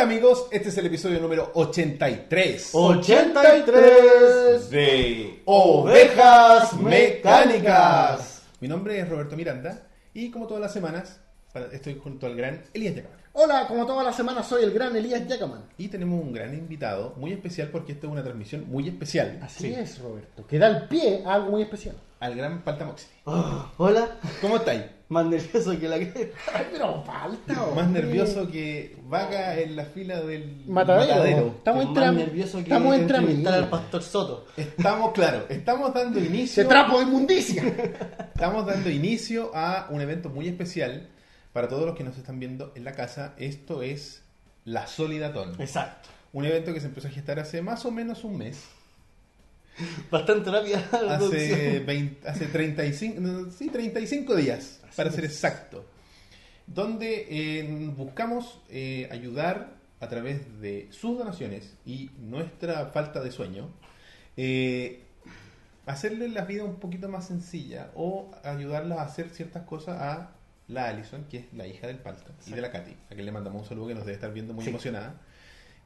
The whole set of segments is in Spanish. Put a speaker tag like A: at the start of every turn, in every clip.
A: amigos, este es el episodio número 83
B: 83
A: de
B: Ovejas Mecánicas.
A: Mi nombre es Roberto Miranda y como todas las semanas para- estoy junto al gran Elías Yacabar.
B: Hola, como todas las semanas soy el gran Elías Yacaman.
A: Y tenemos un gran invitado muy especial porque esta es una transmisión muy especial.
B: Así es, Roberto, que da el pie a algo muy especial.
A: Al gran Paltamoxi.
C: Oh, Hola,
A: ¿Cómo estáis?
C: más nervioso que la que.
B: Ay, pero falta.
A: Más nervioso que vaca en la fila del
B: Matadero.
A: matadero.
B: Estamos
C: Más
B: entre am-
C: nervioso que
B: estamos entre
C: entrevistar
B: amigos.
C: al pastor Soto.
A: Estamos, claro, estamos dando inicio.
B: Ese trapo de inmundicia.
A: Estamos dando inicio a un evento muy especial para todos los que nos están viendo en la casa. Esto es la Solidatón.
C: Exacto.
A: Un evento que se empezó a gestar hace más o menos un mes.
C: Bastante rápida la
A: Hace,
B: Ah,
C: producción.
A: 20 hace 35, no, sí, 35 días,
C: Así
A: para ser
C: es.
A: exacto. Donde eh, buscamos eh, ayudar a través de sus donaciones y nuestra falta de sueño, eh, hacerle la vida un poquito más sencilla o ayudarlas a hacer ciertas cosas a la Alison, que es la hija del Palta, y de la Katy, a quien le mandamos un saludo que nos debe estar viendo muy
C: Sí.
A: emocionada.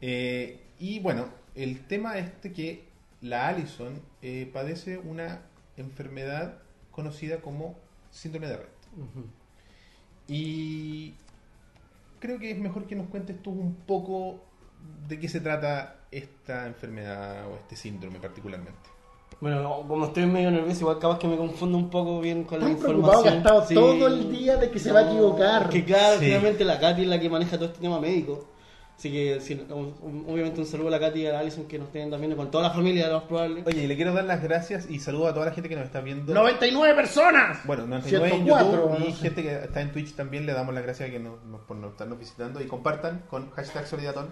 A: Eh, y bueno, el tema este que la Allison eh, padece una enfermedad conocida como síndrome de Rett.
C: Ujú.
A: Y creo que es mejor que nos cuentes tú un poco de qué se trata esta enfermedad o este síndrome particularmente.
C: Bueno, como estoy medio nervioso, igual capaz que me confundo un poco bien con la
B: Tan preocupado
C: información.
B: que ha estado
C: Sí.
B: todo el día de que se va a equivocar.
C: Que claro,
A: Sí.
C: finalmente la Katy es la que maneja todo este tema médico. Así que, sí, un- obviamente, un saludo a la Katy y a la Alison que nos tienen también con toda la familia, lo más probable.
A: Oye, y le quiero dar las gracias y saludo a toda la gente que nos está viendo.
B: 99 personas.
A: Bueno, 99 en
B: 104,
A: YouTube y
B: no sé.
A: gente que está en Twitch también le damos las gracias que nos, nos- por nos estarnos visitando y compartan con hashtag Solidatón.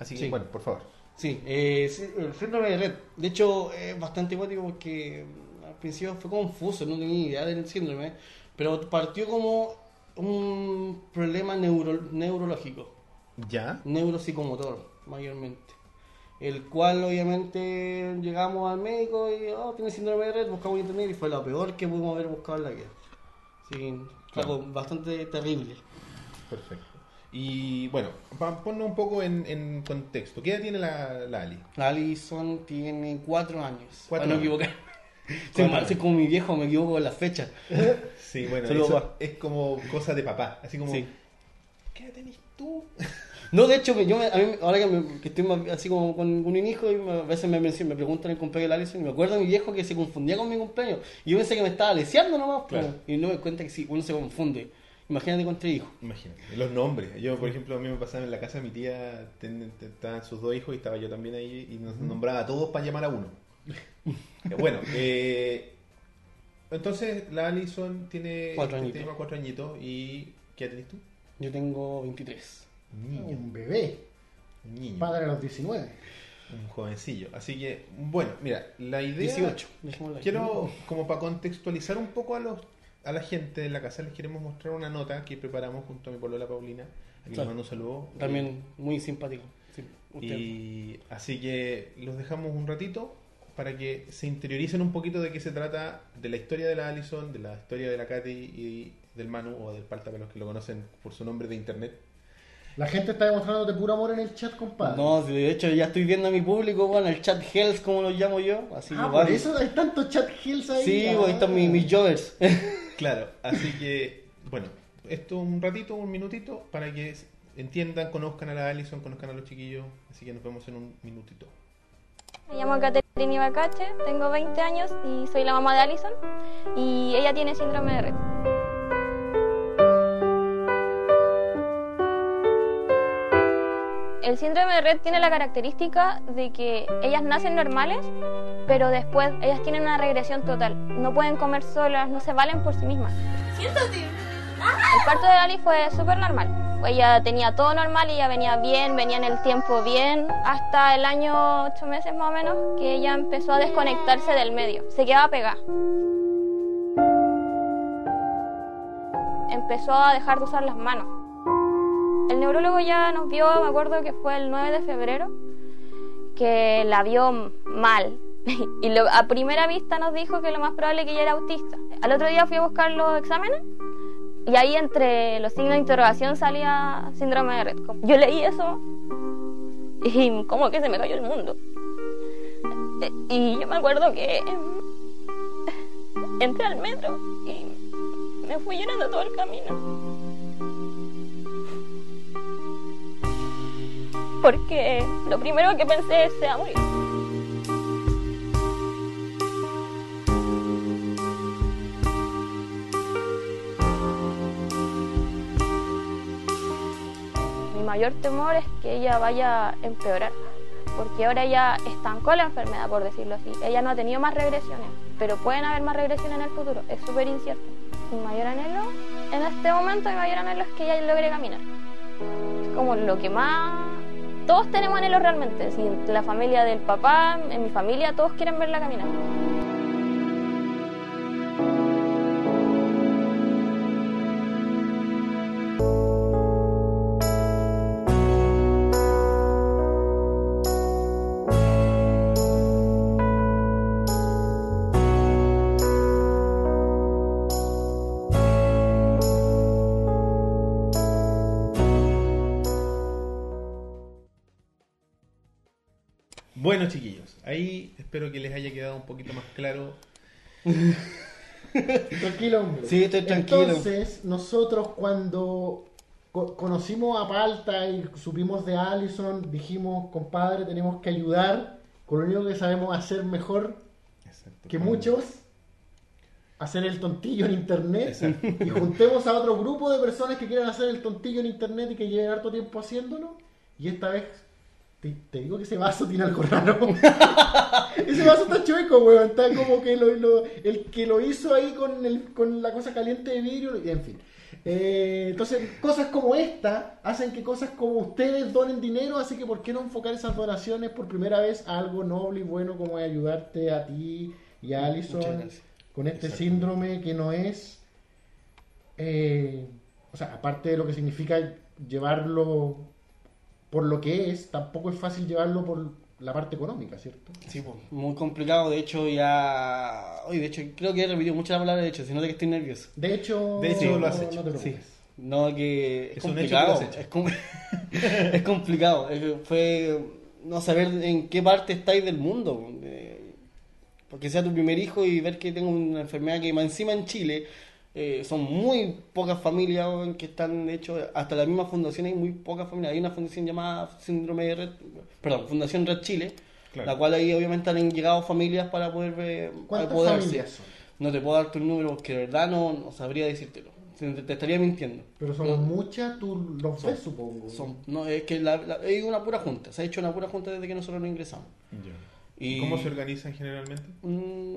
A: Así que,
C: Sí.
A: bueno, por favor.
C: Sí, eh, sí, el síndrome de red. De hecho, es bastante guático porque al principio fue confuso, no tenía idea del síndrome, pero partió como un problema neuro- neurológico,
A: ¿Ya?
C: neuropsicomotor mayormente, el cual obviamente llegamos al médico y, oh, tiene síndrome de red, buscamos en internet y fue lo peor que pudimos haber buscado en la vida. Sí,
A: Claro.
C: algo bastante terrible.
A: Perfecto. Y bueno, pa- ponnos un poco en, en contexto. ¿Qué edad tiene la, la Ali?
C: Alison tiene cuatro años.
A: Cuatro
C: para no
A: años.
C: equivocarme.
A: Cuatro
C: Soy mal-
A: años.
C: soy como mi viejo, me equivoco con las fechas.
A: Sí, bueno,
C: Saludos,
A: eso
C: pa.
A: es como cosa de papá. Así como,
C: Sí.
A: ¿qué edad tenés tú?
C: No, de hecho, me- yo me- a mí, ahora que, me- que estoy más- así como con un hijo, y me- a veces me, me preguntan el cumpleaños de la Alison y me acuerdo de mi viejo que se confundía con mi cumpleaños. Y yo pensé que me estaba leseando nomás, pues,
A: Claro.
C: y no me doy cuenta que sí, uno se confunde. Imagínate con tres hijos.
A: Imagínate, los nombres. Yo, por ejemplo, a mí me pasaba en la casa de mi tía, ten- ten- estaban sus dos hijos y estaba yo también ahí y nos nombraba a todos para llamar a uno. bueno, eh, entonces la Alison tiene
C: Cuatro
A: este
C: añitos.
A: tema, cuatro añitos y ¿qué edad tenés tú?
C: Yo tengo 23.
A: Niño,
B: Un bebé,
A: un niño,
B: padre a los 19.
A: un jovencillo. Así que, bueno, mira, la idea...
C: 18, dejémoslo ahí.
A: Quiero, como para contextualizar un poco a los a la gente de la casa, les queremos mostrar una nota que preparamos junto a mi polola Paulina. Aquí les
C: Claro.
A: mando un saludo.
C: También muy simpático. Sí, usted.
A: Y así que los dejamos un ratito para que se interioricen un poquito de qué se trata, de la historia de la Allison, de la historia de la Katy y del Manu o del Palta, para los que lo conocen por su nombre de internet.
B: La gente está demostrándote puro amor en el chat, compadre. Ah,
C: No, sí, de hecho ya estoy viendo a mi público, bueno, el chat health como lo llamo yo, así que
B: Ah,
C: bueno.
B: por eso hay tantos chat hills ahí.
C: Sí,
B: Ah.
C: bueno, están mis, mis joggers.
A: Claro, así que, bueno, esto un ratito, un minutito, para que s- entiendan, conozcan a la Allison, conozcan a los chiquillos. Así que nos vemos en un minutito.
D: Me llamo Caterina Ibacache, tengo 20 años y soy la mamá de Allison y ella tiene síndrome de red. El síndrome de red tiene la característica de que ellas nacen normales, pero después ellas tienen una regresión total. No pueden comer solas, no se valen por sí mismas. El parto de Ali fue súper normal. Ella tenía todo normal, ella venía bien, venía en el tiempo bien, hasta el año ocho meses más o menos, que ella empezó a desconectarse del medio. Se quedaba pegada. Empezó a dejar de usar las manos. El neurólogo ya nos vio, me acuerdo que fue el 9 de febrero, que la vio mal. Y lo- a primera vista nos dijo que lo más probable que ella era autista. Al otro día fui a buscar los exámenes y ahí entre los signos de interrogación salía síndrome de Redcom. Yo leí eso Y como que se me cayó el mundo. Eh, Y yo me acuerdo que entré al metro y me fui llorando todo el camino. Porque lo primero que pensé es se va a morir. Mi mayor temor es que ella vaya a empeorar porque ahora ya estancó la enfermedad, por decirlo así. Ella no ha tenido más regresiones, pero pueden haber más regresiones en el futuro. Es súper incierto. Mi mayor anhelo, en este momento, mi mayor anhelo es que ella logre caminar. Es como lo que más. Todos tenemos anhelos realmente. Si en la familia del papá, en mi familia, todos quieren verla caminar.
A: Bueno, chiquillos, ahí espero que les haya quedado un poquito más claro.
B: Tranquilo, hombre.
C: Sí, estoy tranquilo.
B: Entonces, nosotros cuando co- conocimos a Palta y supimos de Allison, dijimos, compadre, tenemos que ayudar con lo único que sabemos hacer mejor
A: Exacto.
B: que muchos, hacer el tontillo en internet.
A: Exacto.
B: Y juntemos a otro grupo de personas que quieran hacer el tontillo en internet y que lleven harto tiempo haciéndolo. Y esta vez, te, te digo que ese vaso tiene algo raro. ese vaso está chueco, weón. Está como que lo, lo- el que lo hizo ahí con, el, con la cosa caliente de vidrio. y En fin. Eh, entonces, cosas como esta hacen que cosas como ustedes donen dinero. Así que, ¿por qué no enfocar esas donaciones por primera vez a algo noble y bueno como es ayudarte a ti y a
C: Muchas
B: Alison
C: gracias.
B: con este
A: Exacto.
B: síndrome que no es, eh, o sea, aparte de lo que significa llevarlo por lo que es, tampoco es fácil llevarlo por la parte económica, ¿cierto?
C: Sí, po, muy complicado. De hecho, ya. Oye, de hecho, creo que he repetido muchas palabras. De hecho, se nota que estoy nervioso.
B: De hecho,
A: De hecho,
B: no,
A: lo has hecho.
B: no
C: Sí.
B: te preocupes.
C: No, que es,
A: Es un hecho que lo
C: complicado.
A: has hecho.
C: Es, com- es complicado. Es que fue no saber en qué parte estáis del mundo. eh, Porque sea tu primer hijo y ver que tengo una enfermedad que más encima en Chile eh, son muy pocas familias weón, que están, de hecho, hasta la misma fundación hay muy pocas familias. Hay una fundación llamada Síndrome de Red, perdón, Fundación Red Chile,
A: Claro.
C: la cual ahí obviamente han llegado familias para poder eh,
B: ¿Cuántas
C: apoderarse.
B: familias son?
C: No te puedo dar tu número porque de verdad no, no sabría decírtelo. Te, te estaría mintiendo.
B: Pero son muchas, tú los ves, supongo.
C: Son, no, es que la, la- es una pura junta. Se ha hecho una pura junta desde que nosotros no ingresamos.
A: Ya.
C: Y-
A: ¿Cómo se organizan generalmente?
C: Mm,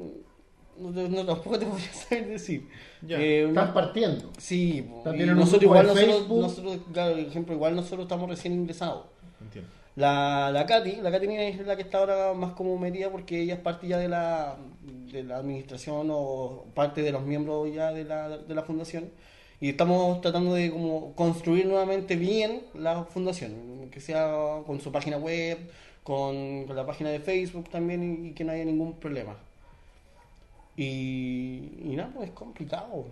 C: no, te- no, tampoco te podría saber decir.
A: Ya.
C: Eh,
B: Están partiendo.
C: sí, po,
B: Están
C: y
B: tienen un
C: nosotros
B: grupo
C: igual,
B: de
C: nosotros,
B: Facebook.
C: nosotros, claro, por ejemplo, igual nosotros estamos recién ingresados.
A: Entiendo.
C: La, la Katy, la Katy Mina es la que está ahora más como metida porque ella es parte ya de la, de la administración o parte de los miembros ya de la, de la fundación. Y estamos tratando de como construir nuevamente bien la fundación, que sea con su página web, con, con la página de Facebook también y, y que no haya ningún problema. Y, y nada, pues es complicado.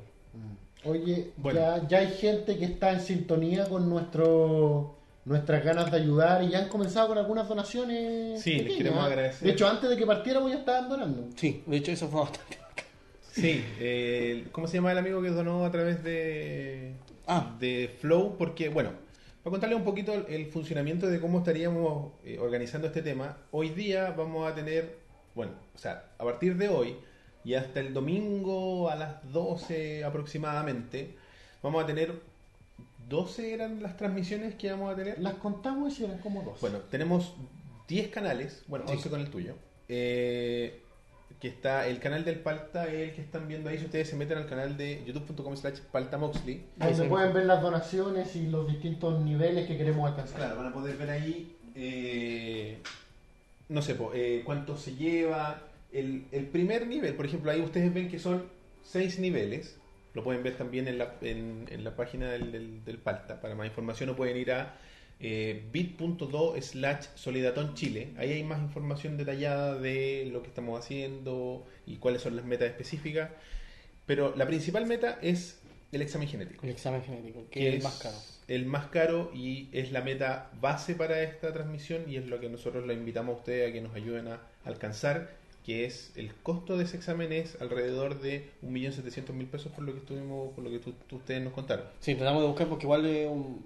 B: Oye,
A: Bueno.
B: ya, ya hay gente que está en sintonía con nuestro nuestras ganas de ayudar y ya han comenzado con algunas donaciones.
A: Sí, les
B: pequeñas. ¿ah?
A: queremos agradecer.
B: De hecho, antes de que partiéramos ya estaban donando.
C: Sí, de hecho eso fue bastante.
A: Sí, eh, ¿cómo se llama el amigo que donó a través de,
C: Ah.
A: de Flow? Porque, bueno, para contarles un poquito el, el funcionamiento de cómo estaríamos eh, organizando este tema, hoy día vamos a tener, bueno, o sea, a partir de hoy y hasta el domingo a las 12 aproximadamente, vamos a tener, 12 eran las transmisiones que vamos a tener.
B: Las contamos y si eran como dos.
A: Bueno, tenemos 10 canales, bueno, 11 con el tuyo. eh, que está el canal del Palta, es el que están viendo ahí. Si ustedes se meten al canal de youtube.com slash paltamoxley,
B: Donde
C: Sí, sí.
B: pueden ver las donaciones y los distintos niveles que queremos alcanzar.
A: claro, van a poder ver ahí, eh, no sé, po, eh, cuánto se lleva. El, el primer nivel, por ejemplo, ahí ustedes ven que son 6 niveles. Lo pueden ver también en la, en, en la página del, del- del Palta. Para más información, o pueden ir a eh, bit.do slash solidatón chile. Ahí hay más información detallada de lo que estamos haciendo y cuáles son las metas específicas. Pero la principal meta es el examen genético.
C: El examen genético, que,
A: que
C: es el más caro.
A: El más caro y es la meta base para esta transmisión y es lo que nosotros le invitamos a ustedes a que nos ayuden a alcanzar, que es el costo de ese examen es alrededor de 1.700.000 pesos por lo que estuvimos, por lo que tú- tú- ustedes nos contaron.
C: Sí, tratamos de buscar porque igual es, un-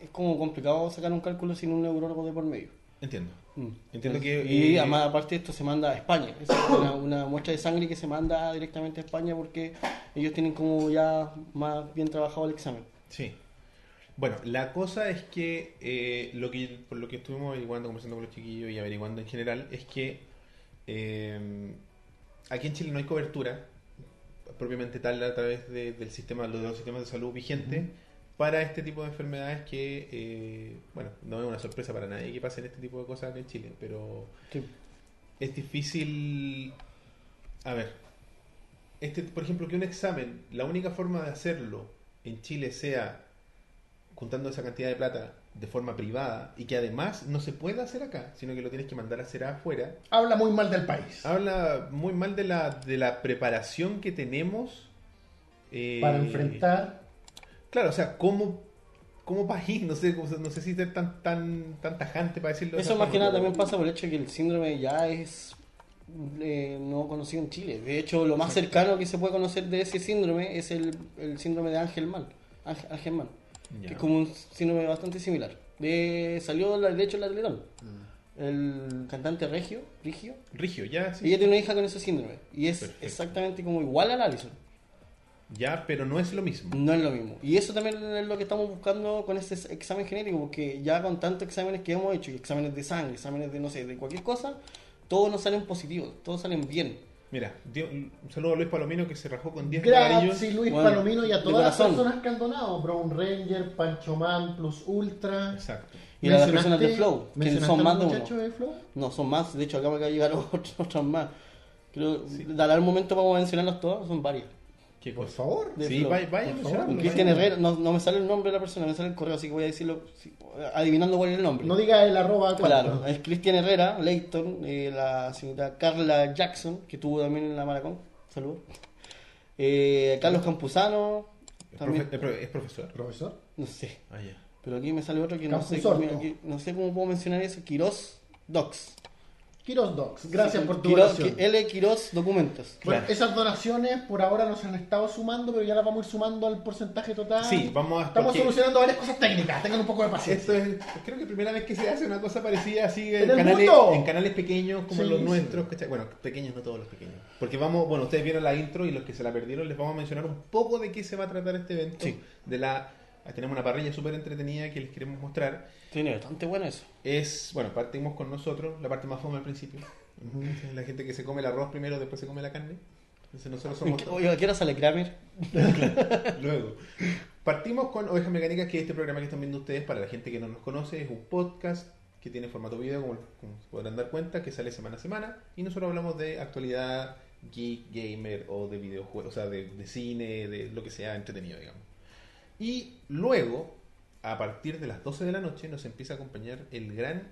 C: es como complicado sacar un cálculo sin un neurólogo de por medio.
A: Entiendo.
C: Mm.
A: Entiendo que,
C: Y
A: eh,
C: además, aparte, esto se manda a España. Es una, una muestra de sangre que se manda directamente a España porque ellos tienen como ya más bien trabajado el examen.
A: Sí. Bueno, la cosa es que, eh, lo que por lo que estuvimos averiguando, conversando con los chiquillos y averiguando en general, es que eh, aquí en Chile no hay cobertura propiamente tal a través de- del sistema, de los sistemas de salud vigente para este tipo de enfermedades que, eh, bueno, no es una sorpresa para nadie que pasen este tipo de cosas acá en Chile, pero
C: Sí.
A: es difícil. A ver. Este, por ejemplo, que un examen, la única forma de hacerlo en Chile sea juntando esa cantidad de plata de forma privada y que además no se pueda hacer acá, sino que lo tienes que mandar a hacer afuera,
B: Habla muy mal del país.
A: Ah, habla muy mal de la, de la preparación que tenemos eh,
B: Para enfrentar
A: Claro, o sea, cómo, cómo país, no sé, cómo- no sé si es tan, tan, tan tajante para decirlo. de
C: Eso
A: esa
C: más que
A: forma,
C: nada
A: pero-
C: también pasa por el hecho de que el síndrome ya es eh, no conocido en Chile. De hecho, lo más cercano que se puede conocer de ese síndrome es el, el síndrome de Ángel Mal. Ángel, Ángel Mal.
A: Ya.
C: Que es como un síndrome bastante similar. De, salió, la- de hecho, la Teletón.
A: Mm.
C: El cantante Regio, Rigio,
A: Rigio, ya, sí.
C: ella tiene una hija con ese síndrome. Y es
A: Perfecto.
C: exactamente como igual a Alison.
A: Ya, pero no es lo mismo.
C: No es lo mismo. Y eso también es lo que estamos buscando con este examen genético, porque ya con tantos exámenes que hemos hecho, y exámenes de sangre, exámenes de no sé, de cualquier cosa, todos nos salen positivos, todos salen bien.
A: Mira, dio- un saludo a Luis Palomino que se rajó con 10
B: Gracias,
A: amarillos.
B: Luis
C: Bueno,
B: Palomino y a
C: de
B: todas las
C: corazón.
B: personas que han donado. Brown Ranger, Pancho Man, Plus Ultra.
A: Exacto.
C: Y a las
B: Mencionaste-
C: personas de Flow, que
B: mencionaste
C: son
B: a
C: más de
B: los
C: uno.
B: muchachos de Flow?
C: No, son más, de hecho acá me llegar otros, otros más. Creo, dará el momento vamos a mencionarlas todas, son varias.
A: Qué
B: Por
A: cosa.
B: favor.
C: de
A: sí,
C: Flow.
A: vaya, vaya
B: Por
A: mencionando,
B: favor,
A: vaya.
C: Cristian Herrera, no, no me sale el nombre de la persona, me sale el correo, así que voy a decirlo sí, adivinando cuál es el nombre.
B: No diga el arroba
C: Claro,
B: cuánto.
C: es Cristian Herrera, Leighton, eh, la señorita Carla Jackson, que estuvo también en la Maracón, saludos. Eh, Carlos Campuzano,
A: Es, profe-
C: también,
A: es profe- es profesor.
B: Profesor.
C: no sé,
A: Ah, ya.
C: pero aquí me sale otro que no sé,
B: Campuzano.
C: mira, aquí no sé cómo puedo mencionar eso, Quirós Docs.
B: Kiros Docs, gracias por tu
C: Quirós-
B: donación.
C: que- L. Quirós Documentos.
B: Bueno,
A: Claro.
B: Esas donaciones por ahora nos han estado sumando, pero ya las vamos a ir sumando al porcentaje total.
A: Sí, vamos a-
B: Estamos
A: porque-
B: solucionando varias cosas técnicas, tengan un poco de paciencia.
A: Esto es, creo que es la primera vez que se hace una cosa parecida así en,
B: ¡En el
A: canales,
B: mundo!
A: en canales pequeños como
B: Sí,
A: los
B: sí.
A: nuestros. ¿cachai? Bueno, pequeños no todos los pequeños. Porque vamos, bueno, ustedes vieron la intro y los que se la perdieron les vamos a mencionar un poco de qué se va a tratar este evento.
C: Sí.
A: De la, tenemos una parrilla súper entretenida que les queremos mostrar.
C: Tiene bastante bueno eso.
A: es, bueno, partimos con nosotros, la parte más fome al principio. Entonces, La gente que se come el arroz primero, después se come la carne. Entonces nosotros somos todos.
C: Oye, ¿a qué hora sale Kramer?
A: Luego, partimos con Ovejas Mecánicas, que es este programa que están viendo ustedes, para la gente que no nos conoce, es un podcast que tiene formato video, como, como se podrán dar cuenta, que sale semana a semana. Y nosotros hablamos de actualidad geek, gamer o de videojuegos, o sea, de, de cine, de lo que sea entretenido, digamos. Y luego, a partir de las 12 de la noche, nos empieza a acompañar el gran.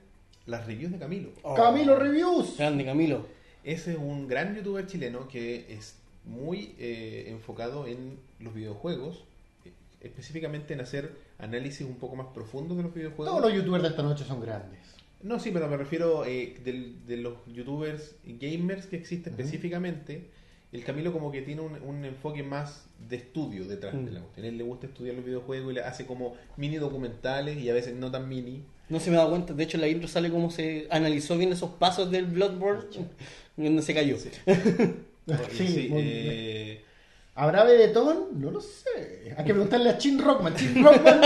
A: Las reviews de Camilo.
B: Camilo Reviews.
C: Oh, Grande Camilo.
A: Ese es un gran youtuber chileno que es muy eh, enfocado en los videojuegos, eh, específicamente en hacer análisis un poco más profundos de los
C: Oh.
A: videojuegos.
B: Todos los youtubers de esta noche son grandes.
A: No, sí, pero me refiero eh, del- de los youtubers gamers que existe específicamente. El Camilo como que tiene un, un enfoque más de estudio detrás de la
C: Mm.
A: cuestión. Él le gusta estudiar los videojuegos y le hace como mini documentales y a veces no tan mini.
C: No se me da cuenta, de hecho en la intro sale cómo se analizó bien esos pasos del Bloodborne, donde se cayó.
B: Sí, muy bien.
A: eh,
B: ¿Habrá Bedetón? No lo sé. Hay que preguntarle a Chin Rockman. Chin Rockman,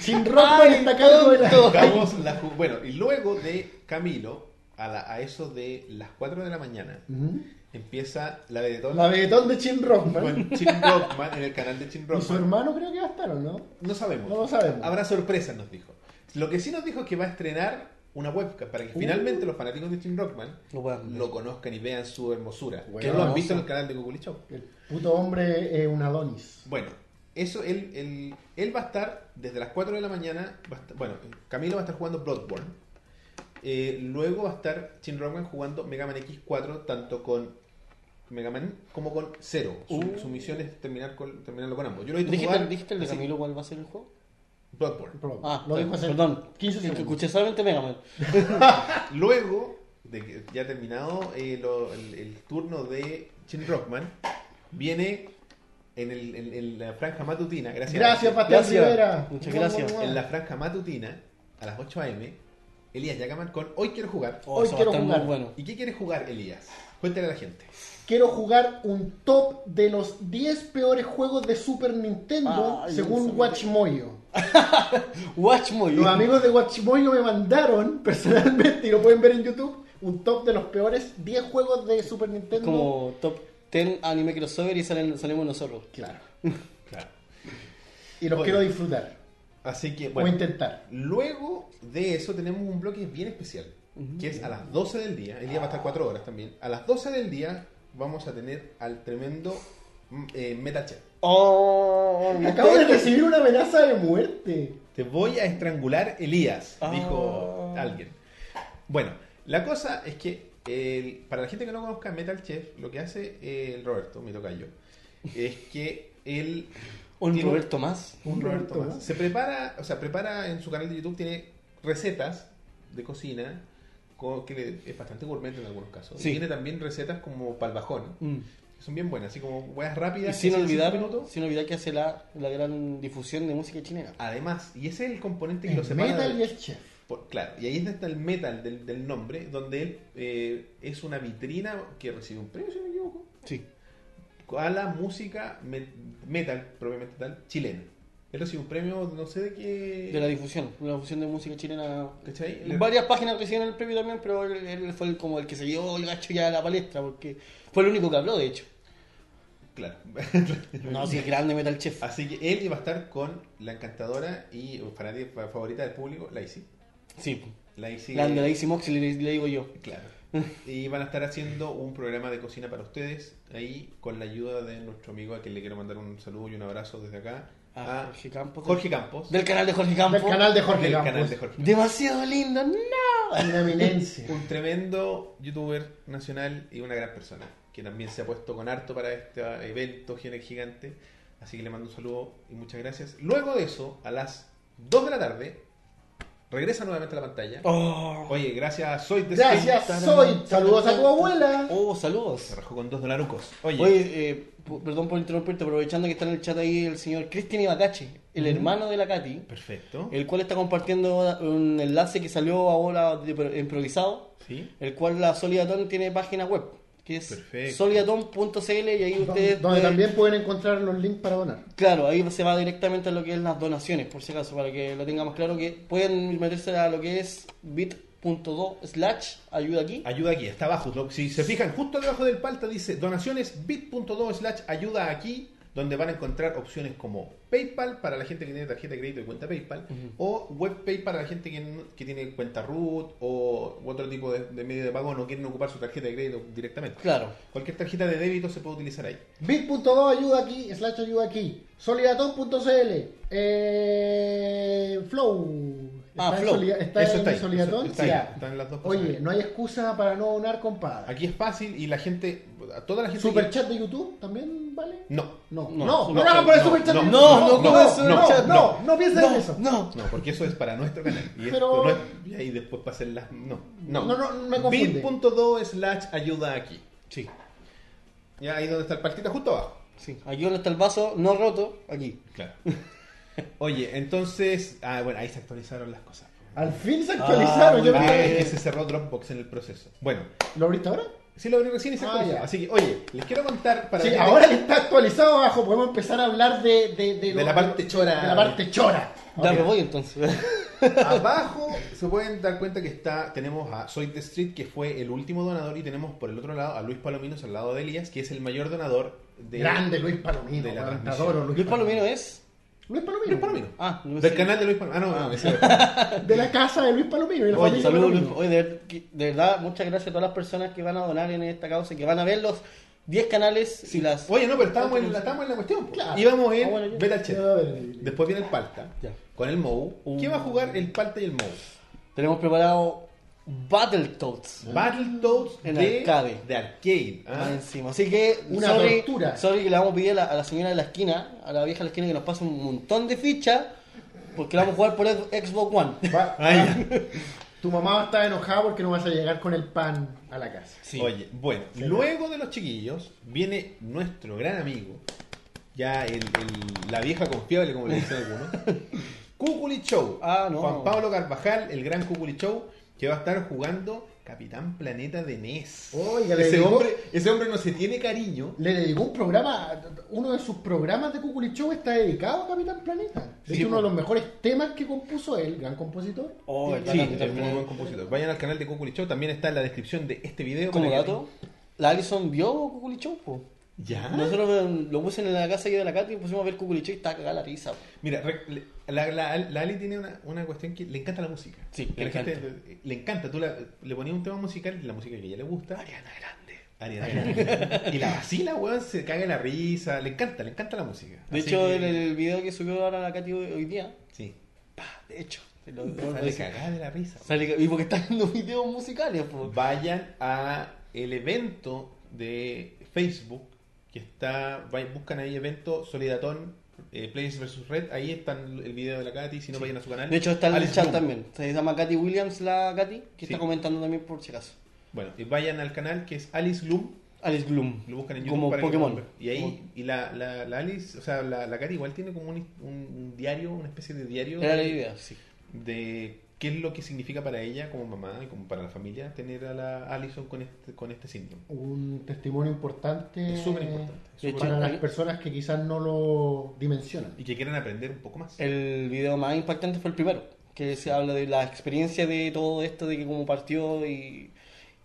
B: Chin Rockman está a cargo de la-
A: Vamos la ju- bueno, y luego de Camilo, a, la- a eso de las 4 de la mañana,
B: Ujú.
A: empieza la Vedetón
B: La Bedetón de Chin Rockman.
A: con Chin Rockman en el canal de Chin
B: Y su
A: Rockman.
B: hermano creo que va a estar, ¿o no?
A: No sabemos.
B: No lo sabemos.
A: Habrá sorpresas, nos dijo. Lo que sí nos dijo es que va a estrenar una webcam para
B: Uh.
A: que finalmente los fanáticos de Chin Rockman
C: Lo puedan ver.
A: lo conozcan y vean su hermosura. que
B: Bueno,
A: no lo han
C: hermoso.
A: visto en el canal de Google Show.
B: El puto hombre es un Adonis.
A: Bueno, eso él, él, él va a estar desde las 4 de la mañana. va a estar- bueno, Camilo va a estar jugando Bloodborne. Eh, luego va a estar Chin Rockman jugando Mega Man X4, tanto con Mega Man como con cero. Su,
C: Uh.
A: su misión es terminar con, terminarlo con ambos. Yo lo he visto
C: ¿Dijiste,
A: jugar
C: dijiste el de
A: así,
C: Camilo cuál va a ser el juego?
A: Bloodborne.
B: Perdón,
C: Ah,
B: lo dijo hace
C: perdón.
B: 15
C: Es que
B: segundos.
C: Escuché solamente Mega Man.
A: Luego de que ya ha terminado eh, lo- el, el turno de Chin Rockman, viene en, el- en- en la franja matutina. Gracias.
B: Gracias, Pastel
C: Gracias.
B: Rivera.
C: Muchas
B: Guau,
C: gracias.
B: guau, guau.
A: En la franja matutina, a las 8 am, Elías Yagaman con Hoy quiero jugar.
C: Oh,
B: Hoy
C: eso va a
B: quiero
C: estar muy
B: jugar.
C: bueno.
A: ¿Y qué quieres jugar, Elías? Cuéntale a la gente.
B: Quiero jugar un top de los 10 peores juegos de Super Nintendo
C: Ay, no
B: según
C: sé.
B: Watchmoyo.
C: Watch Moyo.
B: Los amigos de Watchmoyo me mandaron personalmente, y lo pueden ver en YouTube, un top de los peores 10 juegos de Super Nintendo.
C: Como top 10 anime crossover y salen, salimos nosotros.
B: Claro.
A: Claro.
B: Y los
A: Oye.
B: quiero disfrutar.
A: Así que,
B: O
A: bueno.
B: intentar.
A: Luego de eso tenemos un bloque bien especial, que es a las 12 del día, el día va a estar 4 horas también, a las 12 del día vamos a tener al tremendo mm, eh, MetaChat.
C: Oh,
B: Acabo de recibir una amenaza de muerte.
A: Te voy a estrangular, Elías,
C: Ah.
A: dijo alguien. Bueno, la cosa es que el- para la gente que no conozca Metal Chef, lo que hace eh, el Roberto, mi tocayo, es que él
C: Un
A: Tiene-
C: Roberto más.
A: Un Roberto
B: Roberto
A: más.
B: más.
A: Se prepara, o sea, prepara en su canal de YouTube, tiene recetas de cocina, co- que le- es bastante gourmet en algunos casos.
C: Sí.
A: Y tiene también recetas como palbajón, que son bien buenas, así como huevas
C: Y
A: rápidas. que
C: sin
A: se hacen en
C: olvidar,
A: cinco minutos.
C: sin olvidar que hace la, la gran difusión de música chilena.
A: Además, y ese es el componente que lo
B: El
A: separa.
B: metal
A: del-
B: y el chef.
A: por- claro, y ahí es donde está el metal del, del nombre, donde él eh, es una vitrina que recibe un premio, si no me equivoco,
C: Sí.
A: a la música me- metal, propiamente tal, chilena. Él recibe un premio, no sé de qué.
C: De la difusión, la difusión de música chilena.
A: ¿Cachai?
C: Eh, Varias páginas recibieron el premio también, pero él, él fue el- como el que se dio el gacho ya a la palestra, porque fue el único que habló, de hecho.
A: Claro.
C: No, sí, grande Metal Chef.
A: Así que él iba a estar con la encantadora y fanática- fa- favorita del público, Lacey.
C: Sí,
A: Lacey.
C: grande, la Dixie Moxley, le, le digo yo.
A: Claro. Y van a estar haciendo un programa de cocina para ustedes, ahí con la ayuda de nuestro amigo a quien le quiero mandar un saludo y un abrazo desde acá.
C: Ah,
A: a
C: Jorge Campos.
A: Jorge Campos.
C: Del canal de Jorge Campos.
B: Del canal de Jorge
A: Del
B: Campos.
A: canal de Jorge Campos.
C: Demasiado lindo, no.
B: Una eminencia.
A: Un tremendo youtuber nacional y una gran persona, que también se ha puesto con harto para este evento gene- gigante. Así que le mando un saludo y muchas gracias. Luego de eso, a las 2 de la tarde, regresa nuevamente a la pantalla.
C: Oh,
A: Oye, gracias, soy de
B: Gracias, soy. Saludos a tu abuela.
C: oh, saludos.
A: Se rajó con dos dolarucos. Oye,
C: Oye, eh, p- perdón por interrumpirte, aprovechando que está en el chat ahí el señor Cristian Ibacache, el hermano de la Katy,
A: perfecto.
C: el cual está compartiendo un enlace que salió ahora de, pro- improvisado,
A: Sí.
C: el cual la Solidatón tiene página web, que es
A: Perfecto.
C: solidatón.cl y ahí ustedes...
B: Donde
C: pueden-
B: también pueden encontrar los links para donar.
C: Claro, ahí se va directamente a lo que es las donaciones, por si acaso, para que lo tengamos claro, que pueden meterse a lo que es bit.do slash ayuda aquí.
A: Ayuda aquí, está abajo. Lo- Si se fijan, justo debajo del palta dice donaciones bit.do slash ayuda aquí, donde van a encontrar opciones como PayPal para la gente que tiene tarjeta de crédito y cuenta PayPal, o WebPay para la gente que, no- que tiene cuenta root o u otro tipo de, de medio de pago, no quieren ocupar su tarjeta de crédito directamente.
C: Claro.
A: Cualquier tarjeta de débito se puede utilizar ahí.
B: Bit.do ayuda aquí, slash ayuda aquí. Solidatón.cl. Eh, Flow.
C: Ah,
B: está en
C: Flow.
B: Solida- está
A: Eso
B: en
A: está ahí,
B: Solidatón.
A: eso está ahí,
B: Ya.
A: están las dos cosas
B: Oye,
A: ahí.
B: no hay excusa para no donar, compadre.
A: Aquí es fácil y la gente, a toda la gente... que-
B: Superchat de YouTube también vale.
A: No,
C: No,
B: No, no, no,
C: no,
B: no, hagan por el
A: no,
B: superchat.
A: no,
B: de
A: no,
B: YouTube.
A: no, no, no, no,
B: no, no, no piensen en
C: No,
B: eso.
C: no.
A: No, porque eso es para nuestro canal. Y, esto
B: Pero-
A: no es- y ahí después para hacer las. No, no.
B: No, no, me confunde.
A: Bit.do slash ayuda aquí.
C: Sí.
A: Ya ahí donde está el partita, justo abajo.
C: Sí, aquí donde está el vaso, no roto, aquí.
A: Claro. Oye, entonces. Ah, bueno, ahí se actualizaron las cosas.
B: Al fin se
C: Ah,
B: actualizaron.
C: muy
B: yo
A: Ah,
B: creo.
A: es que se cerró Dropbox en el proceso. Bueno,
B: ¿Lo abriste ahora?
A: sí lo abrí recién y se
B: Ah,
A: actualizó.
B: ya.
A: Así que, oye, les quiero contar para.
B: Sí,
A: que-
B: ahora que está actualizado abajo, podemos empezar a hablar de, de,
A: De la parte chora.
B: De la parte chora.
C: Ya me voy entonces.
A: Abajo se pueden dar cuenta que está tenemos a Soy the Street, que fue el último donador, y tenemos por el otro lado a Luis Palominos al lado de Elías, que es el mayor donador de.
B: Grande Luis Palomino.
A: de la
B: weón, te
A: transmisión.
B: adoro, Luis
C: Luis Palomino es.
B: Luis Palomino.
A: Luis Palomino. Ah,
C: Ah, no
A: Del
C: sé.
A: canal de Luis Palomino. Ah, no, no, ese es otro.
B: De la casa de Luis Palomino. y la
C: Oye,
B: familia
C: saludos, Luis.
B: Palomino.
C: Oye, de, ver- que- de verdad, muchas gracias a todas las personas que van a donar en esta causa y que van a ver los 10 canales y las.
A: Oye, no, pero estábamos en la, estábamos en la cuestión. po.
B: Claro.
A: Íbamos
C: Ah,
A: en
C: bueno, ya.
A: Beta Chef.
B: Ya, a ver.
A: Después viene el Palta.
C: Ya. Uh. Ah.
A: Con el Mou. ¿Qué va a jugar el Palta y el Mou?
C: Tenemos preparado Battletoads.
A: Battletoads
C: En
A: de
C: arcade.
A: De arcade. ah.
C: Más encima. Así que,
B: Una
C: sorry,
B: tortura.
C: sorry que le vamos a pedir a la, a la señora de la esquina, a la vieja de la esquina, que nos pase un montón de fichas, porque la vamos a jugar por ex- Xbox One.
B: Va-
A: Ay, ya.
B: tu mamá va a estar enojada porque no vas a llegar con el pan a la casa.
C: Sí.
A: Oye, bueno, luego de los chiquillos viene nuestro gran amigo, ya el, el- la vieja confiable, como le dicen algunos, Cuculi Show.
C: Ah, no.
A: Juan Pablo Carvajal, el gran Cuculi Show, que va a estar jugando Capitán Planeta de NES.
B: Oiga, le
A: ese,
B: dedicó,
A: hombre, ese hombre no se tiene cariño.
B: le dedicó un programa, uno de sus programas de Cuculi Show está dedicado a Capitán Planeta. De
A: Sí,
B: hecho, uno de
A: po.
B: los mejores temas que compuso él, gran compositor.
C: Oh, verdad,
A: Sí,
C: Capitán
A: es muy
C: Planeta.
A: buen compositor. Vayan al canal de Cuculi Show, también está en la descripción de este video.
C: Como
A: para que-
C: dato, la Alison vio Cuculi Show, po.
A: ¿Ya?
C: Nosotros eh, lo puse en la casa yo de la Katy y pusimos a ver Cuculi Show y estaba cagada la risa. po.
A: Mira, rec- le- la, la, la Ali tiene una, una cuestión que le encanta la música.
C: Sí,
A: Que
C: le
A: la gente-
C: encanta.
A: le- le encanta. Tú la- le ponías un tema musical, la música que a ella le gusta.
C: Ariana Grande.
A: Ariana Grande. y la vacila, weón, se caga en la risa. Le encanta, le encanta la música.
C: De
A: Así
C: hecho,
A: que-
C: en el video que subió ahora la Katy hoy hoy día,
A: Sí.
C: pa, de hecho, lo- lo- lo-
A: Sale cagada de la risa.
C: sale- y porque está viendo videos musicales, po.
A: Vayan a el evento de Facebook que está. vayan- buscan ahí evento Solidatón. eh, Players vs Red, ahí están el video de la Katy, si no vayan a su canal.
C: De hecho, está en el
A: Alice
C: chat
A: Bloom.
C: también. Se llama Katy Williams, la Katy, que
A: Sí.
C: está comentando también por si acaso.
A: Bueno, y vayan al canal que es Alice Gloom,
C: Alice Gloom.
A: Lo buscan en YouTube
C: Como
A: para que
C: Pokémon.
A: lo vean. y ahí, y la, la, la Alice, o sea, la, la Cari igual tiene como un, un- un diario, una especie de diario
C: Era la
A: de-
C: idea, sí.
A: de qué es lo que significa para ella como mamá y como para la familia tener a la Alison con este, con este síndrome.
B: Un testimonio importante.
A: Es súper importante.
C: de hecho,
B: Para las
C: el-
B: personas que quizás no lo dimensionan.
A: Y que quieran aprender un poco más.
C: El video más impactante fue el primero, que se habla de la experiencia de todo esto, de que cómo partió y,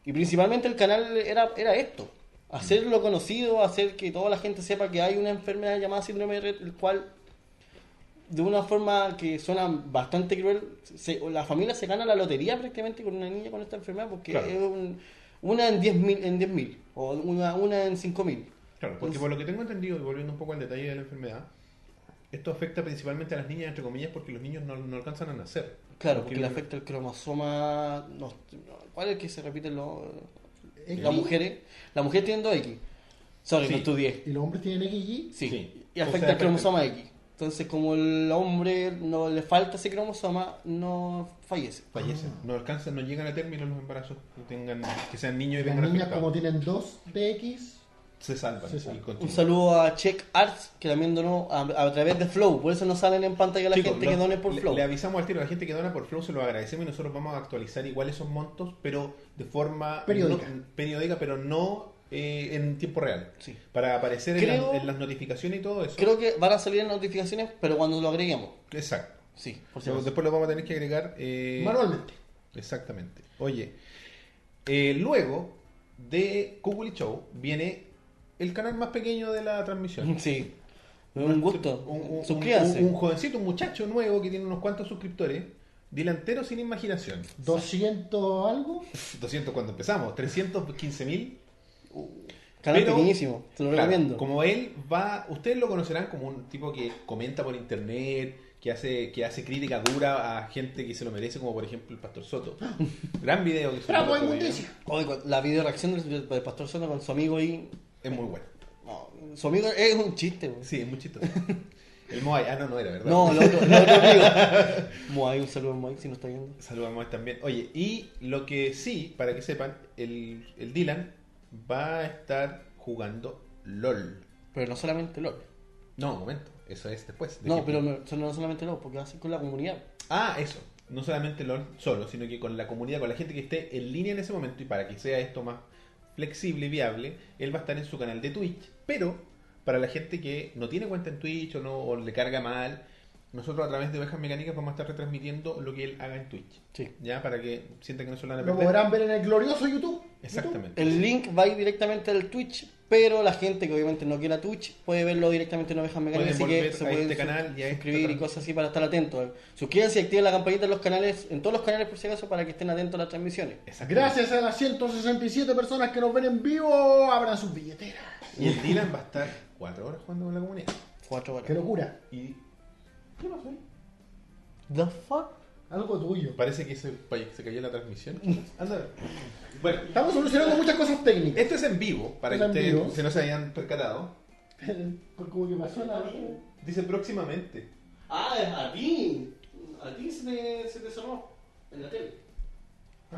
C: y principalmente el canal era, era esto, hacerlo conocido, hacer que toda la gente sepa que hay una enfermedad llamada síndrome de Rett, el cual de una forma que suena bastante cruel, se- la familia se gana la lotería prácticamente con una niña con esta enfermedad porque
A: Claro.
C: es un- una en 10.000 en 10.000 o una, una en 5.000.
A: Claro, porque por lo que tengo entendido, y volviendo un poco al detalle de la enfermedad, esto afecta principalmente a las niñas, entre comillas, porque los niños no, no alcanzan a nacer.
C: Claro, porque le
A: no-
C: afecta el cromosoma. no, ¿Cuál es el que se repite? Lo,
B: X.
C: las mujeres. Las mujeres tienen 2X. Sorry,
A: Sí.
C: no estudié.
B: Y los hombres tienen XY.
C: Sí.
A: Sí.
C: Y
A: O sea,
C: afecta el
A: afecta.
C: cromosoma X. Entonces, como el hombre no le falta ese cromosoma, no fallece.
A: Fallecen,
C: Ah.
A: no alcanzan, no llegan a término los embarazos, que, tengan, que sean niños y
B: Las
A: vengan
B: niñas,
A: afectados.
B: como tienen dos de X,
A: se salvan.
B: Se
A: y
B: salvan.
A: continúan.
C: Un saludo a Check Arts, que también donó a, a través de Flow. Por eso no salen en pantalla la
A: Chicos,
C: gente
A: los-
C: que done por
A: le,
C: Flow.
A: le avisamos al tiro a la gente que dona por Flow, se lo agradecemos y nosotros vamos a actualizar igual esos montos, pero de forma
B: Periódica.
A: no- periódica, pero no eh, en tiempo real.
C: Sí.
A: Para aparecer en,
C: Creo-
A: las, en las notificaciones y todo eso.
C: Creo que van a salir notificaciones, pero cuando lo agreguemos.
A: Exacto.
C: Sí, por si
A: Luego-
C: acaso.
A: Después lo vamos a tener que agregar. eh,
B: manualmente.
A: Exactamente. Oye, eh, luego de Kukuli Show viene el canal más pequeño de la transmisión.
C: Sí. Un gusto.
A: Un, un-
C: Suscríbanse.
A: un- un jovencito, un muchacho nuevo que tiene unos cuantos suscriptores, delantero sin imaginación.
B: 200 algo.
A: 200 cuando empezamos, 315 mil.
C: Canal
A: Pero-
C: pequeñísimo, te lo recomiendo.
A: como él va, ustedes lo conocerán como un tipo que comenta por internet, que hace, que hace crítica dura a gente que se lo merece, como por ejemplo el Pastor Soto. Gran video que
B: ¡Trapo de
A: otro día.
B: inmundicia!
C: Oye, cu- la video reacción del, del Pastor Soto con su amigo ahí.
A: Es muy bueno.
C: no, su amigo es un chiste, güey.
A: Sí, es muy chistoso. El Moai, ah, no, no era, ¿verdad?
C: No, lo otro, lo otro amigo. Moai, un saludo a Moai si no está viendo.
A: Saludamos también. Oye, y lo que sí, para que sepan, el, el Dylan va a estar jugando LOL.
C: Pero no solamente LOL.
A: No, un momento, eso es después. de
C: No,
A: que-
C: pero no, eso no solamente LOL, porque va a ser con la comunidad.
A: Ah, eso. No solamente LOL solo, sino que con la comunidad, con la gente que esté en línea en ese momento y para que sea esto más flexible y viable, él va a estar en su canal de Twitch. Pero para la gente que no tiene cuenta en Twitch o, no, o le carga mal, nosotros a través de Ovejas Mecánicas vamos a estar retransmitiendo lo que él haga en Twitch.
C: Sí.
A: Ya, para que sientan que no se lo van a
B: Lo
A: perder.
B: podrán ver en el glorioso YouTube.
A: Exactamente.
C: El link va a ir directamente al Twitch, pero la gente que obviamente no quiera Twitch puede verlo directamente en Ovejas Mecánicas, así
A: Pueden
C: que
A: volver
C: se
A: a
C: pueden
A: este
C: sus-
A: canal y a este
C: suscribir y
A: otro.
C: cosas así para estar atentos. Suscríbanse y activen la campanita en los canales, en todos los canales por si acaso, para que estén atentos a las transmisiones.
A: Exactamente.
B: Gracias a las 167 personas que nos ven en vivo, abran sus billeteras.
A: Y el Dylan va a estar cuatro horas jugando con la comunidad.
C: Cuatro horas.
B: ¡Qué locura!
A: Y... ¿Qué pasó ahí?
C: The fuck?
B: Algo tuyo.
A: Parece que se, se cayó la transmisión.
B: Anda a ver.
A: Bueno,
B: Estamos solucionando muchas cosas técnicas.
A: esto es en vivo, para
B: Es
A: que
B: en
A: ustedes
B: vivo.
A: se no se hayan percatado.
B: Como que pasó la...
A: Dice próximamente.
C: Ah, es a ti. A ti se te, se te cerró en la tele.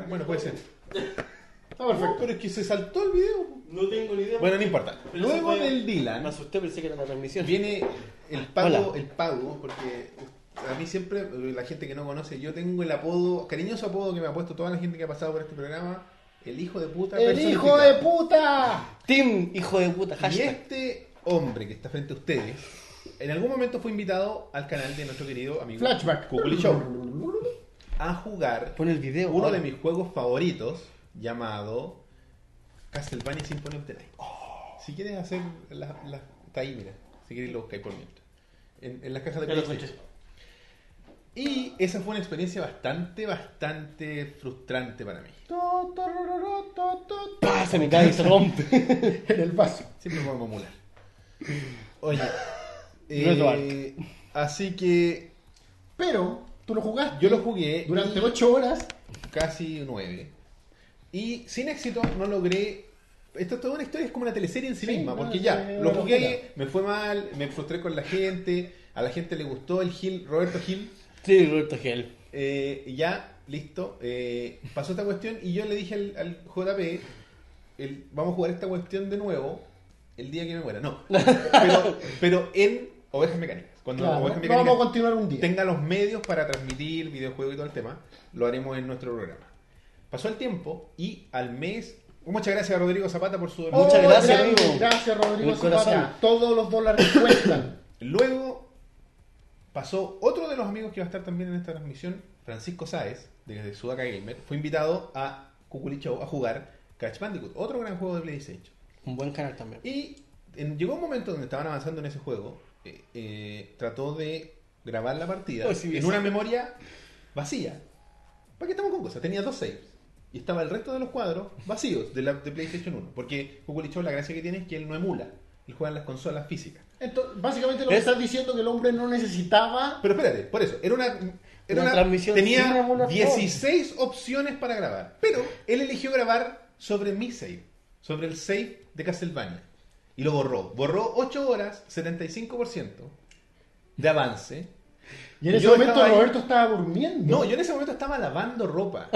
A: Bueno, puede ser.
B: Está perfecto.
A: Ah, Pero es que se saltó el video.
C: No tengo ni idea.
A: Bueno, no importa.
C: Pero se
A: Luego
C: puede-
A: del
C: Me
A: Dylan
C: asusté, pensé que era la transmisión.
A: viene el pago,
C: Hola.
A: el pago, porque a mí siempre, la gente que no conoce, yo tengo el apodo, cariñoso apodo que me ha puesto toda la gente que ha pasado por este programa, el hijo de puta.
B: ¡El hijo de
A: personificado.
B: puta!
C: Tim, hijo de puta,
A: Y
C: hashtag.
A: este hombre que está frente a ustedes, en algún momento fue invitado al canal de nuestro querido amigo
B: Flashback.
A: Kukuli Show a jugar
C: Pon el video.
A: uno
C: ahora.
A: de mis juegos favoritos llamado Castlevania Symphony of the Night. Si quieres hacer las. las- está ahí, mira. Si quieres lo buscáis por mientras. En, en las cajas de
C: Ya lo
A: PlayStation.
C: escuché.
A: Y esa fue una experiencia bastante, bastante frustrante para mí.
C: ¡Pah! Se me cae y se rompe.
B: En el vaso.
A: Siempre vamos a emular. Oye.
C: Reto
A: eh, así que
B: Pero tú lo jugaste
A: yo lo jugué
B: durante 8 horas.
A: casi nueve. Y sin éxito no logré. Esto es toda una historia, es como una teleserie en sí,
B: Sí,
A: misma,
B: no,
A: porque
B: sí,
A: ya,
B: es
A: lo
B: una
A: jugué, me fue mal, me frustré con la gente, a la gente le gustó el Gil, Roberto Gil,
C: Sí, Roberto Gel.
A: eh, y ya, listo, eh, pasó esta cuestión y yo le dije al, al JP, el- vamos a jugar esta cuestión de nuevo el día que me muera, no, pero, pero en Ovejas Mecánicas, cuando
B: Claro,
A: Ovejas
B: lo
A: Mecánicas
B: vamos a continuar un día.
A: tenga los medios para transmitir videojuegos y todo el tema, lo haremos en nuestro programa. Pasó el tiempo y al mes, oh, muchas gracias a Rodrigo Zapata por su donación.
C: Muchas
B: Oh,
C: gracias,
B: grande,
C: amigo.
B: Gracias, Rodrigo
C: El corazón.
B: Zapata. Todos los dólares cuentan.
A: Luego pasó otro de los amigos que va a estar también en esta transmisión, Francisco Sáez, desde Sudaca Gamer, fue invitado a Cuculi Show a jugar Crash Bandicoot, otro gran juego de PlayStation.
C: Un buen canal también.
A: Y en- llegó un momento donde estaban avanzando en ese juego, eh, eh, trató de grabar la partida
C: Oh, sí,
A: en
C: sí.
A: una memoria vacía. ¿Para qué estamos con cosas? Tenía dos saves. Y estaba el resto de los cuadros vacíos de, la, de PlayStation 1. Porque Cuculi Show la gracia que tiene es que él no emula. Él juega en las consolas físicas.
B: Entonces, básicamente lo que
C: Es-
B: estás diciendo que el hombre no necesitaba.
A: Pero espérate, por eso, era una, era
C: Una
A: una-
C: transmisión sin
A: tenía
C: emulación.
A: 16 opciones para grabar, pero él eligió grabar sobre mi save, sobre el save de Castlevania y lo borró. Borró 8 horas, 75% de avance.
B: Y en ese
A: yo
B: momento
A: estaba ahí.
B: Roberto estaba durmiendo.
A: No, yo en ese momento estaba lavando ropa.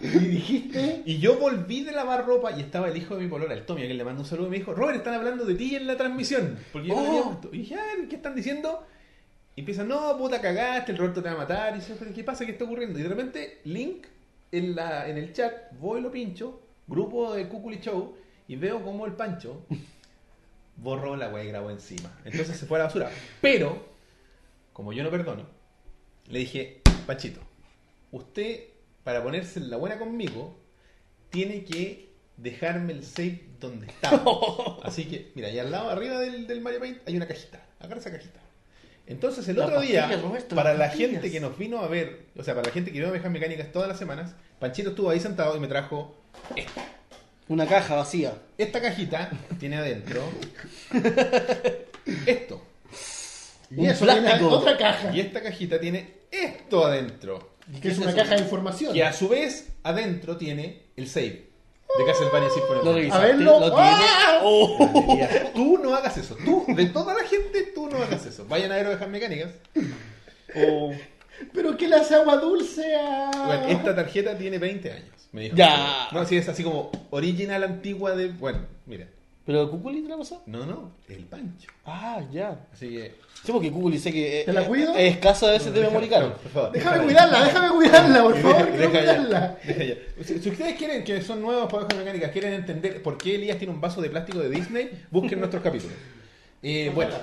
B: Y dijiste.
A: Y yo volví de lavar ropa y estaba el hijo de mi polola, el Tommy, a quien le mandó un saludo y me dijo, Robert, están hablando de ti en la transmisión. Porque yo no
C: Oh.
A: había visto. Y dije, "Ah, ¿qué están diciendo? Y empiezan, no, puta, cagaste, el Roberto te va a matar. Y yo, "Pero, ¿qué pasa? ¿Qué está ocurriendo? Y de repente, link en, la, en el chat, voy lo pincho, grupo de Cuculi Show, y veo como el Pancho borró la wea y grabó encima. Entonces se fue a la basura. Pero, como yo no perdono, le dije, Panchito, usted, para ponerse en la buena conmigo, tiene que dejarme el save donde estaba. Así que, mira, y al lado, arriba del, del Mario Paint, hay una cajita. Agarra esa cajita. Entonces, el
C: Las
A: otro día,
C: pastillas, Roberto,
A: para
C: las
A: la
C: pastillas.
A: gente que nos vino a ver, o sea, para la gente que vino a Ovejas Mecánicas todas las semanas, Panchito estuvo ahí sentado y me trajo
C: Una caja vacía.
A: esta cajita, tiene adentro esto.
B: Y
C: Un
B: eso tiene
C: plástico.
B: otra caja.
A: Y este esta cajita tiene esto adentro.
B: Que es
C: ¿Qué
B: una
C: eso?
B: caja de información.
A: Que a su vez, adentro tiene el save de Castlevania Symphony of the
C: Lo
A: Night.
B: A
C: revisaste.
B: verlo.
C: Lo tiene.
B: ¡Ah!
C: Oh.
A: Mira, Tú no hagas eso. Tú, de toda la gente, tú no hagas eso. Vayan a ver ovejas mecánicas.
C: Oh.
A: O-
B: Pero que le hace agua dulce a.
A: Bueno, esta tarjeta tiene 20 años. Me dijo.
C: Ya.
A: No, si es así como original antigua de. Bueno, mira.
C: ¿Pero Cuculi te la pasó?
A: No, no, el pancho.
C: Ah, ya.
A: Así que.
C: Sí, porque Cuculi sé que. eh,
B: ¿Te la
C: eh,
B: cuido?
C: Es escaso a veces de memoria,
A: No,
C: claro.
A: por favor,
B: Déjame
A: déjala.
B: cuidarla, déjame cuidarla, por favor.
A: Deja-
B: quiero
A: deja ya,
B: cuidarla.
A: deja ya. Si, si ustedes quieren, que son nuevos para ovejas mecánicas, quieren entender por qué Elías tiene un vaso de plástico de Disney, busquen nuestros capítulos. Eh, bueno,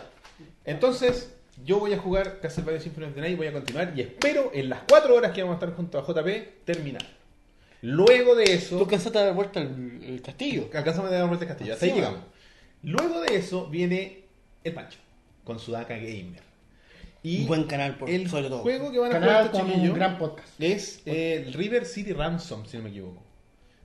A: entonces yo voy a jugar Castlevania Symphony of the Night, voy a continuar y espero en las 4 horas que vamos a estar junto a JP terminar. Luego de eso,
C: Tú cansaste de dar vuelta al al castillo.
A: alcanzamos a dar vuelta al castillo, hasta ahí
C: Sí,
A: llegamos. Luego de eso viene el Pancho con Sudaka Gamer. Y
C: Un buen canal, por,
A: el
C: sobre todo.
A: juego que van a jugar
B: Canal
A: estos
B: con un
A: chiquillos-
B: gran podcast.
A: es eh, el River City Ransom, si no me equivoco.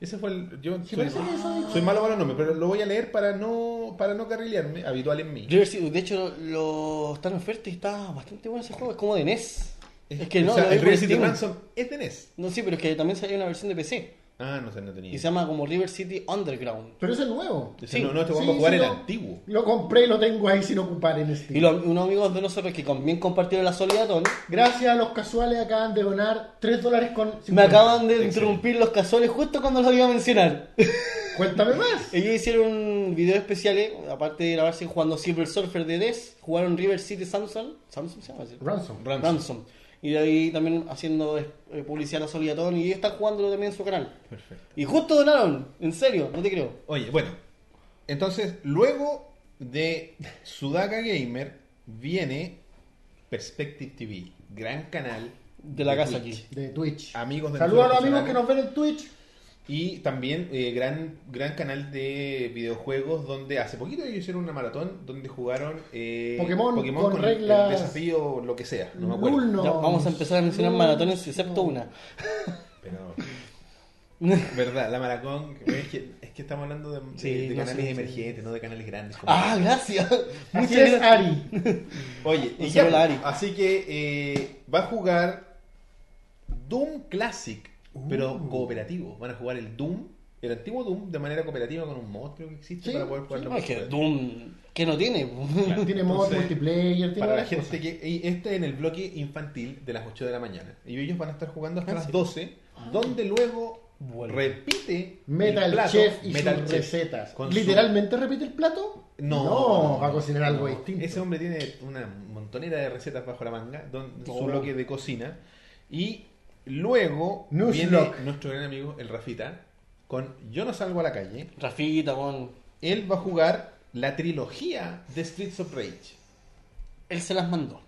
A: Ese fue el. Yo soy,
B: parece que eso dijo.
A: soy malo para los nombres, pero lo voy a leer para no para no carrilearme, habitual en mí.
C: River City, de hecho, lo, lo están en oferta y está bastante bueno ese juego. Es como de NES. Es que no,
A: o sea,
C: lo
A: el
C: vi por
A: River City
C: Steam.
A: Ransom es de NES.
C: No, sí, pero es que también salió una versión de PC.
A: Ah, no sé, no tenía.
C: Y se llama como River City Underground.
B: Pero es el nuevo.
A: Dice,
C: sí.
A: no, no, este
B: Sí,
A: vamos a jugar
B: sí,
A: el
B: lo-
A: antiguo.
B: Lo compré y lo tengo ahí sin ocupar en este Steam.
C: Y los- unos amigos de nosotros que también compartieron la solidatón
B: Gracias a los casuales acaban de donar 3 dólares con
C: me
A: pues,
B: 50.
C: acaban de
A: Excelente.
C: interrumpir los casuales justo cuando los iba a mencionar.
B: Cuéntame más.
A: Eh,
C: Ellos hicieron videos especiales, aparte de grabarse jugando Silver Surfer de DES, jugaron River City Samson. ¿Samson se llama? así?
B: Ransom.
A: Ransom.
C: Ransom. Y de ahí también haciendo eh, publicidad a la Solidatón y están jugándolo también en su canal.
A: Perfecto.
C: Y justo donaron, en serio, no te creo.
A: Oye, bueno. Entonces, luego de Sudaka Gamer viene Perspective TV, gran canal
C: De la casa
A: Twitch.
C: aquí.
B: De Twitch.
A: Amigos de
B: Saludos a los
A: nosotros
B: amigos
A: personales.
B: que nos ven en Twitch.
A: Y también eh, gran, gran canal de videojuegos donde hace poquito ellos hicieron una maratón donde jugaron eh,
B: Pokémon con
A: el- el
B: reglas-
A: desafío lo que sea, no me acuerdo.
B: Lul, no.
C: Ya, vamos a empezar a mencionar maratones excepto una.
A: Pero... Verdad, la maratón es que, es que estamos hablando de, de-
C: Sí,
A: de
C: no
A: canales
C: sé, sí.
A: emergentes, no de canales grandes. como-
C: Ah, gracias. Muchas
B: Así es,
C: gracias.
B: Ari.
A: Oye,
C: Un
A: y ya,
C: saludo a Ari.
A: así que eh, va a jugar Doom Classic, pero
B: Uh.
A: cooperativo. Van a jugar el Doom, el antiguo Doom, de manera cooperativa con un monstruo que existe
B: Sí,
A: para poder jugarlo.
C: No, es que
A: multiplayer.
C: Doom, que no tiene.
A: Claro,
B: Tiene modo
A: entonces,
B: multiplayer. Tiene
A: Para la
B: varias
A: gente
B: cosas.
A: que. y Este en el bloque infantil de las 8 de la mañana. Y ellos van a estar jugando
B: Ah,
A: hasta las 12, donde luego
C: Vuelve.
A: repite
B: Metal
A: el plato,
B: Chef y
A: Metal
B: sus
A: Chef,
B: recetas.
A: con su-
B: ¿Literalmente repite el plato?
A: No,
B: va a cocinar algo distinto.
A: Ese hombre tiene una montonera de recetas bajo la manga, don-
C: Oh.
A: su bloque de cocina. Y luego viene
B: Newslock.
A: nuestro gran amigo, el Rafita, con Yo no salgo a la calle.
C: Rafita, bon.
A: Él va a jugar la trilogía de Streets of Rage.
C: Él se las mandó.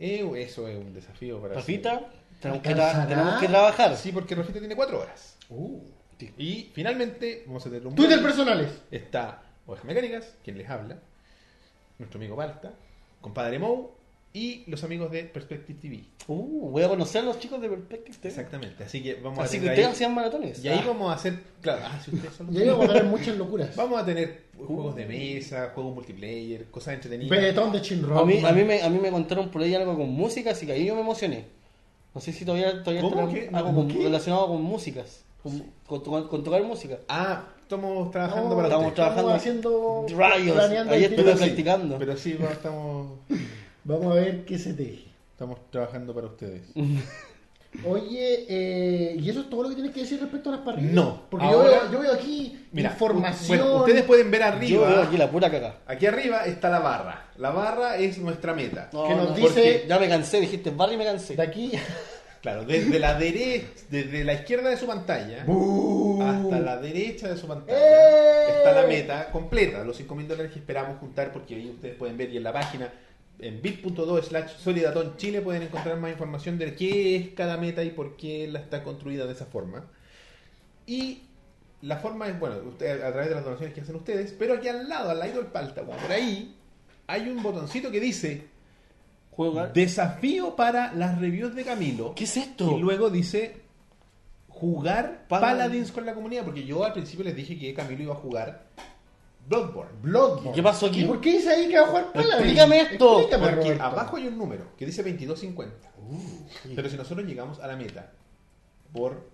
A: Eh, eso es un desafío para
C: Rafita, tenemos que,
B: ¿Alcanzará?
C: tra- tenemos que trabajar.
A: Sí, porque Rafita tiene cuatro horas.
B: Uh.
A: Y finalmente, vamos a tener un
B: Twitter
A: break.
B: personales.
A: Está Ovejas Mecánicas, quien les habla, nuestro amigo Balta, compadre Mou y los amigos de Perspective TV.
C: Uh, voy a conocer a los chicos de Perspective TV.
A: Exactamente, así que vamos
C: Así
A: a
C: que
A: tener
C: ustedes
A: ahí-
C: hacían maratones.
A: y ahí
C: Ah.
A: vamos a hacer, claro, ah, si ustedes son los-
B: Y ahí vamos a tener muchas locuras.
A: vamos a tener juegos de mesa, juegos multiplayer, cosas entretenidas.
B: Pedetón de Chin
C: A
B: Rock.
C: mí, a, mí me, a mí me contaron por ahí algo con música, así que ahí yo me emocioné. No sé si todavía, todavía
A: ¿Cómo?
C: estará
A: ¿Qué?
C: algo con-
A: ¿Qué?
C: relacionado con músicas, con, con, to- con tocar música.
A: Ah, estamos trabajando
B: No,
A: para
C: estamos
A: ustedes.
C: trabajando.
B: Estamos haciendo
C: Rayos,
B: planeando
C: ahí
B: el
C: estuve
B: tiro.
C: practicando.
A: Pero sí, va- estamos,
B: Vamos a ver qué se teje.
A: estamos trabajando para ustedes.
B: Oye, eh, ¿y eso es todo lo que tienes que decir respecto a las parrillas?
A: No,
B: Porque
A: ahora-
B: yo, veo, yo veo aquí
A: Mira,
B: información.
A: bueno, ustedes pueden ver
C: Yo veo
A: arriba,
C: aquí la pura caca.
A: aquí arriba está la barra. La barra es nuestra meta.
B: Que nos
A: dice-
C: porque Ya me cansé, dijiste Barry me cansé.
B: De aquí.
A: Claro, desde la derecha, desde la izquierda de su pantalla hasta la derecha de su pantalla
B: ¡Eh!
A: está la meta completa, los 5.000 dólares que esperamos juntar porque ahí ustedes pueden ver y en la página en bit.do slash solidatón chile pueden encontrar más información de qué es cada meta y por qué la está construida de esa forma. Y la forma es, bueno, usted- a través de las donaciones que hacen ustedes, pero aquí al lado, al lado del palta, como por ahí, hay un botoncito que dice
C: Juega-
A: desafío para las reviews de Camilo.
C: ¿Qué es esto?
A: Y luego dice jugar
C: Paladins.
A: Paladins con la comunidad, porque yo al principio les dije que Camilo iba a jugar Bloodborne.
B: Bloodborne.
C: ¿Qué pasó aquí?
B: ¿Y por qué dice ahí que va a jugar Paladin?
C: Explícame esto.
B: Explícame,
A: Porque
B: Roberto.
A: abajo hay un número que dice 2250. Pero si nosotros llegamos a la meta por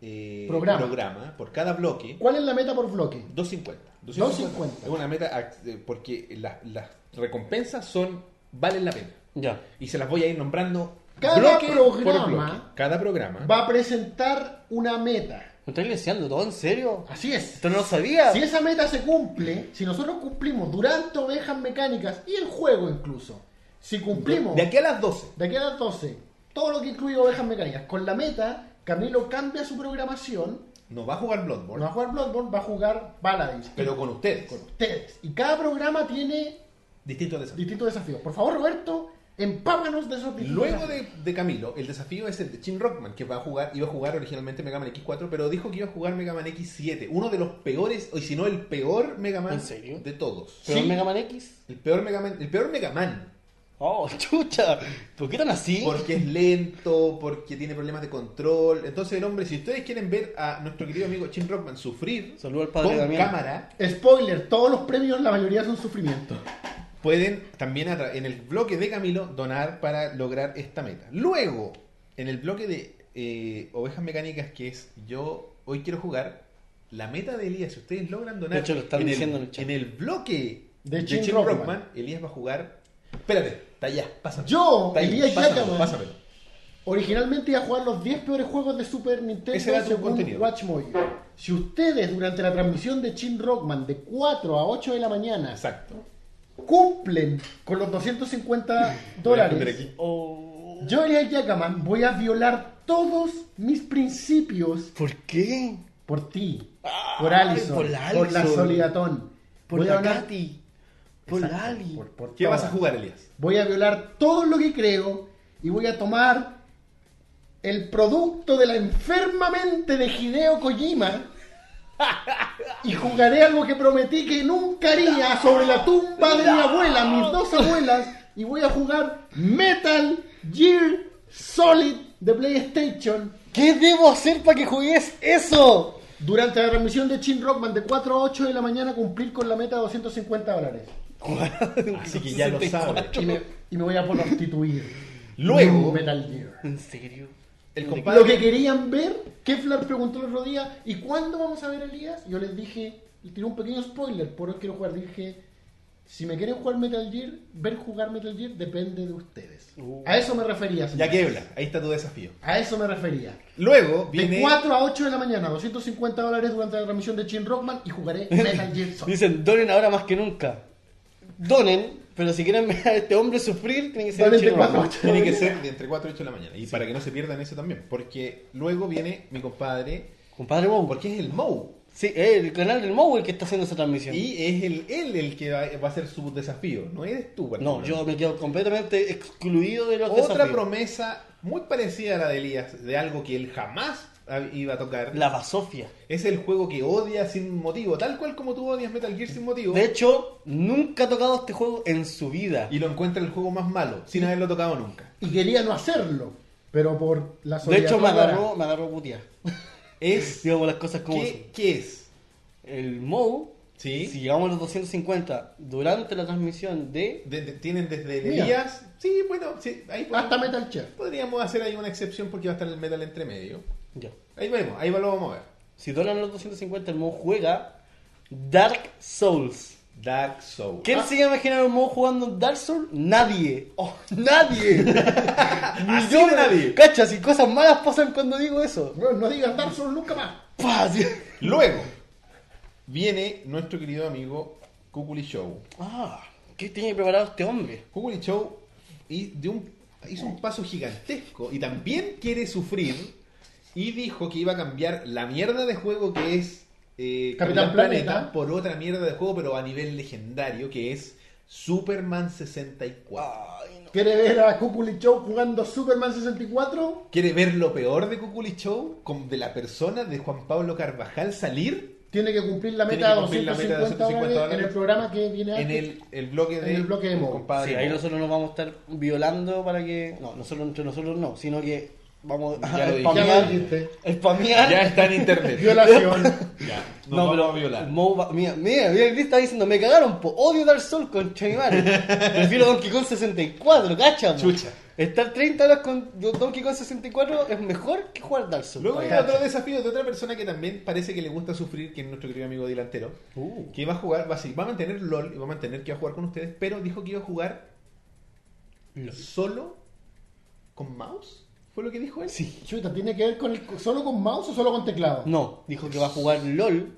A: eh,
B: Programa.
A: por cada bloque,
B: ¿Cuál es la meta por bloque?
A: 250.
B: 250.
A: Es una meta eh, porque las, las recompensas son valen la pena.
C: Ya.
A: Y se las voy a ir nombrando
B: Cada
A: bloque
B: programa
A: por bloque. Cada programa.
B: Va a presentar una meta.
C: ¿Me estás leseando todo en serio?
B: Así es.
C: Esto no lo sabía.
B: Si esa meta se cumple, si nosotros cumplimos durante ovejas mecánicas y el juego incluso, si cumplimos
A: De aquí a las 12.
B: De aquí a las 12, todo lo que incluye ovejas mecánicas. Con la meta, Camilo cambia su programación.
A: No va a jugar
B: No
A: Bloodborne,
B: va a jugar Bloodborne, va a jugar Paladins.
A: pero con ustedes.
B: con ustedes. Y cada programa tiene
A: Distintos desafíos.
B: distintos desafíos. Por favor, Roberto, empámanos de esos distintos
A: Luego
B: desafíos.
A: de, de Camilo, el desafío es el de Jim Rockman, que va a jugar, iba a jugar originalmente Mega Man X4, pero dijo que iba a jugar Mega Man X7, uno de los peores, o si no el peor Mega Man
C: ¿En serio?
A: de todos.
C: ¿Pero
B: Sí.
C: Mega Man X?
A: El peor Mega Man, el peor Mega Man,
C: Oh, chucha. ¿Por qué tan así?
A: porque es lento, porque tiene problemas de control. Entonces el hombre, si ustedes quieren ver a nuestro querido amigo Jim Rockman sufrir
C: Saludo al padre
A: con
C: Damián.
A: cámara,
B: Spoiler, todos los premios, la mayoría son sufrimiento.
A: pueden también a tra- en el bloque de Camilo donar para lograr esta meta. Luego en el bloque de eh, ovejas mecánicas que es yo hoy quiero jugar, la meta de Elías, si ustedes logran donar
C: De hecho, lo están
A: en,
C: diciendo
A: el,
C: en el chat.
A: en el bloque
B: De
A: de,
B: Jim
A: Jim,
B: Rockman.
A: Rockman, Elías va a jugar. Espérate, está allá, pásame.
B: Yo,
A: está ahí,
B: Elías
A: pásamelo,
B: Yacaman,
A: pásamelo.
B: originalmente iba a jugar los 10 peores juegos de Super Nintendo
A: Ese era tu
B: según
A: contenido.
B: WatchMojo. Si ustedes durante la transmisión de Chin Rockman de 4 a 8 de la mañana
A: Exacto.
B: cumplen con los 250
A: Voy a poner
B: dólares, Oh,
A: aquí.
C: O-
B: yo, Elías Yacaman, voy a violar todos mis principios
C: ¿Por qué?
B: por ti,
C: Ah,
B: por Alison, por
C: por
B: la,
C: la Alison.
B: Solidatón,
C: Por
B: Voy a
C: la
B: donar-
C: Katy. Por
B: Exacto,
C: la Ali.
B: por- por
A: ¿Qué vas a
B: todas.
A: jugar, Elías?
B: Voy a violar todo lo que creo y voy a tomar el producto de la enfermamente de Hideo Kojima y jugaré algo que prometí que nunca haría sobre la tumba de mi abuela, mis dos abuelas, y voy a jugar Metal Gear Solid de PlayStation
C: ¿Qué debo hacer para que juegues eso?
B: durante la transmisión de Chin Rockman de 4 a 8 de la mañana cumplir con la meta de 250 dólares.
A: Así que ya lo sabes.
B: Y me, y me voy a prostituir.
A: Luego,
B: Metal Gear.
C: ¿En serio?
A: el
B: Lo que
A: compadre.
B: querían ver, Keflar preguntó el otro día, ¿y cuándo vamos a ver a Elías? Yo les dije, y tiré un pequeño spoiler, por hoy quiero jugar. Dije, si me quieren jugar Metal Gear, ver jugar Metal Gear depende de ustedes.
C: Uh.
B: A eso me refería. señor.
A: Ya quebla, ahí está tu desafío.
B: A eso me refería.
A: Luego
B: De
A: viene.
B: 4 a 8 de la mañana, 250 dólares durante la transmisión de Chin Rockman y jugaré Metal Gear Solid.
C: Dicen, donen ahora más que nunca. Donen, pero si quieren ver a este hombre sufrir, tienen que ser
B: Donen de
C: Chino
B: cuatro a
C: Rock.
B: ocho.
A: Tiene que ser de entre 4 y 8 de la mañana. Y para que no se pierdan eso también. Porque luego viene mi compadre,
C: Compadre Mou.
A: porque es el Mou.
C: Sí, eh, el canal del Mou el que está haciendo esa transmisión.
A: Y es el, él el que va, va a ser su desafío. No eres tú,
C: No,
A: particularmente.
C: yo me quedo completamente excluido de los
A: Otra
C: desafíos.
A: promesa muy parecida a la de Elías, de algo que él jamás hab- iba a tocar.
C: La basofia.
A: Es el juego que odia sin motivo, tal cual como tú odias Metal Gear sin motivo.
C: De hecho, nunca ha tocado este juego en su vida.
A: Y lo encuentra el juego más malo, sin haberlo tocado nunca.
B: Y quería no hacerlo, pero por la
C: De hecho, me
B: solidaridad-
C: agarró, me agarró putia.
A: Es.
C: Digamos las cosas como
A: ¿Qué,
C: son.
A: qué es?
C: El Mou,
A: ¿Sí?
C: si llegamos a los 250 durante la transmisión de...
A: De- de- tienen desde el
B: Mira.
A: Elías. Sí, bueno, sí, ahí podemos-
B: Hasta Metal Chef.
A: Podríamos hacer ahí una excepción porque va a estar el metal entre medio.
C: Ya.
A: Ahí veremos, ahí lo vamos a ver.
C: Si donan los 250, el Mou juega Dark Souls.
A: Dark Souls.
C: ¿Quién se iba a imaginar un modo jugando en Dark Souls? Nadie. Ah. Oh, nadie.
A: Así
C: Ni
A: de nadie.
C: Cacha, si cosas malas pasan cuando digo eso.
B: No, no digas Dark Souls nunca más.
C: Pa, así-
A: Luego viene nuestro querido amigo Kukuli Show.
C: Ah, ¿qué tiene preparado este hombre?
A: Kukuli Show y de un- hizo un paso gigantesco y también quiere sufrir y dijo que iba a cambiar la mierda de juego que es eh,
B: Capitán Planeta.
A: por otra mierda de juego pero a nivel legendario que es Superman 64.
C: Ay, no.
B: ¿Quiere ver a Kukuli Show jugando Superman 64?
A: ¿Quiere ver lo peor de Kukuli Show con, de la persona de Juan Pablo Carvajal salir?
B: Tiene que cumplir la
A: Tiene
B: meta
A: que
B: de
A: cumplir la meta de
B: 250 dólares en el
A: dólares.
B: programa que viene
A: en
B: antes.
A: el, el bloque de
B: En el bloque de Mo.
A: compadre
C: Sí, ahí
A: Mo.
C: nosotros nos vamos a estar violando para que... No, nosotros entre nosotros no, sino que vamos
A: Ya
C: a
A: lo
B: Ya lo
C: spamear.
B: dijiste.
A: Este.
C: Spamear.
A: ya está en internet
B: Violación.
A: Ya, nos
C: No,
A: vamos
C: pero
A: a violar
C: Mo va- mira, mira, mira, Chris está diciendo, me cagaron, po. odio Dark Souls con Chayman. Prefiero Donkey Kong 64, cacha. po.
A: Chucha.
C: Estar 30 horas con Donkey Kong 64 es mejor que jugar Dark Souls.
A: luego hay
C: cacha.
A: otro desafío de otra persona que también parece que le gusta sufrir que es nuestro querido amigo delantero
C: Uh.
A: que va a jugar va a, seguir- va a mantener LOL y va a mantener que va a jugar con ustedes pero dijo que iba a jugar solo con mouse fue lo que dijo él
C: Sí.
B: Chuta, ¿tiene que ver con el, solo con mouse o solo con teclado?
C: No, dijo que va a jugar LOL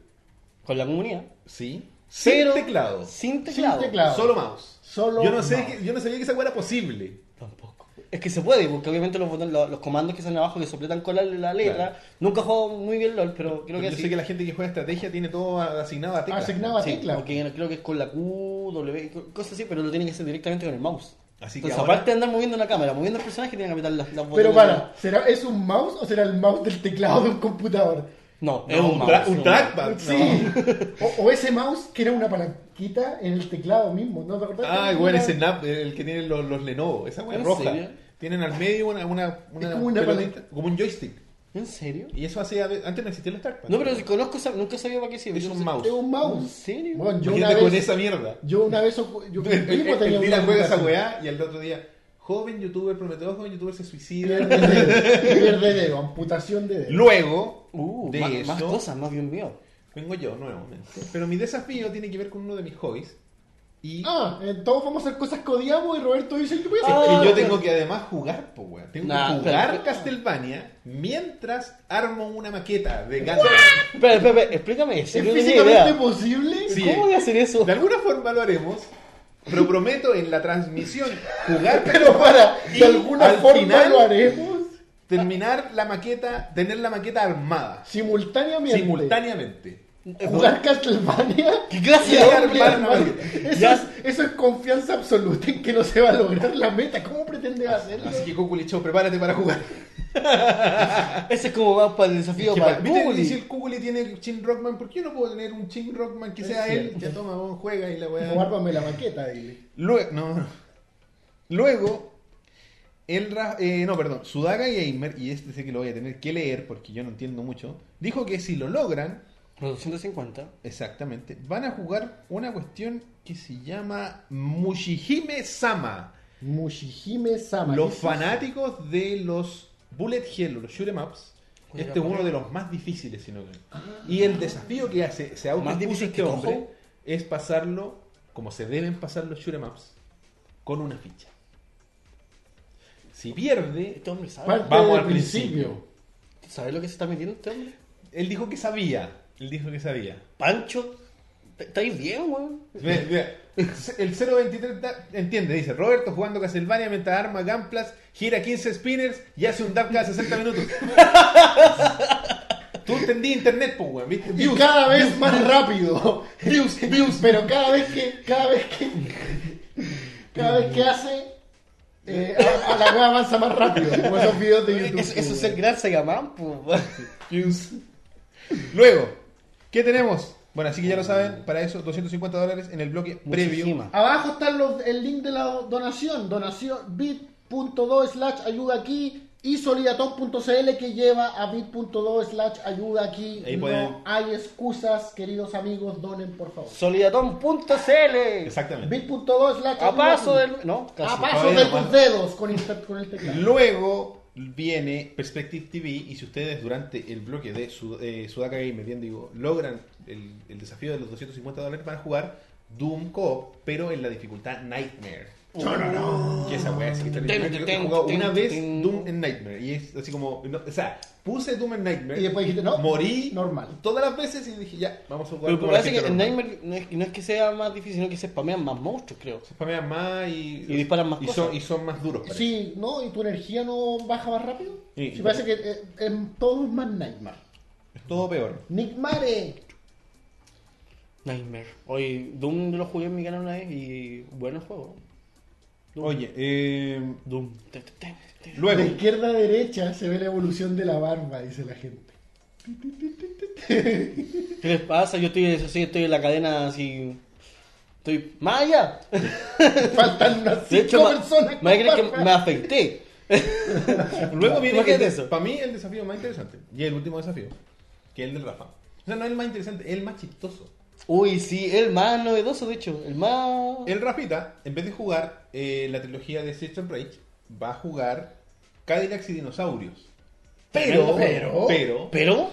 C: con la comunidad.
A: sí sin
C: Pero
A: teclado
C: Sin
B: Sin
C: teclado.
B: teclado.
A: solo mouse
B: Solo
A: yo no sé
B: mouse.
A: que- yo no sabía que esa hueá era posible
C: Tampoco. Es que se puede, porque obviamente los, botones- los, los comandos que salen abajo que sopletan con la, la letra.
A: Claro.
C: Nunca he jugado muy bien LOL, pero creo
A: Pero
C: que
A: yo
C: sí.
A: sé que la gente que juega estrategia tiene todo asignado a teclas
B: Asignado a
C: Sí,
B: tecla.
C: porque creo que es con la Q, W, co- cosas así, pero lo tiene que hacer directamente con el mouse.
A: Así que
C: Entonces,
A: ahora-
C: aparte de andar moviendo la cámara, moviendo el personaje, tiene que apretar las, las
B: Pero
C: botones.
B: para, ¿será, ¿es un mouse o será el mouse del teclado de un computador?
C: No, es
A: No,
C: un,
A: un,
C: mouse,
A: tra-
C: es
A: un
C: mouse.
A: trackpad
B: Sí. O, o ese mouse que era una palanquita en el teclado mismo, ¿no te acordás?
A: Ah,
B: Era-
A: bueno, ese nap, el que tienen los, los Lenovo, esa weá
C: ¿En
A: roja.
C: serio?
A: Tienen al medio una, una, una
B: como una
A: pelotita,
B: paleta.
A: como un joystick.
C: ¿En serio?
A: Y eso hacía antes no existía el trackpad.
C: No, pero si conozco, sab- nunca sabía para qué sirve.
A: es
C: Yo
A: un
C: no sé-
A: mouse.
B: Es un
C: ¿En
B: mouse.
C: serio?
B: Bueno, yo una
A: Imagínate con
B: vez,
A: esa mierda.
B: yo una vez, ocu- yo
A: El, el,
B: mismo
A: el
B: tenía
A: Dylan
B: una
A: juega esa
B: aplicación.
A: weá y al otro día joven youtuber, prometedor joven youtuber se suicida.
B: Pierde dedo, pierde dedo, amputación de dedo.
A: Luego
C: Uh,
A: de
C: más,
A: eso,
C: más cosas, más bien mío.
A: vengo yo nuevamente. Pero mi desafío tiene que ver con uno de mis hobbies. Y
B: Ah, eh, todos vamos a hacer cosas que odiamos y Roberto dice, yo voy a hacer
C: Ah,
A: es que yo
C: pero-
A: tengo que además jugar, po, weón. Tengo
C: Nah,
A: que jugar
C: pero-
A: Castlevania mientras armo una maqueta de Gundam.
C: Espera, espera, espera, explícame eso. yo
B: ¿Es
C: no tenía
B: físicamente
C: idea.
B: posible?
A: Sí.
C: ¿Cómo voy a hacer eso?
A: De alguna forma lo haremos. Pero prometo en la transmisión jugar
B: Pero para,
A: Y
B: de alguna
A: al
B: forma
A: final-
B: lo haremos
A: terminar la maqueta, tener la maqueta armada
B: simultáneamente.
A: simultáneamente.
B: Jugar Castlevania.
C: ¡Qué
A: Y
C: gracia!
A: armar la maqueta.
B: Eso
C: Ya.
B: es, eso es confianza absoluta en que no se va a lograr la meta. ¿Cómo pretende hacerlo?
A: Así que Kukulichov, prepárate para jugar.
C: Ese es como va para el desafío
A: Es que
C: para
A: pa- ¿Viste?
C: Google.
A: Si el Kuguli tiene Chin Rockman, ¿por qué yo no puedo tener un Chin Rockman que
B: Es
A: sea él?
B: cierto.
A: Ya toma, vamos, juega y la weá.
B: Guárdame la maqueta, dile.
A: Luego, no, no. Luego, el ra- eh, no, perdón, Sudaga Gamer, y este sé que lo voy a tener que leer porque yo no entiendo mucho, dijo que si lo logran,
C: Los 250.
A: exactamente, van a jugar una cuestión que se llama Mushihime Sama.
B: Mushihime Sama.
A: Los
B: ¿Qué es
A: fanáticos de los Bullet Hell, los shoot'em ups,
C: Oiga,
A: este es uno
C: pero-
A: de los más difíciles, si no creen. Y el desafío que hace, se
C: Ah. ¿Más
A: autopuso
C: difícil
A: este
C: que Toho?
A: hombre, es pasarlo como se deben pasar los shoot'em ups, con una ficha. Si pierde,
C: Este hombre
B: eso?
C: sabe.
B: Parte
A: Vamos
B: del
A: al principio.
C: ¿Sabe lo que se está metiendo este hombre?
A: él dijo que sabía. Él dijo que sabía.
C: Pancho, ¿te- ¿estáis bien, weón?
A: Mira, mira, El 023 da- entiende, dice Roberto jugando Castlevania mientras arma Gamplas, gira 15 spinners y hace un dab cada 60 minutos. Tú entendí internet, pues, weón, ¿viste?
B: Y cada vez más rápido. Views, views. Pero cada vez que. Cada vez que. Cada vez que hace. eh, a, a la wea avanza más rápido. Como esos videos de YouTube.
C: Eso, eso es el gran Sagaman, pues.
A: Views. Luego, ¿qué tenemos? Bueno, así que ya lo saben, para eso 250 dólares en el bloque previo.
C: Muchísima.
B: Abajo está los- el link de la donación, donación bit.do slash ayuda aquí y solidatón.cl que lleva a bit.do slash ayuda aquí.
A: Ahí
B: no
A: pueden-
B: hay excusas, queridos amigos, donen por favor.
C: Solidatón.cl.
A: Exactamente.
B: bit.do slash
C: A paso
B: aquí.
C: del. No, casi.
B: A paso
A: Todavía
B: de
A: no
B: tus
A: pasa.
B: dedos con, inter- con este el teclado.
A: Luego viene Perspective TV y si ustedes durante el bloque de Su- eh, Sudaka Gamer, bien digo, logran el, el desafío de los 250 dólares para jugar Doom Co-op, pero en la dificultad Nightmare. No, no, no. Que esa wea sí que está bien.
C: Ten,
A: Yo he
C: ten,
A: jugado
C: ten,
A: una
C: ten,
A: vez
C: ten.
A: Doom en Nightmare y es así como, no, o sea, puse Doom en Nightmare
B: Y después dijiste, no,
A: morí
B: normal.
A: todas las veces y dije, ya, vamos a jugar
C: Pero
A: como la
C: parece que
A: gente
C: en
A: normal.
C: Nightmare no es, no es que sea más difícil, sino que se spamean más monstruos, creo.
A: Se spamean más y,
C: Y disparan más
A: y
C: cosas.
A: son, y son más duros. parece.
B: Sí, ¿no? ¿Y tu energía no baja más rápido?
A: Sí.
B: Sí, parece que eh, en todo es más Nightmare.
A: Es todo peor.
B: Nick Mare.
C: Nightmare. Hoy Doom lo jugué en mi canal una vez y bueno juego. Doom.
A: Oye, eh,
C: Doom. Te- te- te- te-
A: luego.
B: De izquierda a derecha se ve la evolución de la barba, dice la gente.
C: ¿Qué les pasa? Yo estoy, así, estoy en la cadena así. Estoy. ¡Más allá!
B: Faltan unas
C: De
B: cinco
C: hecho, ma-
B: personas.
C: me,
B: con
C: creen que
B: barba.
C: me afeité.
A: Luego viene
C: Imagínate
A: eso.
C: eso.
A: Para mí el desafío más interesante. Y el último desafío. Que es el del Rafa. O sea, no es el más interesante, es el más chistoso.
C: Uy, sí, el más novedoso, de hecho. El más.
A: El Rafita, en vez de jugar eh, la trilogía de System Rage, va a jugar Cadillacs y Dinosaurios. Pero, pero,
B: Pero- uh,
A: pero,
C: Pero.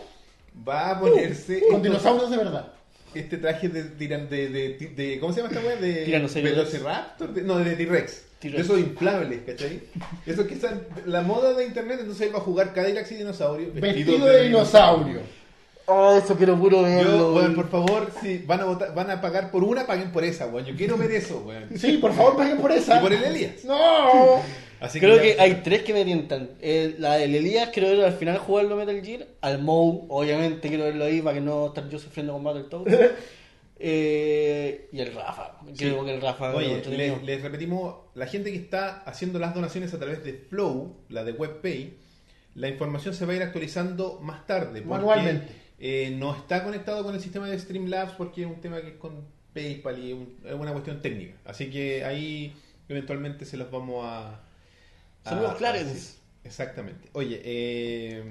A: va a ponerse
B: Con
A: estos-
B: dinosaurios de verdad.
A: este traje de, tiran- de, de, de- ¿Cómo se llama esta weá? De
C: Tiranosaurio.
A: Velociraptor. de- no, de T-Rex. De
C: T-Rex.
A: esos inflables, ¿cachai? Eso que es la moda de internet, entonces él va a jugar Cadillacs y Dinosaurios.
B: Vestido de dinosaurio.
C: Oh, eso quiero puro
A: Yo,
C: verlo.
A: weón, por favor, si van a votar, van a pagar por una, paguen por esa, weón. Yo quiero ver eso, weón.
B: Sí, por favor, paguen por esa.
A: Y por el Elías.
B: No.
A: Así
C: Creo
A: ya-
C: que hay tres que me tientan. El- la del Elías, quiero verlo al final jugando Metal Gear. Al Mou, obviamente, quiero verlo ahí para que no estar yo sufriendo con Battletoads. eh, y el Rafa. Creo que el Rafa. lo
A: Oye,
C: entretenido.
A: le- les repetimos, la gente que está haciendo las donaciones a través de Flow, la de WebPay, la información se va a ir actualizando más tarde. porque,
B: Manualmente.
A: eh, no está conectado con el sistema de Streamlabs porque es un tema que es con PayPal y es un- es una cuestión técnica. Así que ahí eventualmente se los vamos a... a-
C: Saludos, Clarence.
A: a decir. Exactamente. Oye, eh,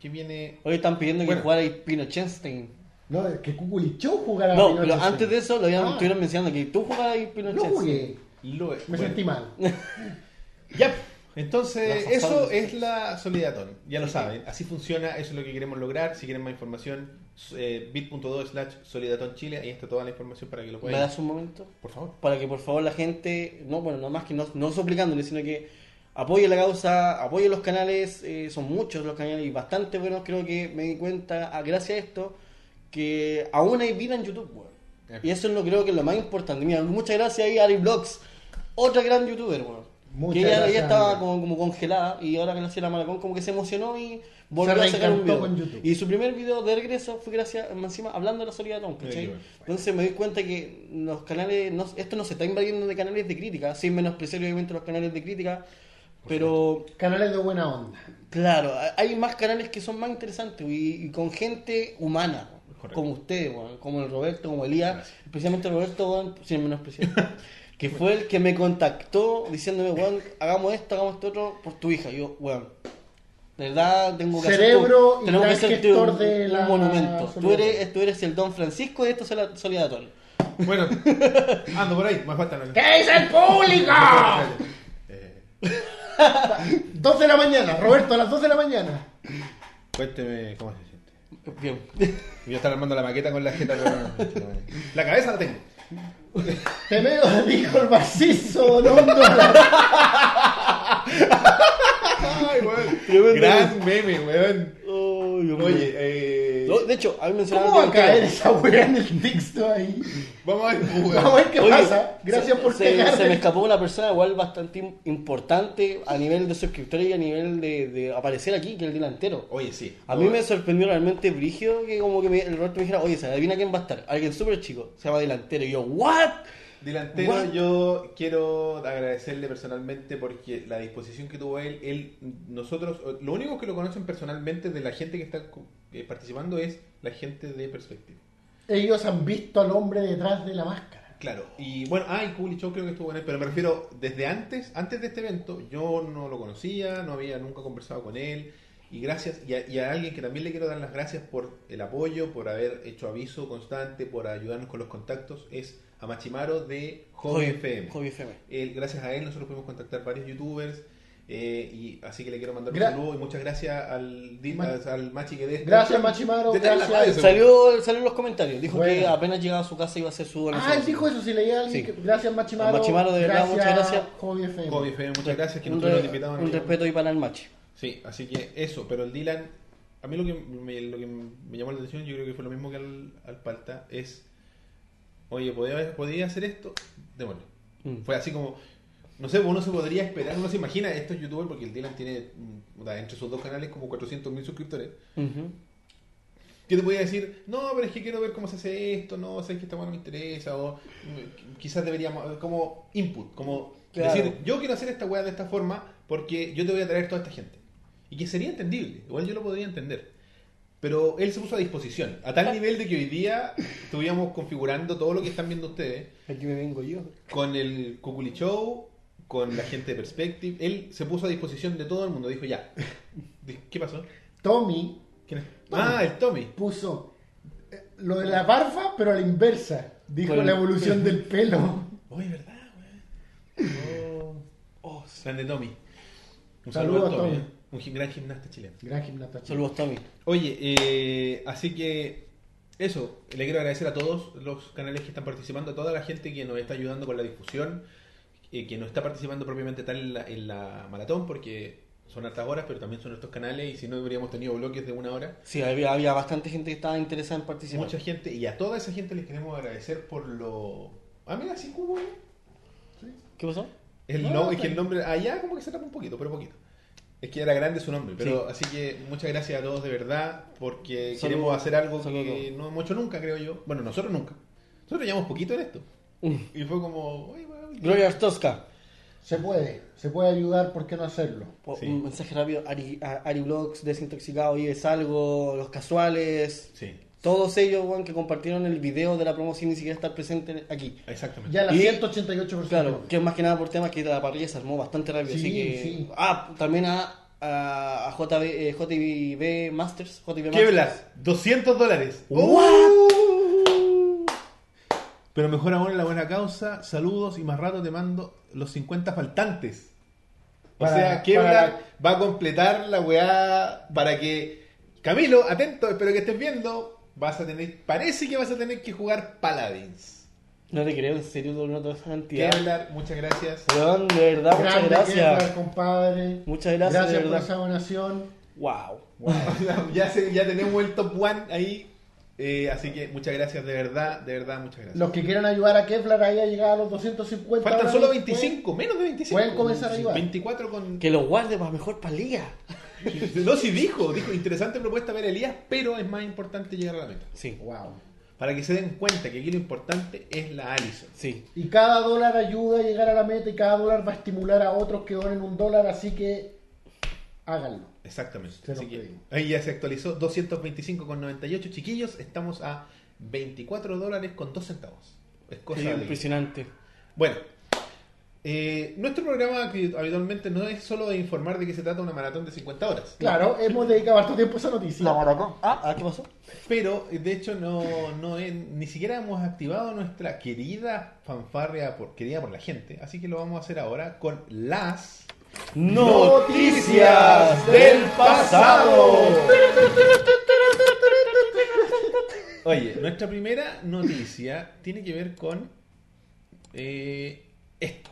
A: ¿qué viene?
C: Hoy están pidiendo que
A: Bueno.
C: jugara ahí Pinochetstein.
B: No, es que Kukulichó
A: Ah,
B: jugara a
C: No,
B: Pinochet.
C: pero antes de eso lo habían,
B: Ah.
C: estuvieron mencionando que tú jugabas ahí Pinochet.
B: No jugué.
A: Lo-
B: Me
A: bueno.
B: sentí mal.
A: Ya, entonces
C: Las
A: eso
C: fazadas.
A: es la solidatón, ya lo saben, así funciona, eso es lo que queremos lograr. Si quieren más información, eh, bit.do slash solidatón chile, ahí está toda la información para que lo
C: ¿Me
A: puedan.
C: das un momento?
A: Por favor.
C: Para que por favor la gente, no, bueno, no más que no, no suplicándole, sino que apoye la causa, apoye los canales, eh, son muchos los canales y bastante buenos, creo que me di cuenta, ah, gracias a esto, que aún hay vida en YouTube, weón. Y eso es lo creo que es lo más importante. Mira, muchas gracias ahí a Ari Blogs, otra gran youtuber, weón.
B: Muchas
C: que ella,
B: gracias,
C: ella estaba
B: Ari.
C: como, como congelada y ahora gracias a la Maracón como que se emocionó y volvió a
B: Se
C: sacar un
B: reencantó
C: video.
B: con YouTube.
C: Y su primer video de regreso fue gracias, más encima, hablando de la solidaridad,
A: Sí,
C: ¿cachai?
A: bueno.
C: Entonces me doy cuenta que los canales, no- esto no se está invadiendo de canales de crítica, sin menospreciar obviamente los canales de crítica, pero
B: Canales de buena onda.
C: claro, ha- hay más canales que son más interesantes y, y con gente humana,
A: Correcto.
C: como ustedes, weón, como el Roberto, como Elías,
A: Gracias.
C: especialmente Roberto, weón, sin menospreciar, que fue el que me contactó diciéndome, weón, hagamos esto, hagamos esto otro por tu hija. Y yo, weón, de verdad tengo que
B: Cerebro
C: hacer
B: y
C: tu- tenemos que
B: gran
C: hacer
B: gestor
C: un,
B: de
C: un
B: la
C: monumento. Tú
B: solidaridad.
C: eres, tú eres el Don Francisco de estos solidatorios.
A: Bueno, ando por ahí, más falta. no-
B: ¿Qué dice el público?
A: Eh,
B: 2 de la mañana, Roberto, a las 2 de la mañana.
A: cuénteme cómo se siente.
C: Bien.
A: Yo estaba armando la maqueta con la jeta, pero no, no, no. La cabeza la tengo.
B: Te veo, dijo el macizo, no, no.
A: Ay, weón.
C: Tremendo.
A: Gran meme, weón.
C: Oh, Dios mío.
A: Oye, eh,
C: No, de hecho, a mí me mencionaron
B: ¿Cómo va a
C: que-
B: caer esa weá en el texto ahí?
A: vamos a ver, weón.
B: Vamos a ver qué
C: Oye,
B: pasa. Gracias
C: se-
B: por
C: se,
B: pegarme.
C: se me escapó una persona igual bastante im- importante a nivel de suscriptores y a nivel de, de aparecer aquí, que es el delantero.
A: Oye, sí.
C: A mí me sorprendió realmente Brigio que como que me- el Roberto me dijera, oye, ¿se adivina quién va a estar? Alguien súper chico, se llama delantero. Y yo, ¿what?
A: Delantero,
C: What?
A: yo quiero agradecerle personalmente porque la disposición que tuvo él, él, nosotros, lo único que lo conocen personalmente de la gente que está co- eh, participando es la gente de Perspective.
B: Ellos han visto al hombre detrás de la máscara.
A: Claro, y bueno, ah, y Cooley Show creo que estuvo en él, pero me refiero, desde antes, antes de este evento, yo no lo conocía, no había nunca conversado con él, y gracias, y a, y a alguien que también le quiero dar las gracias por el apoyo, por haber hecho aviso constante, por ayudarnos con los contactos, es a Machimaro de Hobby FM.
C: Hobby FM.
A: Él- gracias a él nosotros pudimos contactar varios youtubers, eh, y así que le quiero mandar un
B: Gra-
A: saludo y muchas gracias al, Dil-
B: Ma-
A: al, al Machi que este de
B: Gracias, Machimaro.
A: Detrás de la radio.
B: Gracias.
C: Salió, salió en los comentarios, dijo que
B: Bueno.
C: apenas llegaba a su casa iba a hacer su
B: Ah, él dijo eso, si leía alguien.
C: Sí.
B: que- Gracias, Machimaro.
C: A Machimaro, de verdad, muchas gracias.
B: Hobby FM.
A: Hobby FM, muchas gracias, que
C: un,
A: nos
C: re-
A: tuvieron invitados.
C: un respeto ahí para el match.
A: Sí, así que eso, pero el Dylan, a mí lo que me, lo que me llamó la atención, yo creo que fue lo mismo que al, al Palta, es, oye, ¿podía, podía hacer esto? Démosle.
C: Mm.
A: Fue así como, no sé, uno se podría esperar, uno se imagina, esto es youtuber porque el Dylan tiene, mm, puta, entre sus dos canales, como 400.000 suscriptores.
C: Ujú.
A: Yo te podía decir, no, pero es que quiero ver cómo se hace esto, no, sé que esta bueno me interesa, o mm, quizás deberíamos, como input, como
C: Claro.
A: decir, yo quiero hacer esta weá de esta forma porque yo te voy a traer toda esta gente. Y que sería entendible, igual yo lo podría entender. Pero él se puso a disposición, a tal nivel de que hoy día estuviéramos configurando todo lo que están viendo ustedes,
C: Aquí me vengo yo.
A: con el Kukuli Show, con la gente de Perspective, él se puso a disposición de todo el mundo, dijo ya. ¿Qué pasó?
B: Tommy
A: ¿Quién es? Ah, el Tommy.
B: puso eh, lo de la barba, pero a la inversa. Dijo
C: Con-
B: la evolución del pelo.
A: Oye, ¿verdad, weón? Oh, grande Tommy. Un
B: Saludo
A: saludo,
B: a
A: a Tommy.
B: Tommy.
A: ¿eh? Un gi- gran gimnasta chileno.
B: Gran gimnasta. chileno.
C: Saludos, Tommy.
A: Oye, eh, así que eso, le quiero agradecer a todos los canales que están participando, a toda la gente que nos está ayudando con la difusión, eh, que no está participando propiamente tal en la, en la maratón, porque son hartas horas, pero también son estos canales, y si no, habríamos tenido bloques de una hora.
C: Sí, había, había bastante gente que estaba interesada en participar.
A: Mucha gente, y a toda esa gente les queremos agradecer por lo... Ah, mira, sí, Cubo, ¿eh?
C: ¿Qué pasó?
A: El
B: No,
A: no-
B: no,
A: es que el
B: está
A: nombre allá como que se tapa un poquito, pero poquito. Es que era grande su nombre, pero así que muchas gracias a todos de verdad porque
C: Saludos.
A: queremos hacer algo
C: Saludos.
A: que no hemos hecho nunca, creo yo. Bueno, nosotros nunca. Nosotros llevamos poquito en esto.
B: Uh.
A: Y fue como, "Oye, weón".
C: Gloria Artoska.
B: Se puede, se puede ayudar, ¿por qué no hacerlo?
C: Po-
A: Sí.
C: Un mensaje rápido, Ari, a- Ari Blogs, Desintoxicado, Oye, es algo, Los Casuales,
A: Sí,
C: todos ellos weón, que compartieron el video de la promoción sin ni siquiera estar presente aquí.
A: exactamente.
B: Ya las
C: Y-
B: 188 personas.
C: Claro, que más que nada por temas que la parrilla se armó bastante rápido,
B: Sí,
C: así que...
B: sí.
C: Ah, también a, a, a JB, eh, JB Masters, JB
A: ¿Qué
C: Masters.
A: hablas? 200 dólares. Pero mejor aún la buena causa. Saludos y más rato te mando los 50 faltantes. O
B: Para-
A: sea, Kevlar
B: para-
A: va a completar la weá para que. Camilo, atento, espero que estés viendo. Vas a tener. Parece que vas a tener que jugar Paladins.
C: No te creo, en serio, Bruno, toda esa cantidad.
A: Kevlar, muchas gracias.
C: Weón, de verdad, muchas
B: Grande
C: gracias.
B: Kevlar, compadre.
C: Muchas gracias, de
B: por
C: verdad.
B: esa donación.
C: Wow.
A: ya, se- ya tenemos el top one ahí. eh, así que muchas gracias, de verdad, de verdad, muchas gracias.
B: Los que quieran ayudar a Kevlar ahí a llegar a los 250.
A: Faltan
B: dólares,
A: solo
B: pueden-
A: 25, menos de 25.
B: pueden comenzar a ayudar.
A: 24 con.
C: Que lo guarde para mejor para liga.
A: No, sí dijo, dijo, interesante propuesta ver Elías, pero es más importante llegar a la meta.
C: Sí,
B: Wow.
A: Para que se den cuenta que aquí lo importante es la Allison.
C: sí.
B: Y cada dólar ayuda a llegar a la meta y cada dólar va a estimular a otros que donen un dólar, así que háganlo.
A: Exactamente.
B: Se
A: Así
B: nos
A: que
B: pedimos.
A: ahí ya se actualizó 225,98 chiquillos. Estamos a 24 dólares con 2 centavos. Es cosa
C: Sí,
A: de-
C: impresionante.
A: Bueno, eh, nuestro programa que habitualmente no es solo de informar de que se trata una maratón de 50 horas.
B: Claro, hemos dedicado harto tiempo a esa noticia.
C: Ah, ah, ¿qué pasó?
A: Pero eh, de hecho no, no he- ni siquiera hemos activado nuestra querida fanfarria por, querida por la gente. Así que lo vamos a hacer ahora con las...
C: Noticias del pasado.
A: Oye, nuestra primera noticia tiene que ver con eh, esto.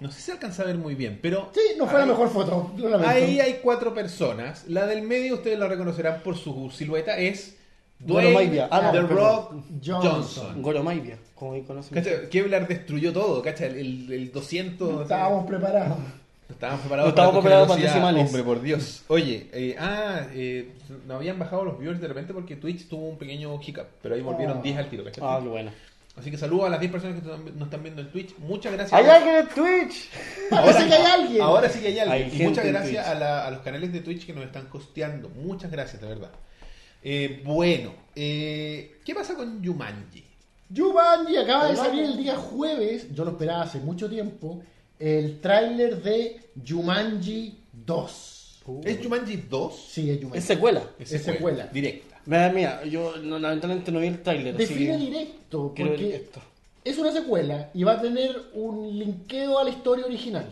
A: No sé si se alcanza a ver muy bien, pero...
B: Sí, no fue la
A: ahí-
B: mejor foto. Lo lamento.
A: Ahí hay cuatro personas. La del medio, ustedes la reconocerán por su silueta, es Dwayne
C: Goromaivia. Ah, no,
A: The
C: perdón.
A: Rock
B: Johnson.
A: Johnson.
C: Goromaivia, como ahí conocen.
A: Cacha, Kevlar destruyó todo, cacha, el, el- el 200.
B: No estábamos preparados.
A: No estábamos preparados,
C: No
A: para la
C: estábamos preparados para
A: velocidad,
C: decimales.
A: Hombre, por Dios. Oye, eh, ah, eh, nos habían bajado los viewers de repente porque Twitch tuvo un pequeño hiccup, pero ahí volvieron
B: Ah.
A: 10 al tiro, ¿cachai?
C: Ah, qué bueno.
A: Así que saludo a las 10 personas que nos nos están viendo en Twitch. Muchas gracias.
C: ¡Hay alguien en Twitch!
B: Parece que hay alguien.
A: Ahora sí que hay alguien.
C: Hay
A: y
C: gente
A: muchas
C: en
A: gracias a,
C: Twitch.
A: la- a los canales de Twitch que nos están costeando. Muchas gracias, de verdad. Eh, bueno, eh, ¿qué pasa con Yumanji?
B: Jumanji acaba de salir el día jueves, yo lo esperaba hace mucho tiempo, el tráiler de Jumanji 2.
A: ¿Es Yumanji 2?
B: Sí, es Jumanji.
C: Es secuela.
B: Uh. es secuela.
A: Directa.
C: Mira, mira, yo no, lamentablemente no vi el tráiler. así
B: Define
C: que-
B: directo,
C: quiero ver
B: porque
C: esto.
B: es una secuela y va a tener un linkeo a la historia original.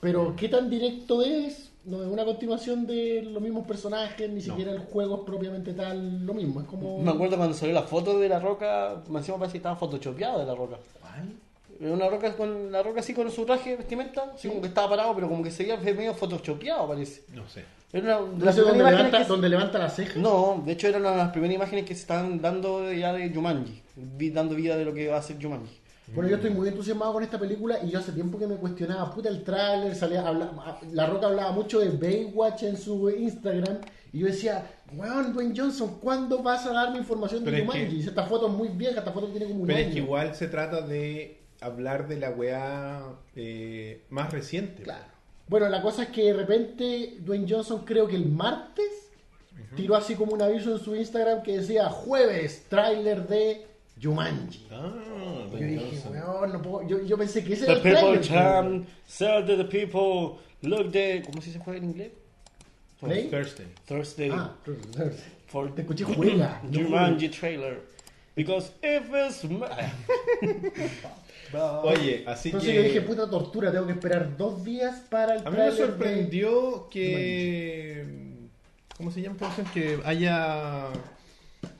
B: Pero qué tan directo es, no es una continuación de los mismos personajes, ni siquiera el juego es propiamente tal, lo mismo, es como...
C: Me acuerdo cuando salió la foto de la roca, me encima parece que estaba photoshopeada de la roca.
A: ¿Cuál?
C: Era Una roca con la roca así con su traje de vestimenta, así como que estaba parado, pero como que se veía medio photoshopeado parece.
A: No sé.
C: Era una de
B: No sé, donde
C: primeras
B: levanta,
C: imágenes que-
B: donde levanta la ceja.
C: No, de hecho era una de las primeras imágenes que se estaban dando ya de Jumanji, vi- dando vida de lo que va a ser Jumanji.
B: Bueno,
A: Mm.
B: yo estoy muy entusiasmado con esta película y yo hace tiempo que me cuestionaba, puta, el tráiler, salía, habla- La Roca hablaba mucho de Baywatch en su Instagram y yo decía, weón, Dwayne Johnson, ¿cuándo vas a darme información
A: Pero
B: de
A: es
B: Jumanji? Esta foto es muy vieja, esta foto tiene como un
A: Pero
B: año.
A: es que igual se trata de hablar de la weá eh, más reciente.
B: Claro. Bueno, la cosa es que de repente Dwayne Johnson creo que el martes tiró así como un aviso en su Instagram que decía, jueves, tráiler de Jumanji.
A: Ah,
B: Yo dije, weón, no puedo... Yo, yo pensé que ese era
C: The
B: el
C: people
B: tráiler.
C: turn, serve to the people, look the... ¿Cómo se dice juega en inglés?
B: Play.
A: Thursday.
C: Thursday.
B: Ah,
C: for
B: te escuché juega. no
C: Jumanji trailer. Because if it's ma-
A: Oye, así
B: Entonces
A: que.
B: yo dije, puta tortura, tengo que esperar dos días para el
A: A mí me
B: tráiler de-
A: sorprendió que. ¿Cómo se llama? Entonces, Que haya.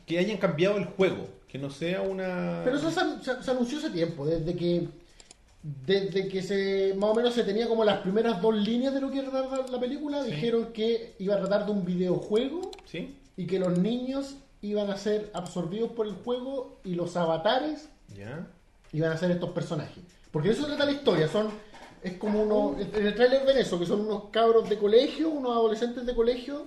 A: Que hayan cambiado el juego. Que no sea una.
B: Pero eso se, se- se anunció hace tiempo, desde que desde que se más o menos se tenía como las primeras dos líneas de lo que iba a tratar la película,
A: Sí.
B: dijeron que iba a tratar de un videojuego
A: ¿Sí?
B: y que los niños iban a ser absorbidos por el juego y los avatares
A: Ya.
B: iban a ser estos personajes. Porque de eso trata la historia, son es como uno en el tráiler ven eso, que son unos cabros de colegio, unos adolescentes de colegio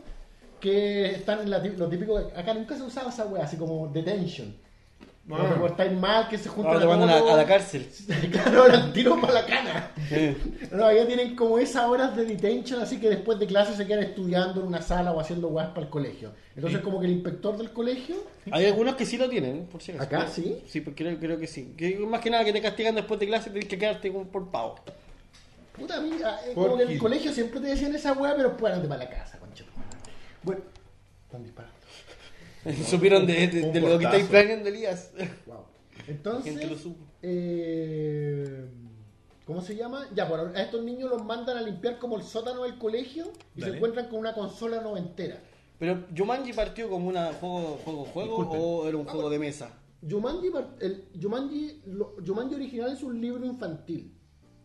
B: que están en la tí- lo típico acá nunca se usaba esa wea, así como detention.
A: Ah.
B: Cuando estáis mal que se juntan
C: Ahora Ah, te mandan
B: todos.
C: a, a la cárcel.
B: claro, ahora el tiro para la cana.
C: Eh,
B: No, ya tienen como esas horas de detention, así que después de clase se quedan estudiando en una sala o haciendo weas para el colegio. Entonces,
A: Sí.
B: como que el inspector del colegio.
C: Hay algunos que sí lo tienen, por si acaso.
B: ¿Acá sí?
C: Sí, pues creo, creo que sí. Que más que nada que te castigan después de clase tienes que quedarte como por pavo.
B: Puta, a mí, a- eh,
A: Por
B: como que en el
A: Gil.
B: colegio siempre te decían esa wea, pero después andate para la casa, concha. tu madre. Bueno, están disparando.
C: Supieron de, de-
A: un
C: de lo que
A: portazo.
C: estáis planeando, Elías.
B: Wow.
C: La gente lo
B: Entonces,
C: supo.
B: eh, ¿Cómo se llama? Ya, por ahora, a estos niños los mandan a limpiar como el sótano del colegio y
A: Dale.
B: se encuentran con una consola noventera.
C: Pero Jumanji partió como un juego, juego, juego
A: Disculpen.
C: o era un juego de mesa.
B: Jumanji, par- el, Jumanji, lo- Jumanji original es un libro infantil.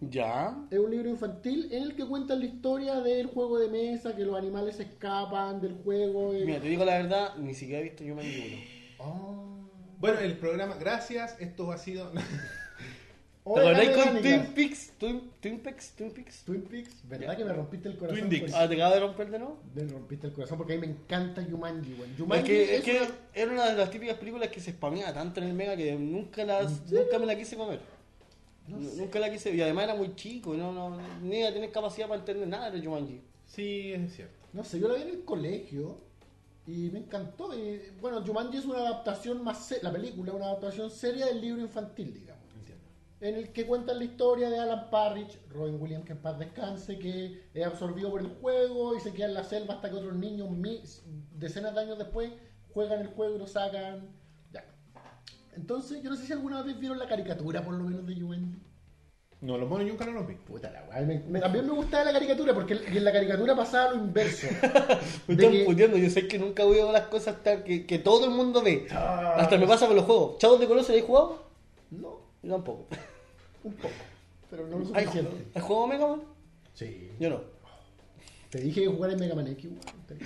C: Ya.
B: Es un libro infantil en el que cuentan la historia del juego de mesa, que los animales se escapan del juego. eh, el-
C: Mira, te digo la verdad, ni siquiera he visto Jumanji 1.
B: Oh.
A: Bueno, el programa, gracias, esto ha sido...
B: Oh,
C: ¿Te acordáis
B: era
C: con
B: mecánica.
C: Twin Peaks? Twin, Twin Peaks, Twin Peaks.
B: Twin Peaks, ¿verdad que me rompiste el corazón?
A: Twin Dicks.
B: con-
C: Ah, te acabo de romper de nuevo.
B: Me rompiste el corazón porque a mí me encanta Jumanji, weón. Jumanji
C: Es que, es
B: es
C: que
B: una-
C: era una de las típicas películas que se spameaba tanto en el Mega que nunca, las, nunca me la quise comer. Nu- Nunca la quise, y además era muy chico, no, no, ni iba a tener capacidad para entender nada de Jumanji.
A: Sí, es cierto.
B: No sé, yo la vi en el colegio y me encantó. Y, bueno, Jumanji es una adaptación más... se- La película es una adaptación seria del libro infantil, digamos.
A: Entiendo.
B: en el que cuentan la historia de Alan Parrish, Robin Williams que en paz descanse, que es absorbido por el juego y se queda en la selva hasta que otros niños mi- decenas de años después juegan el juego y lo sacan. Ya. Entonces, yo no sé si alguna vez vieron la caricatura, por lo menos, de Jumanji.
A: No, los monos nunca no los vi.
B: Puta la weá, me- me- también me gustaba la caricatura, porque en la caricatura pasaba lo inverso.
C: Me
B: De
C: están
B: que-
C: puteando, yo sé que nunca veo las cosas tan- que, que todo el mundo ve. Hasta me pasa con los juegos. ¿Chavos de color se habéis jugado?
B: no,
C: Yo tampoco.
B: un poco, pero no lo
C: ¿Hay,
B: suficiente.
C: ¿Hay juego Mega Man?
B: Sí.
C: Yo no.
B: Te dije que jugar en Mega Man X, weón. Te-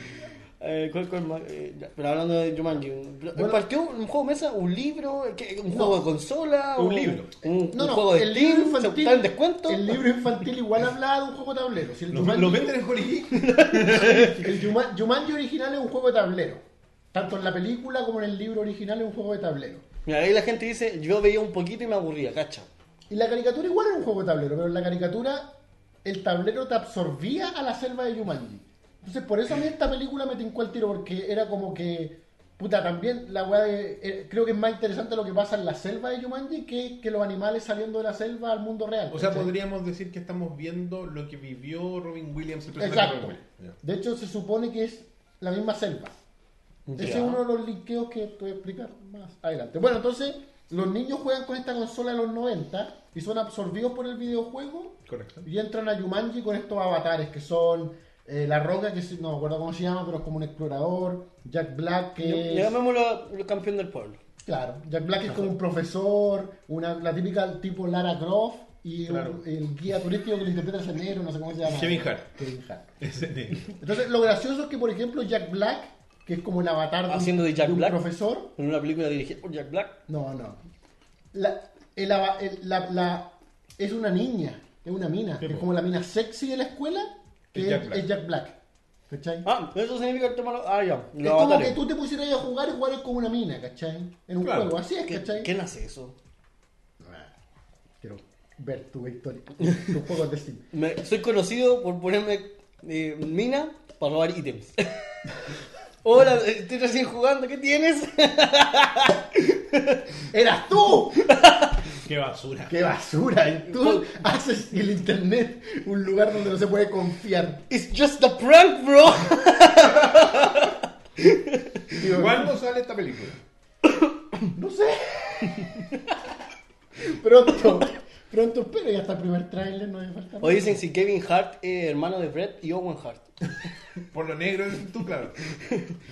C: Eh, ¿cuál- cuál más? Eh, ya, pero hablando de Jumanji, un- pero-
B: Bueno.
C: ¿partió un juego de mesa, un libro, ¿Qué? un juego de consola?
A: Un libro.
C: ¿Un,
B: No,
C: un
B: no,
C: juego de
B: el
C: Steam?
B: libro
C: ¿Se
B: infantil.
C: está en descuento?
B: El libro infantil igual hablaba de un juego de tablero. Si el,
A: ¿Lo,
B: Jumanji,
A: lo venden en Hollywood?
B: el Juma- Jumanji original es un juego de tablero. Tanto en la película como en el libro original es un juego de tablero.
C: Mira, ahí la gente dice, yo veía un poquito y me aburría, cacha.
B: Y la caricatura igual era un juego de tablero, pero en la caricatura el tablero te absorbía a la selva de Jumanji. Entonces por eso a mí esta película me tincó el tiro, porque era como que... Puta, también la weá de... eh, creo que es más interesante lo que pasa en la selva de Jumanji que, que los animales saliendo de la selva al mundo real.
A: O sea,
B: ¿cachai?
A: podríamos decir que estamos viendo lo que vivió Robin Williams, el personaje de
B: Exacto.
A: Robin Williams.
B: De hecho, se supone que es la misma selva. Ese
C: Ya.
B: es uno de los linkeos que te voy a explicar más adelante. Bueno, entonces, los niños juegan con esta consola de los 90 y son absorbidos por el videojuego
A: Ya, Correcto.
B: y entran a Jumanji con estos avatares que son eh, La Roca, que es- no me acuerdo cómo se llama, pero es como un explorador, Jack Black, que es...
C: Llamémoslo el campeón del pueblo.
B: Claro, Jack Black es como un profesor, una, la típica tipo Lara Croft y un-
A: Claro.
B: el guía turístico que lo interpreta el sendero, no sé cómo se llama.
A: Kevin Hart.
B: Kevin Hart.
A: Ese negro.
B: Entonces, lo gracioso es que, por ejemplo, Jack Black, que es como el avatar un-
C: Haciendo de Jack
B: un
C: Black.
B: profesor.
C: En una película dirigida por Jack Black.
B: No, no. La, el ava- el- la- la- es una niña, es una mina.
A: Sí,
B: es
A: po.
B: como la mina sexy de la escuela, que
A: Es
B: es es
A: Jack
B: Jack
A: Black.
B: Black. ¿Cachai?
C: Ah, eso significa el tema... lo- Ah, ya.
B: es
C: los
B: como
C: avatares.
B: que tú te pusieras ahí a jugar y jugaras con una mina, ¿cachai? En un
A: Claro.
B: juego, así es,
C: ¿Qué,
B: ¿cachai?
C: ¿Quién hace eso?
B: Ah, Quiero ver tu victoria, tus juegos de Steam.
C: Me- soy conocido por ponerme eh, mina para robar ítems. Hola, eh, estoy recién jugando, ¿qué tienes?
B: ¡Eras tú!
A: ¡Qué basura!
B: ¡Qué basura! Y Tú haces el internet un lugar donde no se puede confiar.
C: It's just a prank, bro.
B: Digo,
A: ¿Cuándo sale esta película?
B: No sé. pronto, pronto espero. Ya hasta el primer tráiler no me falta.
C: O dicen si Kevin Hart es hermano de Brett y Owen Hart.
A: Por lo negro, tú claro.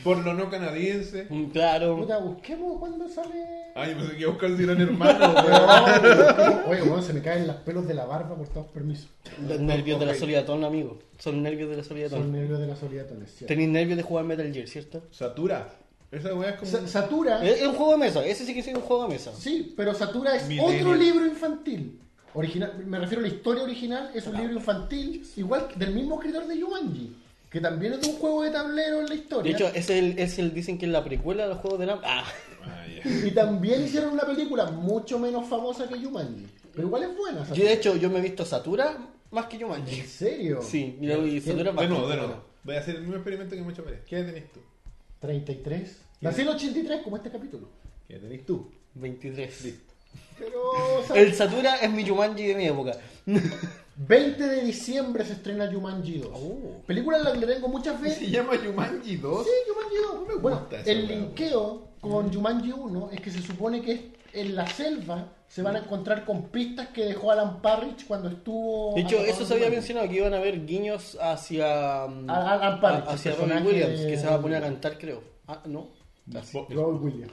A: Por lo no canadiense.
C: Mm, Claro.
B: Puta, busquemos cuándo sale.
A: Ay, yo pensé que Oscar si eran hermanos, weón.
B: Weón, Oye, weón, se me caen los pelos de la barba por todos permisos.
C: Los nervios de la
A: Ok.
C: solidatón, amigo. Son nervios de la
B: Son
C: solidatón.
B: negros de la soledad adolescente.
C: Tenéis nervios de jugar Metal Gear, ¿cierto?
A: Satura. Esa weá es como.
B: Sa- Satura,
C: Es es un juego de mesa, ese sí que es un juego de mesa.
B: Ah. sí, pero Satura es
A: Millennial.
B: otro libro infantil. Original, me refiero a la historia original, es un libro infantil, igual que- del mismo escritor de Yumanji, que también es de un juego de tablero en la
C: De
B: historia.
C: hecho, es el, es el dicen que es la precuela del juego de la... Ah,
A: Ah, ya.
B: Y también hicieron una película mucho menos famosa que Jumanji. Pero igual es buena.
C: yo
B: Satura.
C: de hecho, yo me he visto Satura más que Jumanji.
B: ¿En serio?
C: Sí, y luego- y
A: De
C: Satura
A: nuevo,
C: bastante
A: de nuevo.
C: buena.
A: Voy a hacer el mismo experimento que muchas veces. ¿Qué edad tenés tú?
B: 33. Nací en 83, como este capítulo.
A: ¿Qué edad tenés tú?
C: 23.
A: Listo.
B: Pero. o sea,
C: El Satura es mi Jumanji de mi época.
B: 20 de diciembre se estrena Jumanji 2.
C: Oh.
B: Película a la que le tengo muchas veces.
A: Se llama Yumanji 2.
B: Sí, Jumanji 2.
A: me
B: Bueno,
A: gusta esa
B: el
A: weá,
C: Mm.
B: linkeo con Jumanji 1 es que se supone que es- en la selva se
C: Mm.
B: van a encontrar con pistas que dejó Alan Parrish cuando estuvo.
C: De hecho,
B: atrapado
C: eso
B: en
C: se había
B: Duende.
C: mencionado, que iban a haber guiños hacia. mm,
B: A- a- a Parrish,
C: a- hacia
B: el
C: Robbie
B: personaje
C: Williams,
B: de-
C: que se va a poner a cantar, creo. Ah, no. Casi.
A: Bo-
B: Robert Williams.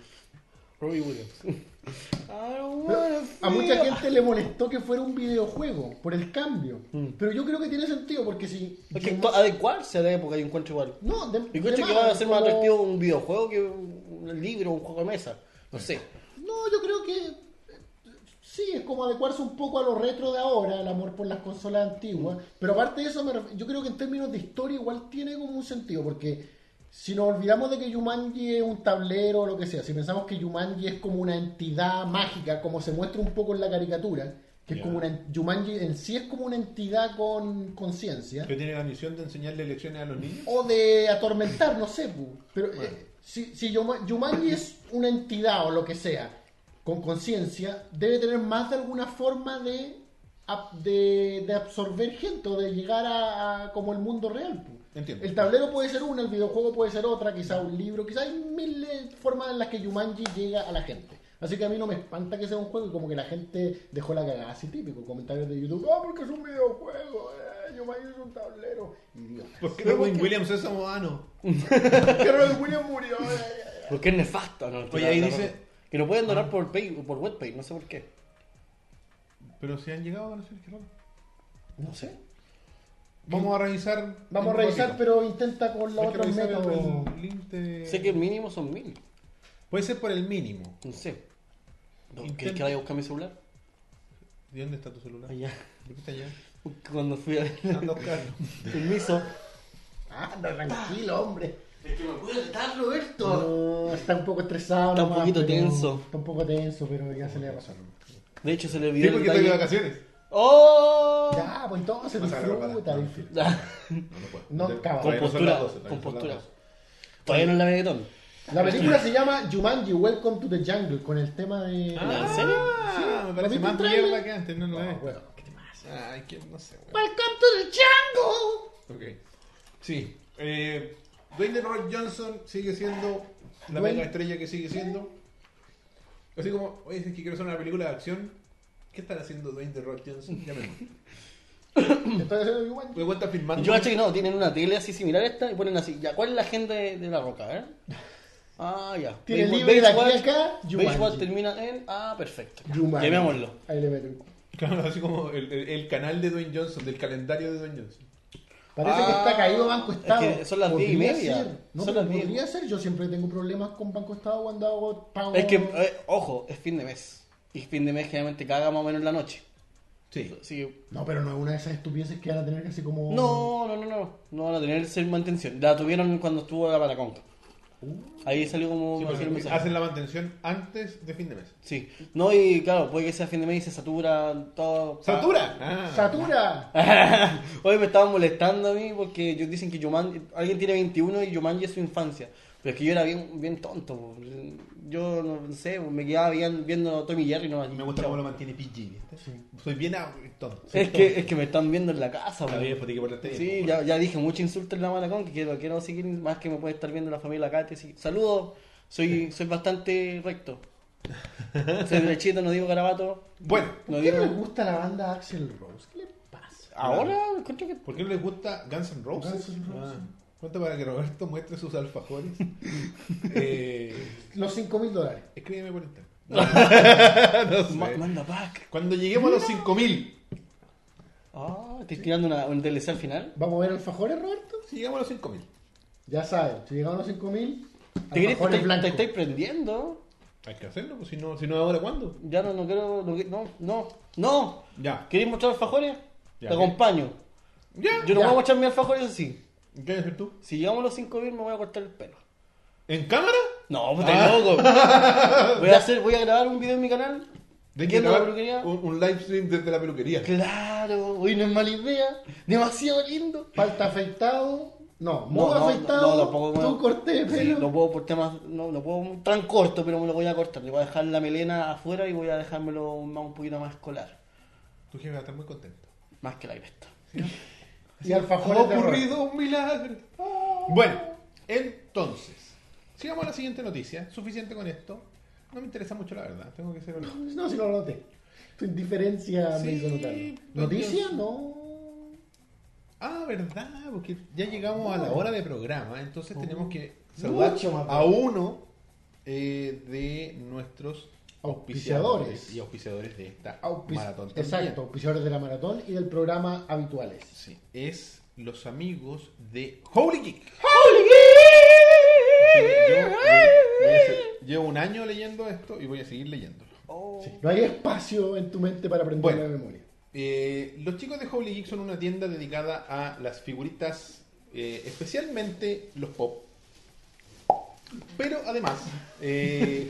C: Robbie Williams. I don't
B: Pero
C: wanna
B: a mucha
C: feel-
B: gente le molestó que fuera un videojuego por el cambio.
C: Mm.
B: Pero yo creo que tiene sentido porque si.
C: Es que to- adecuarse a la época, yo encuentro igual.
B: No, de,
C: Yo encuentro
B: de
C: que va a
B: más,
C: ser más
B: como-
C: atractivo un videojuego que un libro o un juego de mesa. No sé.
B: No, yo creo que eh, sí, es como adecuarse un poco a lo retro de ahora, el amor por las consolas antiguas. Pero aparte de eso, me ref- yo creo que en términos de historia igual tiene como un sentido, porque si nos olvidamos de que Yumanji es un tablero o lo que sea, si pensamos que Yumanji es como una entidad mágica, como se muestra un poco en la caricatura, que
A: Ya.
B: es como una en- Jumanji en sí es como una entidad con conciencia
A: Que tiene la misión de enseñarle lecciones a los niños.
B: o de atormentar, no sé. pu. Pero eh, si, si Yoma- Yumanji es una entidad o lo que sea, con conciencia, debe tener más de alguna forma de, ab- de, de absorber gente o de llegar a, a como el mundo real. pu.
A: Entiendo.
B: El tablero puede ser una, el videojuego puede ser otra, quizá un libro, quizá hay mil eh, formas en las que Yumanji llega a la gente. Así que a mí no me espanta que sea un juego y como que la gente dejó la cagada así típico. Comentarios de YouTube, oh, porque es un videojuego, eh, Yumanji es un tablero. Idiota.
A: ¿Por qué Robin Williams es samoano?
B: Robin Williams murió.
C: Porque es nefasto. No,
A: Oye, ahí
C: La- la-
A: dice- Ah.
C: Que lo pueden donar por, pay, por WebPay, no sé por qué.
A: Pero si han llegado a conocer que Robin.
B: No sé.
A: Vamos a revisar.
B: Vamos a
A: en un
B: revisar,
A: ratito.
B: pero intenta con los
A: Hay que
B: otros
A: revisar el-
B: métodos.
A: el link de-
C: Sé que el mínimo son mil.
A: Puede ser por el mínimo.
C: No sé. No,
A: Intenta-
C: ¿Querés que vaya a buscar mi celular?
A: ¿De dónde está tu celular?
C: Allá.
A: ¿Por qué está allá? Ah,
C: Cuando fui a
A: Anda a buscarlo.
C: permiso.
B: Anda, tranquilo, hombre.
C: Es que me pude retar, Roberto.
B: No, está un poco estresado.
C: Está un
B: nomás,
C: poquito
B: pero-
C: tenso.
B: Está un poco tenso, pero ya se le va a pasar.
C: De hecho, se le
A: Sí,
C: olvidó el
A: porque estoy de
C: detalle.
A: vacaciones.
C: ¡Oh!
B: Ya, pues entonces
A: Pasa la
B: disfruta,
A: ropa.
B: disfruta.
A: No, no puedo.
B: No, cabrón.
A: Todavía no son las 12, todavía no son
C: Compostura,
A: las
C: compostura.
A: 12.
C: Todavía no es la reggaetón.
B: La película se llama Jumanji Welcome to the Jungle con el tema de. Ah,
C: ¿En serio?
A: Ah, me parece
B: ¿Lo viste
A: más
B: el trailer?
A: mierda que antes, no lo
B: No,
A: es.
B: bueno.
A: Ay, que no sé, güey.
B: Welcome to the Jungle.
A: Ok. Sí. Eh, Dwayne The Rock Johnson sigue siendo la
B: Dwayne-
A: mega estrella que sigue siendo. Así como, oye, es que quiero hacer una película de acción. ¿Qué están haciendo Dwayne The Rock Johnson? Ya me voy.
B: Estoy haciendo Jumanji.
A: Me cuenta filmando.
C: Yo acho que no, tienen una tele así similar a esta y ponen así. Ya, ¿cuál es la agenda de, de la roca? Eh? Ah, ya.
B: Tiene
C: Baseball-
B: libre de aquí a
C: Baseball-
B: acá.
C: Baseball
B: Jumanji.
C: termina en. Ah, perfecto.
B: Jumanji.
C: Llamémoslo.
B: Ahí le meto.
A: Claro, así como el, el- el canal de Dwayne Johnson, del calendario de Dwayne Johnson.
B: Parece que
C: Ah,
B: está caído Banco
C: es
B: Estado.
C: que son las
B: Podría
C: diez y media.
B: ser. No,
C: Son
B: pero
C: las diez.
B: podría ser. Yo siempre tengo problemas con Banco Estado cuando hago pago.
C: Es que, eh, ojo, es fin de mes. Y fin de mes generalmente caga más o menos en la noche.
A: Sí.
C: Así que-
B: No, pero no es una de esas estupideces que van a tener así como.
C: no, no, no, no. No van a tener ser mantención. La tuvieron cuando estuvo la Paraconca.
B: Uh.
C: Ahí salió como.
A: Sí,
C: me salió el
A: porque
C: mensaje.
A: hacen la mantención antes de fin de mes.
C: Sí, no, y claro, puede que sea fin de mes y se satura todo.
A: Ah. ¡Satura! Ah.
B: ¡Satura!
C: Hoy me estaban molestando a mí porque ellos dicen que Yuman, alguien tiene 21 y Yumanji es su infancia. Pero es que yo era bien, bien tonto, po. yo no sé, me quedaba bien, viendo Tommy Jerry no
A: Me gusta cómo lo mantiene PG, ¿viste? Soy bien a- tonto.
C: Es que, es que me están viendo en la casa, po.
A: Está bien, pues, tiene que ponerte bien.
C: Sí, ya, ya dije mucho insulto en la Malacón, que quiero, quiero seguir, más que me puede estar viendo la familia Cate. sí. Saludos, soy, soy bastante recto. Soy derechito, no digo garabato.
A: Bueno,
C: No
B: ¿Por qué
C: digo...
B: no le gusta la banda Axel Rose? ¿Qué le pasa?
C: Ahora encuentro que
A: ¿Por qué no les gusta Guns N' Roses?
B: Guns N' Roses.
A: Ah, cuenta para que Roberto muestre sus alfajores. eh,
B: Los 5 mil dólares.
A: escríbeme por internet.
C: Ma- manda pack.
A: Cuando lleguemos a los 5000.
C: Ah, estoy tirando una, un DLC al final.
B: ¿Vamos a ver alfajores, Roberto?
A: Si llegamos a los 5000.
B: Ya saben, si llegamos a los 5 mil,
C: ¿Te, querés- te,
B: alfajores
C: te- te
B: blancos.
C: estáis prendiendo?
A: Hay que hacerlo, pues si no, si no ahora, ¿cuándo?
C: Ya no, no quiero. No, qui- no, no. no.
A: Ya.
C: ¿Queréis mostrar alfajores?
A: Ya,
C: Te
A: bien.
C: acompaño.
A: ¿Ya?
C: Yo no
B: Ya.
C: voy a mostrar mis alfajores, eso sí.
A: ¿Qué vas a hacer tú?
C: Si llegamos a los 5000 me voy a cortar el pelo.
A: ¿En cámara?
C: No, puta
A: Ah.
C: loco. Voy a, hacer, voy a grabar un video en mi canal.
A: ¿De Uh.
C: ¿Quién
A: que
C: no la
A: grabar
C: peluquería?
A: Un, un live stream desde la peluquería.
C: Claro, hoy no es mala idea. Demasiado lindo.
B: Falta afeitado. No, modo
C: no, no,
B: afeitado.
C: no, tampoco,
B: tú
C: bueno.
B: corté de
C: Sí,
B: pelo.
C: no puedo por temas, no, no puedo tan corto, pero me lo voy a cortar. Le voy a dejar la melena afuera y voy a dejármelo más, un poquito más escolar.
A: Tu jefe va a estar muy contento.
C: Más que la cresta.
B: y
A: Ha
B: alfajores de Ah. Roberto.
A: ocurrido un milagro. Bueno, entonces, sigamos a la siguiente noticia. Suficiente con esto. No me interesa mucho, la verdad. Tengo que ser honesto.
B: Pues No, si no lo noté. Tu indiferencia me hizo
A: Sí,
B: notarlo.
A: pues,
B: ¿Noticia?
A: Dios.
B: No.
A: Ah, verdad, porque ya llegamos a la hora de programa, entonces tenemos que saludar
B: Oh. Mucho más
A: a uno eh, de nuestros auspiciadores
B: Auspiciadores.
A: y auspiciadores de esta
B: Auspic-
A: maratón. también.
B: Exacto, auspiciadores de la maratón y del programa habituales.
A: Sí, es los amigos de Holy Geek. Así que yo voy- voy a ser- llevo un año leyendo esto y voy a seguir leyéndolo.
C: Oh.
B: Sí, No hay espacio en tu mente para aprender
A: Bueno.
B: la memoria.
A: Eh, los chicos de Holy Geek son una tienda dedicada a las figuritas, eh, especialmente los pop. Pero además, eh,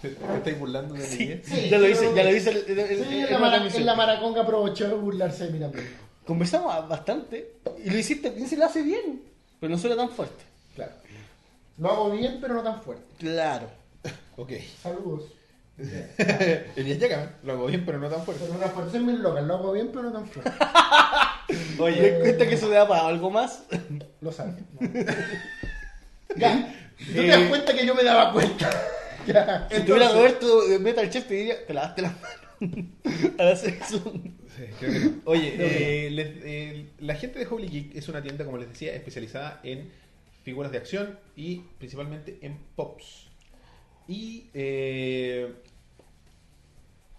A: ¿te, te estáis burlando de mí? eh?
B: Sí,
C: ya lo
B: yo-
C: hice, ya lo hice. el- el- el-
B: Sí,
C: el-
B: en la,
C: el-
B: mara-
C: el-
B: en la maraconga aprovechó burlarse de mi también.
C: Conversamos bastante y lo hiciste bien, se lo hace bien, pero no suena tan fuerte.
B: Claro. Lo hago bien, pero no tan fuerte.
C: Claro.
A: Ok.
B: Saludos.
A: Elías Jackman, lo hago bien, pero no tan fuerte.
B: Pero no tan fuerte. Soy muy loca. Lo hago bien, pero no tan fuerte.
C: Oye, ¿te das cuenta que eso le da para algo más?
B: Lo sabes. ¿no? ya. Tú te das
A: Eh.
B: cuenta que yo me daba cuenta. ya.
C: Si tuviera Roberto de Metal Chef, te diría, te lavaste las manos. Al hacer eso.
A: Oye, eh, les- eh, la gente de Holy Geek es una tienda, como les decía, especializada en figuras de acción y principalmente en pops. Y. eh,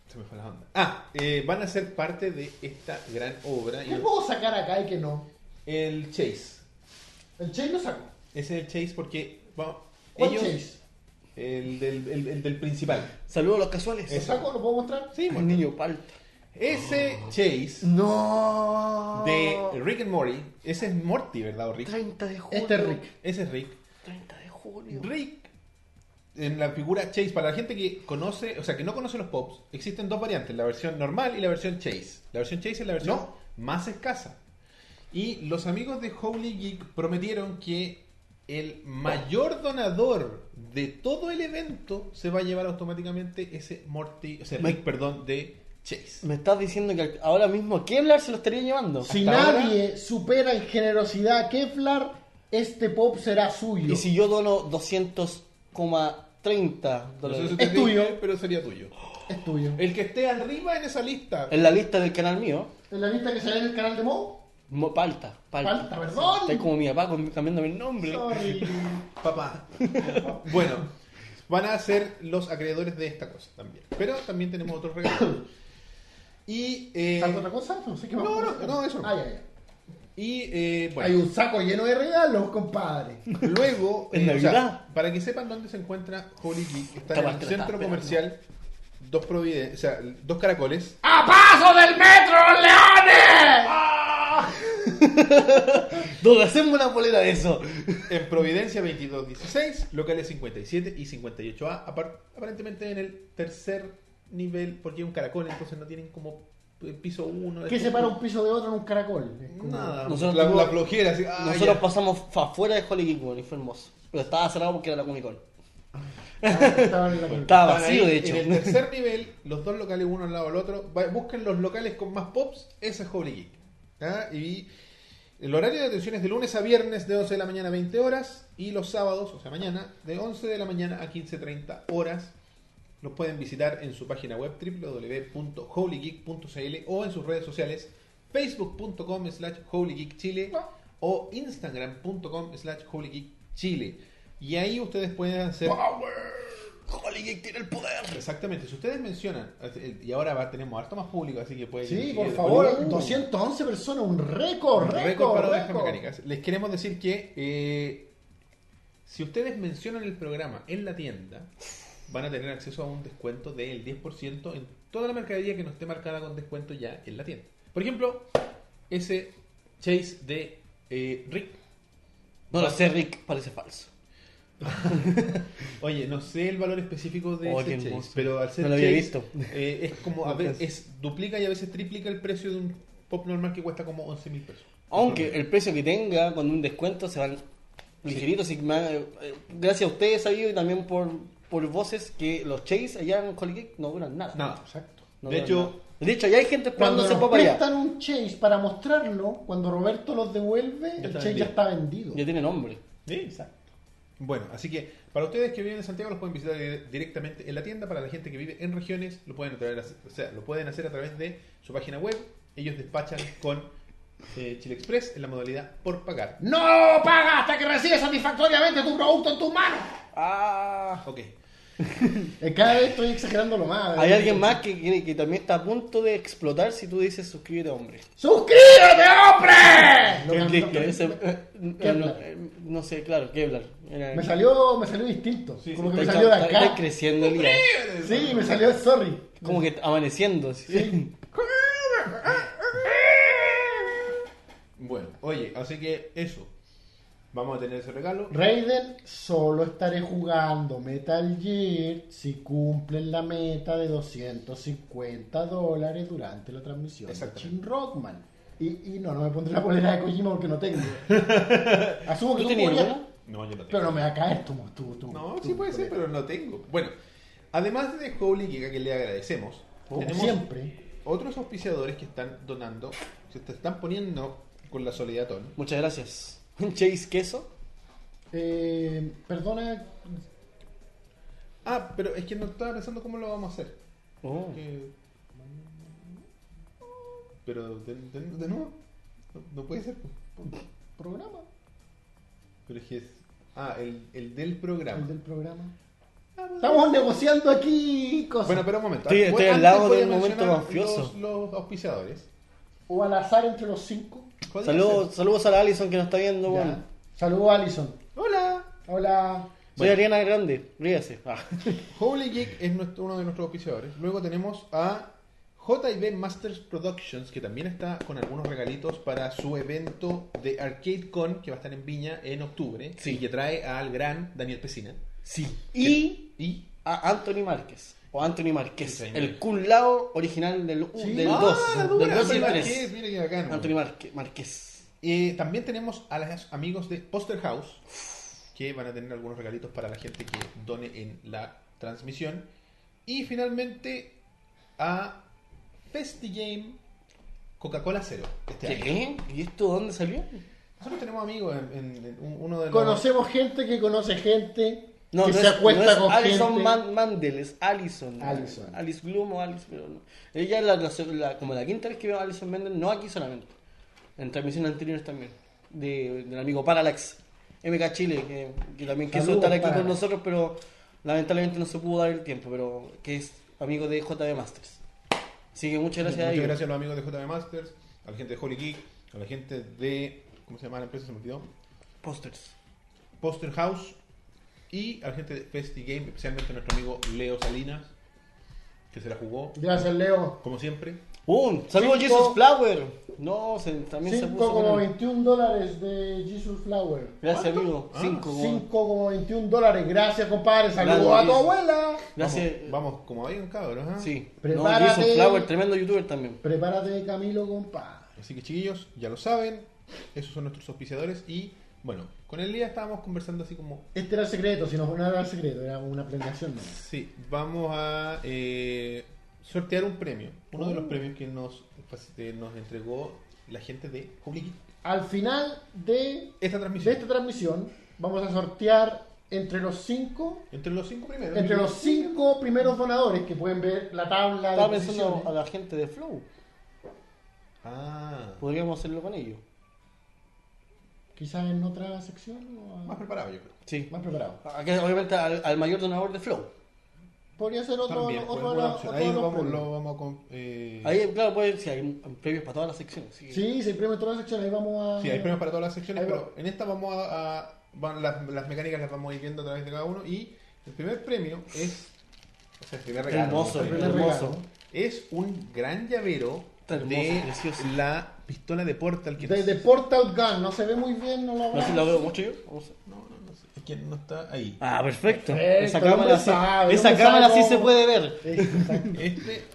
A: se me fue la onda. Ah, eh, van a ser parte de esta gran obra. y
B: ¿Qué puedo sacar acá y que no?
A: el Chase.
B: El Che lo saco.
A: Ese es el Chase porque. bueno,
B: ¿Cuál
A: ellos-
B: Chase?
A: El del, el- el del principal.
C: Saludos a los casuales.
B: ¿Lo
A: Eso.
B: saco? ¿Lo puedo mostrar?
A: Sí,
C: Un
A: bueno.
C: niño palta.
A: Ese Chase
B: No.
A: de Rick and Morty. Ese es Morty, ¿verdad? O Rick.
C: 30 de julio.
B: Este es Rick.
A: Ese es Rick.
C: 30 de julio.
A: Rick, en la figura Chase, para la gente que conoce, o sea, que no conoce los pops, existen dos variantes, la versión normal y la versión Chase. La versión Chase es la versión
B: No.
A: más escasa. Y los amigos de Holy Geek prometieron que el mayor donador de todo el evento se va a llevar automáticamente ese Morty, o sea,
C: Me-
A: Rick, perdón, de Chase.
C: Me estás diciendo que ahora mismo Kevlar se lo estaría llevando.
B: Si
A: Hasta ahora-
B: nadie supera en generosidad a Kevlar, este pop será suyo.
C: Y si yo dono 200,30
A: No sé si
C: dólares
A: te
B: Es tuyo.
A: dije, pero sería tuyo.
B: Es tuyo.
A: El que esté arriba en esa lista.
C: en la lista del canal mío,
B: ¿En la lista que sale en el canal de Mo?
C: mo- palta, palta.
B: Falta, perdón.
C: Estoy como mi papá con- cambiándome el nombre.
B: Sorry.
A: Papá. bueno, van a ser los acreedores de esta cosa también. Pero también tenemos otros regalos. Y, eh,
B: ¿Salta otra cosa? No sé qué más.
A: No, no, no, eso no.
B: Ah, ya, ya.
A: y eh,
B: Hay
A: bueno,
B: un saco lleno de regalos, compadre.
A: luego,
C: En
A: eh, o
C: Navidad.
A: sea, para que sepan dónde se encuentra Holy Geek, está en
C: Capaz
A: el
C: que lo
A: centro
C: estaba
A: comercial Dos Providen- o sea, Dos Caracoles.
B: ¡A paso del metro, Leones!
C: Donde hacemos una polera de eso.
A: En Providencia 2216, locales 57 y 58A, apar- aparentemente en el tercer nivel, porque hay un caracol, entonces no tienen como eh, piso 1.
B: ¿Qué separa un piso de otro en un caracol? Es como-
A: Nada,
C: Nosotros
A: la,
C: tuvimos-
A: la flojera. Así, ah,
C: Nosotros
A: ya.
C: pasamos fa- afuera de Holy Geek, weón, y fue hermoso. Pero estaba cerrado porque era la Comic Con.
B: Ah, estaba en la
C: Estaba
A: Están
C: vacío,
A: ahí,
C: de hecho.
A: En el tercer nivel, los dos locales uno al lado del otro. Va- Busquen los locales con más pops, ese es Holy Geek. ¿Ah? Y el horario de atención es de lunes a viernes de 11 de la mañana a 20 horas y los sábados, o sea, mañana, de 11 de la mañana a 15.30 horas. Los pueden visitar en su página web www.holygeek.cl o en sus redes sociales facebook.com slash holygeekchile o instagram.com slash holygeekchile. Y ahí ustedes pueden hacer...
C: Holy Geek tiene el poder.
A: Exactamente, si ustedes mencionan, eh, y ahora va- tenemos harto más público, así que pueden...
B: Sí,
A: ir-
B: por
A: ir-
B: favor,
A: Uh,
B: 211 personas, un récord,
A: récord
B: récord,
A: para ovejas
B: récord.
A: mecánicas. Les queremos decir que eh, si ustedes mencionan el programa en la tienda, van a tener acceso a un descuento del 10% en toda la mercadería que no esté marcada con descuento ya en la tienda. Por ejemplo, ese Chase de eh, Rick.
C: No lo sé, Rick, parece falso.
A: Oye, no sé el valor específico de
C: Oh,
A: ese
C: qué
A: Chase,
C: hermoso.
A: pero al ser
C: No lo había
A: Chase,
C: visto.
A: eh, es como a
C: No,
A: veces
C: casi.
A: es duplica y a veces triplica el precio de un pop normal que cuesta como 11 mil pesos.
C: Aunque el precio que tenga, con un descuento, se van ligeritos. y más, eh, eh, gracias a ustedes, sabido, y también por, por voces que los Chase allá en Holy Geek no duran nada.
A: Nada,
B: Exacto.
C: No
A: de
C: duran
A: hecho,
C: nada. de hecho, ya hay gente esperando
B: Cuando
C: ese
B: nos
C: pop allá.
B: prestan un chase para mostrarlo, cuando Roberto los devuelve,
A: Ya
B: el
A: está
B: chase
A: vendido.
B: ya está vendido.
C: Ya tiene nombre.
A: Sí,
B: Exacto.
A: Bueno, así que para ustedes que viven en Santiago los pueden visitar di- directamente en la tienda, para la gente que vive en regiones lo pueden, traer a- o sea, lo pueden hacer a través de su página web, ellos despachan con eh, Chile Express en la modalidad por pagar.
B: ¡No paga hasta que recibes satisfactoriamente tu producto en tus manos!
C: Ah.
A: Ok,
B: Eh, Cada vez estoy exagerándolo más.
C: Hay
B: Eh,
C: alguien más que, que, que también está a punto de explotar si tú dices suscríbete, hombre.
B: ¡Suscríbete, hombre! No,
C: Que-
B: no,
C: que- que
B: no,
C: ese-
B: me-
C: eh, no,
B: Kevlar.
C: eh, no sé, claro, Kevlar. Era-
B: Me salió, me salió distinto.
A: Sí,
B: como
C: está-
B: que me salió de
C: está- está
B: acá.
C: creciendo el día.
B: Sí, me salió sorry.
C: Como que amaneciendo. así.
A: bueno, oye, así que eso. Vamos a tener ese regalo.
B: Raiden, solo estaré jugando Metal Gear si cumplen la meta de 250 dólares durante la transmisión de
A: Exactamente.
B: Jim Rockman. Y, y no, no me pondré la polera de Kojima porque no tengo. Asumo que
C: ¿Tú
B: tú
C: tenías
B: podrías,
C: alguna?
A: No, yo no tengo.
B: Pero no me va a caer tu. tu, tu
A: No,
B: tu
A: sí puede ser,
B: polera.
A: pero no tengo. Bueno, además de Holy Giga, que le agradecemos,
B: Como
A: tenemos
B: Oh, siempre.
A: otros auspiciadores que están donando, se te están poniendo con la Soledatón.
C: Muchas gracias. Chase Queso.
B: Eh, perdona,
A: Ah, pero es que no estaba pensando cómo lo vamos a hacer.
C: Oh.
A: Que- Pero de, de- de nuevo, no, no puede ser. pues.
B: programa.
A: Pero es que es. Ah, el, el del programa.
B: El del programa. Estamos negociando aquí cosas.
A: Ah, Bueno, pero un momento.
C: Estoy-
A: Antes-
C: estoy al
A: antes
C: lado
A: voy a
C: del momento
A: mencionar
C: mafioso.
A: Los, los auspiciadores.
B: O al azar entre los cinco.
A: Podría
C: Saludos, saludos a la Alison que nos está viendo.
B: Ya.
C: weón.
B: Saludos, Alison.
A: ser. Hola.
B: Hola.
C: Soy
A: Bueno.
C: Ariana Grande, ríase. Ah.
A: Holy Geek es nuestro- uno de nuestros auspiciadores. Luego tenemos a JB Masters Productions, que también está con algunos regalitos para su evento de Arcade Con, que va a estar en Viña en octubre,
C: Sí.
A: y que trae al gran Daniel Pesina.
C: Sí. Y
A: Y
C: a Anthony Márquez. O Anthony Márquez.
A: Sí, señor.
C: El Kun Lao original del, u-
B: Sí.
C: del
B: Ah,
C: 2.
A: la
C: del
A: dura,
C: 2 y el
A: Anthony
C: 3.
A: Marquez, mira qué bacán.
C: Anthony Marque- Márquez.
A: Eh, también tenemos a los amigos de Poster House, que van a tener algunos regalitos para la gente que done en la transmisión. Y finalmente a Festigame Coca-Cola Cero. Este año.
C: ¿Qué? ¿Y esto dónde salió?
A: Nosotros tenemos amigos en, en- en un- uno de los...
B: Conocemos gente que conoce gente que se
C: es-
B: acuesta
C: no es
B: con
C: Alison
B: gente.
C: Man- Mandel, es Alison.
B: Alison.
C: Alice Bloom o Alice, pero no. Ella es la, la- la- como la quinta vez que veo a Alison Mandel, no aquí solamente. En transmisiones anteriores también. De, del amigo Parallax, MK Chile, que, que también quiso
B: Saludos,
C: estar aquí con
B: Parallax.
C: nosotros, pero lamentablemente no se pudo dar el tiempo, pero que es amigo de JB Masters. Así que muchas gracias a
A: Muchas
C: ellos.
A: gracias a los amigos de JB Masters, a la gente de Holy Geek, a la gente de... ¿Cómo se llama la empresa? Se me olvidó.
C: Posters.
A: Poster House y a la gente de Festigame, especialmente a nuestro amigo Leo Salinas, que se la jugó,
B: Gracias, Leo.
A: como siempre.
C: Un saludo
B: Cinco-
C: Jesus Flower. No, se- también se puso. con-
B: 5,21 dólares de Jesus Flower.
C: Gracias,
A: ¿Cuánto?
C: amigo.
A: Ah,
C: Cinco. como-
B: 5,21 dólares. Gracias, compadre. Saludos
C: Gracias.
B: a tu abuela.
C: Gracias.
A: Vamos, vamos como hay un cabro, ¿ah?
C: Sí.
B: Prepárate.
C: No, Jason Flower, tremendo youtuber también.
B: Prepárate, Camilo, compadre.
A: Así que chiquillos, ya lo saben, esos son nuestros auspiciadores y bueno, con el día estábamos conversando así como,
B: Este era el secreto, si no no era el secreto, era una planeación. ¿no?
A: sí, vamos a eh, sortear un premio, uno de los
B: Oh.
A: premios que nos, eh, nos entregó la gente de Holy Geek.
B: Al final de,
A: Esta
B: de
A: transmisión.
B: esta transmisión, vamos a sortear entre los 5
A: Entre los cinco primeros.
B: Entre los cinco primeros donadores que pueden ver la tabla
C: Estaba
B: de
C: pensando a
B: posiciones.
C: la gente de Flow.
A: Ah,
C: Podríamos hacerlo con ellos.
B: Quizás en otra sección o a-
A: más preparado yo creo.
C: Sí.
B: más preparado.
C: Acá, obviamente al, al mayor donador de Flow.
B: Podría ser otro,
A: También,
B: otro,
A: pues,
B: de
A: buena
B: los-
A: opción.
B: otro de
A: Ahí
B: los
A: vamos,
B: premios.
A: lo vamos a... con- eh,
C: Ahí, claro, puede sí, hay un- premios para todas las secciones. sí.
B: Sí, se premio en todas las secciones, ahí vamos a...
A: Sí, hay premios para todas las secciones,
B: Ahí va.
A: pero en esta vamos a... a- van- las, las mecánicas las vamos a ir viendo a través de cada uno y el primer premio es... O sea, el primer regalo.
C: hermoso,
A: el primer
B: regalo.
C: hermoso.
A: Es un gran llavero
C: Está hermoso,
A: de
C: precioso.
A: la pistola de Portal. Que
B: De, de Portal Gun, no se ve muy bien, no lo
C: No sé si
B: veo.
C: lo veo mucho yo. Vamos a-
A: No, no, no sé. Es que no está ahí.
C: Ah, perfecto.
B: Perfecto,
C: esa
B: el hombre
C: cámara, sí-
B: sabe, el
C: esa
B: hombre
C: cámara
B: sabe
C: sí se
B: cómo-
C: puede ver.
B: Exacto.
A: Este...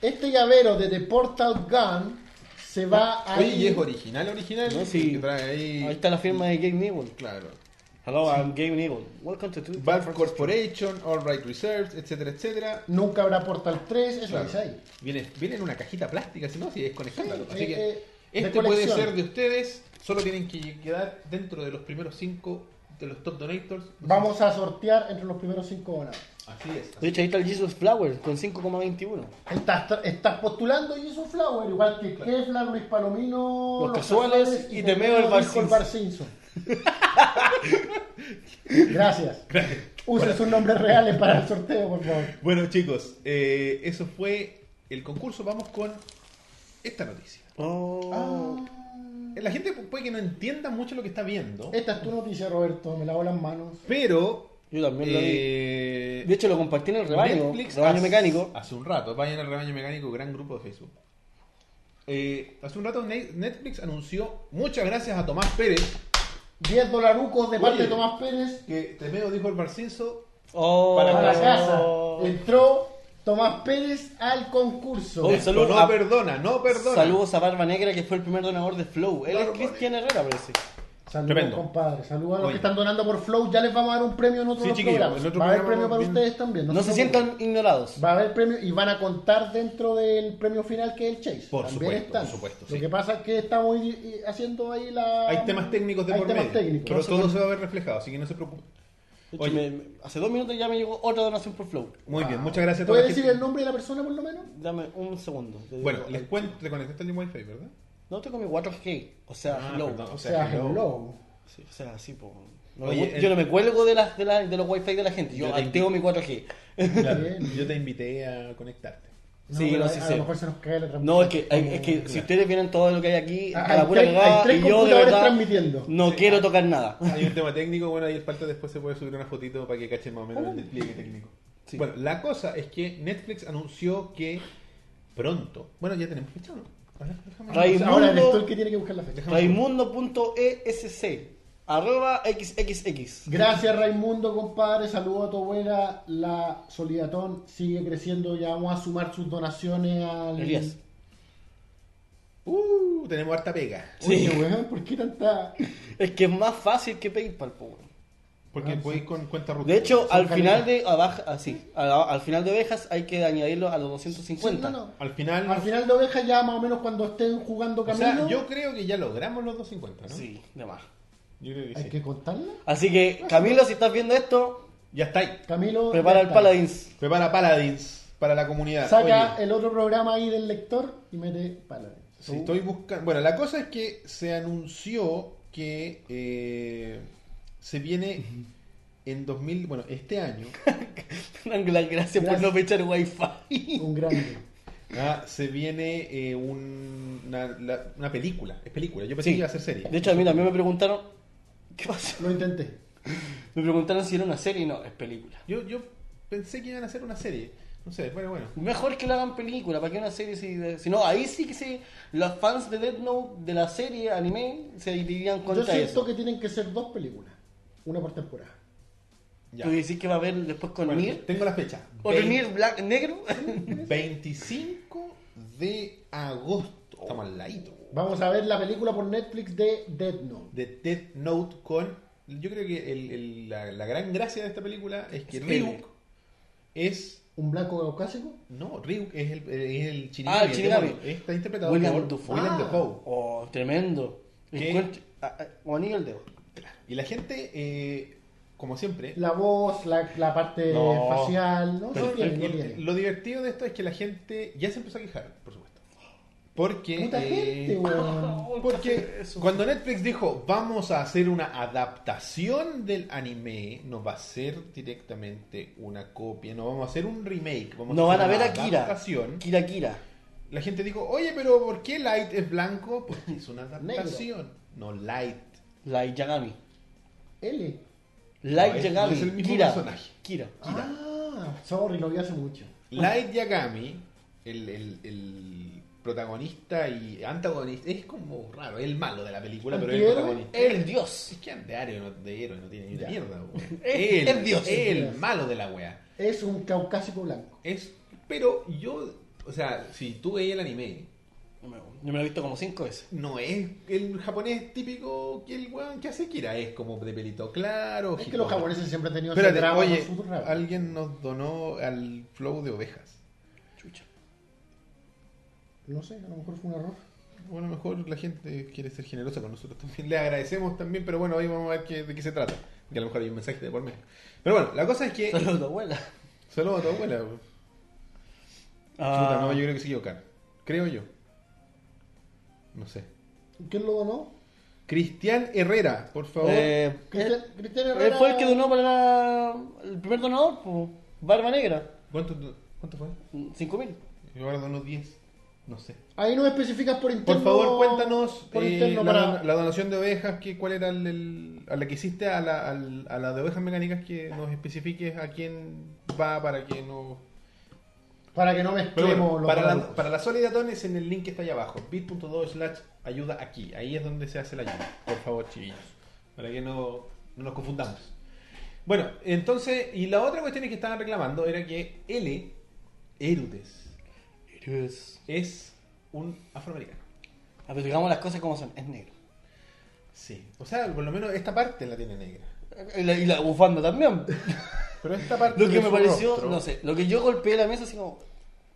B: Este llavero de The Portal Gun se va a
A: Ah, Oye, y
B: ir
A: es original, original.
C: No, sí.
A: que trae ahí...
C: Ahí está la firma de Game Evil.
A: Claro.
C: Hello, I'm Game Evil. Welcome to Tuesday.
A: Valve Corporation, All Right Reserved, etcétera, etcétera.
B: Nunca habrá Portal 3, eso
A: Claro.
B: dice ahí.
A: Viene, viene en una cajita plástica, si no, si es con escándalo.
B: Sí,
A: Así
B: eh,
A: que
B: eh, de
A: este puede
B: colección.
A: ser de ustedes, solo tienen que quedar dentro de los primeros cinco de los top donators.
B: Vamos a sortear entre los primeros cinco donados.
A: Así es.
C: De hecho, ahí está el Jesus Flower con 5,21.
B: Estás, estás postulando Jesus Flower, igual que Keflar, Luis Palomino,
C: Los Casuales y Temeo el Bar
B: Nicole Bar Simpson. Gracias. Usen sus nombres reales para el sorteo, por favor.
A: Bueno, chicos, eh, eso fue el concurso. Vamos con esta noticia.
C: Oh.
A: La gente puede que no entienda mucho lo que está viendo,
B: Ah. Esta es tu noticia, Roberto. Me lavo las manos.
A: pero.
C: Yo también lo
A: eh,
C: vi. De hecho, lo compartí en el rebaño.
A: Netflix
C: rebaño
A: hace-
C: mecánico.
A: Hace un rato, vayan al rebaño mecánico, gran grupo de Facebook. Eh, hace un rato Ne- Netflix anunció, muchas gracias a Tomás Pérez,
B: 10 dolarucos de parte
A: Oye.
B: de Tomás Pérez
A: que Temeo dijo el Barcinso,
C: Oh.
A: Para
B: a la casa.
C: Oh.
B: Entró Tomás Pérez al concurso.
C: Oye,
A: esto
C: saludo
A: no
C: a-
A: perdona, no perdona.
C: Saludos a Barba Negra, que fue el primer donador de Flow. Él es Cristian Herrera, parece.
B: Saludos,
A: Tremendo.
B: compadre. Saludos a los
A: Oye.
B: que están donando por Flow. Ya les vamos a dar un premio en otro
A: Sí,
B: los
A: chiquillos,
B: programas.
A: el otro
B: Va a haber
A: programa
B: premio para
A: bien-
B: ustedes también.
C: No se
B: preocupen.
C: sientan ignorados.
B: Va a haber premio y van a contar dentro del premio final que es el Chase.
A: Por
B: También
A: supuesto,
B: están.
A: por supuesto,
B: Lo
A: sí.
B: que pasa es que estamos i- i- haciendo ahí la.
A: Hay temas técnicos de
B: Hay
A: por
B: temas
A: medio,
B: técnicos.
A: pero
B: No se
A: todo
B: puede-
A: se va a ver reflejado, así que no se preocupen.
C: De hecho,
A: Oye.
C: me- me- hace dos minutos ya me llegó otra donación por Flow.
A: Muy bien, muchas gracias a toda
B: ¿Puedes
A: la
B: decir
A: gente.
B: el nombre de la persona por lo menos?
C: Dame un segundo. Te digo- eh,
A: Bueno, les cuento, le conectaste el wifi, ¿verdad?
C: No tengo mi 4G, o sea,
A: Ah,
C: Flow.
A: perdón, o
B: O
A: sea,
B: sea,
A: hello.
B: hello.
C: Sí, o sea, sí, po. No
A: Oye,
C: me cu-
A: el-
C: Yo no me cuelgo de, las de, las de los wifi de la gente, yo
A: Yo te
C: activo mi 4G.
A: Claro,
B: Bien.
A: yo te invité a conectarte.
C: Sí,
B: pero
C: no,
B: a-
C: sí
B: A
C: sé.
B: lo mejor se nos cae la transmisión.
C: No, es que, hay- es que si ustedes vieran todo lo que hay aquí, a la pura cagada,
B: Ah, tres
C: y yo de
B: computadores
C: verdad
B: transmitiendo.
C: no quiero tocar nada.
A: Hay un tema técnico, bueno, ahí el falta después se puede subir una fotito para que cachen más o menos el despliegue técnico.
C: Sí.
A: Bueno, la cosa es que Netflix anunció que pronto, bueno, ya tenemos fecha, ¿no? A ver, déjame-
C: Ray-
B: Ahora eres
C: Raimundo-
B: tú el que tiene que buscar la fecha.
C: Raimundo.esc E arroba xxx.
B: Gracias Raimundo, compadre. Saludos a tu abuela. La Solidatón sigue creciendo. Ya vamos a sumar sus donaciones al.
C: Elías.
A: Uh, tenemos harta pega.
B: Oye, weón, ¿por qué tanta.?
C: Es que es más fácil que PayPal, po. weón.
A: Porque
B: Ah,
A: podéis con cuenta ruta.
C: De hecho,
B: Son
C: al final de abajo, así, al, al final de ovejas hay que añadirlo a los 250.
B: Sí, no, no.
A: al final,
B: Al final de oveja ya más o menos cuando estén jugando
A: o sea,
B: camino.
A: yo creo que ya logramos los 250, ¿no?
C: Sí, de más.
A: Yo creo que
B: Hay
A: sí.
B: que contarla.
C: Así que, Camilo, si estás viendo esto,
A: Ya está ahí.
B: Camilo.
C: prepara
B: ya
C: el
B: está.
C: Paladins.
A: Prepara Paladins para la comunidad.
B: Saca
A: Oye,
B: el otro programa ahí del lector y mete Paladins.
A: si estoy buscando. Bueno, la cosa es que se anunció que eh, se viene en 2000, bueno, este año,
C: Ángela, gracias por
B: Gracias.
C: no fechar wifi.
B: Un grande.
A: ah, se viene eh, un- una, la- una película. Es película, yo pensé
C: Sí.
A: que iba a ser serie.
C: De hecho, a mí también me preguntaron, ¿qué pasa?
B: Lo intenté.
C: Me preguntaron si era una serie y no, es película.
A: Yo, yo pensé que iban a hacer una serie. No sé, bueno, bueno.
C: Mejor que la hagan película, ¿para qué una serie si, si no? Ahí sí que se, los fans de Death Note, de la serie anime, se dirían
B: Yo
C: contra
B: siento
C: eso.
B: que tienen que ser dos películas. Una por temporada.
A: Ya.
C: Tú decís que va a haber después con
A: Bueno,
C: Mir.
A: tengo la fecha.
C: ¿O
A: Vein-
C: Mir Black Negro?
A: 25 de agosto. Estamos al ladito.
B: Vamos a ver la película por Netflix de Dead Note.
A: de Death Note con. Yo creo que el- el- la, la gran gracia de esta película es que
C: Es
A: Ryuk
C: L.
A: es.
B: ¿Un blanco caucásico?
A: No, Ryuk es el, es el Shinigami,
C: Ah, el
A: el
C: Shinigami.
A: demonio. Está interpretado
C: William
A: por
C: Dafoe.
A: William
B: Ah.
A: Dafoe.
C: Oh, tremendo.
A: ¿Qué?
C: Encuentro- ah, ah, O anillo al dedo.
A: Y la gente, eh, como siempre.
B: La voz, la, la parte
A: No.
B: facial. No, no
A: Pero
B: tiene,
A: el-
B: no
A: el-
B: tiene.
A: Lo divertido de esto es que la gente ya se empezó a quejar, por supuesto. Porque.
B: Puta
A: eh,
B: gente, weón.
A: Porque cuando Netflix dijo, vamos a hacer una adaptación del anime, no va a ser directamente una copia, no vamos a hacer un remake, vamos
C: No van a
A: hacer
C: ver
A: una
C: a Kira.
A: adaptación.
C: Kira Kira.
A: La gente dijo, oye, pero ¿por qué Light es blanco? Porque es una adaptación. No, Light.
C: Light Yagami.
B: L.
C: Light
A: No, es-
C: Yagami.
A: no es el mismo
C: Kira.
A: personaje.
C: Kira.
B: Ah, sorry, lo vi hace mucho.
A: Light Yagami, el, el- el protagonista y antagonista, es como raro, es el malo de la película, pero es el
B: ¿Antihéroe?
A: protagonista.
C: El dios.
A: Es que ande Ario no, de héroe no tiene ni una
B: Ya.
A: mierda, weón.
C: Es-
A: Él,
C: es Dios.
A: El malo de la wea.
B: Es un caucásico blanco.
A: Es, pero yo, o sea, si tú veías el anime,
C: Yo me lo he visto como cinco veces.
A: no es el japonés típico que el weón que hace Kira, es como de pelito claro.
B: Es que los
A: jicote.
B: japoneses siempre han tenido
A: Espérate,
B: ese drama
A: oye,
B: con sus dramas.
A: alguien nos donó al flow de ovejas.
C: Chucha.
B: No sé, a lo mejor fue un error.
A: Bueno, a lo mejor la gente quiere ser generosa con nosotros también. Le agradecemos también, pero bueno, hoy vamos a ver qué- de qué se trata. Y a lo mejor hay un mensaje de por medio. Pero bueno, la cosa es que.
C: Saludos a tu abuela.
A: Saludos a tu abuela. po. Chuta,
C: Ah,
A: no, yo creo que se equivocaron. Creo yo. No sé.
B: ¿Quién lo donó?
A: Cristian Herrera, por favor.
C: eh,
B: Cristian,
C: él-
B: Cristian
C: él
B: Herrera.
C: fue el que donó para la- el primer donador, po, Barba Negra,
A: ¿Cuánto, ¿Cuánto fue?
C: 5.000.
A: Yo ahora dono 10. No sé.
B: Ahí no especificas por
A: Por
B: interno.
A: favor, cuéntanos
B: Por
A: eh,
B: interno
A: la,
B: para.
A: la donación de ovejas, que, cuál era el, el- a la que hiciste, a la, al- a la de ovejas mecánicas, que nos especifiques a quién va para que no...
B: Para que no
A: Pero
B: mezclemos
A: bueno,
B: los
A: para, la,
B: grupos.
A: para la sólida Don es en el link que está allá abajo, bit.do slash ayuda aquí, ahí es donde se hace la ayuda, por favor chiquillos, para que no, no nos confundamos. Bueno, entonces, y la otra cuestión que estaban reclamando era que L, Erudes, es un afroamericano.
C: A ver, digamos las cosas como son, es negro.
A: Sí, o sea, por lo menos esta parte la tiene negra.
C: Y la, y la bufanda también.
A: Pero esta parte
C: Lo que
A: de
C: me
A: su
C: pareció,
A: rostro-
C: no sé, lo que yo golpeé la mesa así como,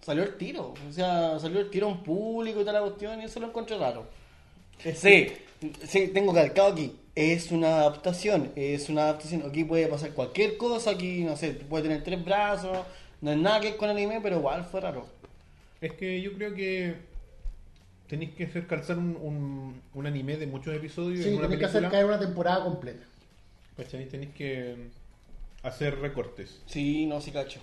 C: salió el tiro. O sea, salió el tiro en público y tal la cuestión y eso lo encontré raro. Sí, sí, tengo calcado aquí. Es una adaptación, es una adaptación. Aquí puede pasar cualquier cosa, aquí, no sé, puede tener tres brazos, no es nada que ver con anime, pero igual fue raro.
A: Es que yo creo que tenéis que hacer calzar un, un, un anime de muchos episodios
B: Sí,
A: en una
B: tenés que hacer
A: película.
B: caer una temporada completa.
A: ¿Cachai? Tenéis que mm, hacer recortes.
C: Sí, no, sí cacho.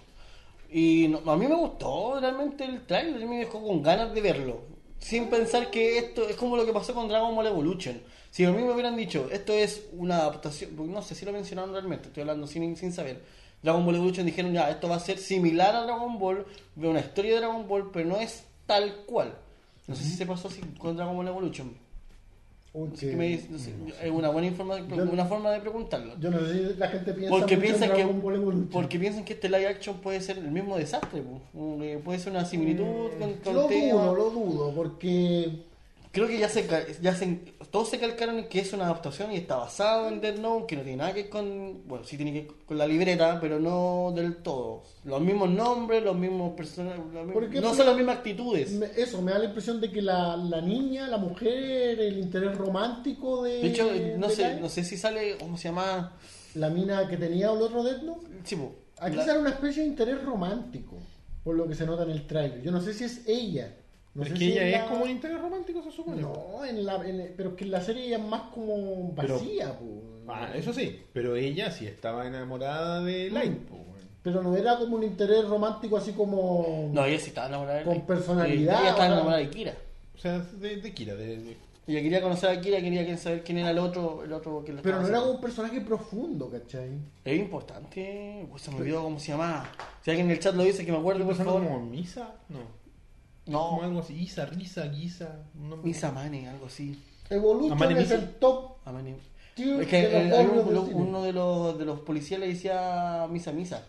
C: Y no- a mí me gustó realmente el trailer, a mí me dejó con ganas de verlo. Sin pensar que esto es como lo que pasó con Dragon Ball Evolution. Si a mí me hubieran dicho, esto es una adaptación, porque no sé si lo mencionaron realmente, estoy hablando sin, sin saber. Dragon Ball Evolution dijeron, ya, esto va a ser similar a Dragon Ball, de una historia de Dragon Ball, pero no es tal cual. No sé si se pasó así con Dragon Ball Evolution.
B: Un
C: Así que me dice- no sé, es una buena información,
B: Yo-
C: una forma de preguntarlo.
B: Yo no sé si la gente piensa
C: Porque
B: mucho
C: piensan,
B: en
C: que,
B: Dragon Ball Evolution.
C: porque piensan que este live action puede ser el mismo desastre, po. Un- eh, puede ser una similitud con, con
B: Lo
C: tema.
B: dudo, lo dudo, porque
C: Creo que ya se, ca- ya se todos se calcaron en que es una adaptación y está basado en Dead Note, que no tiene nada que ver con, bueno, sí tiene que ver con la libreta, pero no del todo. Los mismos nombres, los mismos personajes, los mismos-
B: ¿Por qué?
C: no son las mismas actitudes.
B: me- eso me da la impresión de que la, la niña, la mujer, el interés romántico de.
C: De hecho, eh, no
B: de
C: sé,
B: Light,
C: no sé si sale, ¿cómo se llama?
B: La mina que tenía el otro Death Note,
C: Sí, po.
B: Aquí
C: La-
B: sale una especie de interés romántico, por lo que se nota en el trailer. Yo no sé si es ella. No
A: es
B: sé
A: que
B: si
A: ella
B: en
A: es
B: la-
A: como un interés romántico, se supone.
B: No, en la, en- pero es que en la serie ella es más como
A: Pero-
B: vacía, po.
A: Ah, eso sí, pero ella sí estaba enamorada de
B: Mm.
A: Light. po, weón.
B: Pero no era como un interés romántico así como.
C: No, ella sí estaba enamorada de
B: Con
C: Light.
B: personalidad,
C: Ella estaba
B: o sea-
C: enamorada de Kira.
A: O sea, de, de Kira. De, de-
C: Ella quería conocer a Kira, quería saber quién era el otro, el otro que lo estaba
B: Pero no era como
C: haciendo.
B: un personaje profundo, ¿cachai?
C: Es importante, pues se me olvidó cómo se llamaba. Si alguien en el chat lo dice, que me acuerde, por
A: ¿Pasaba
C: favor.
A: como Misa? No. Como
C: No,
A: algo así. Isa, Risa, Guisa. Un nombre.
C: Misa Mane, algo así.
B: Evolution
A: Amane
B: es
A: Misa.
B: el top
C: Amane.
B: tier
C: Es que
B: de
C: eh,
B: los
C: hay
B: dobles
C: un-
B: del
C: lo-
B: cine.
C: uno de los, de los policías le decía Misa Misa.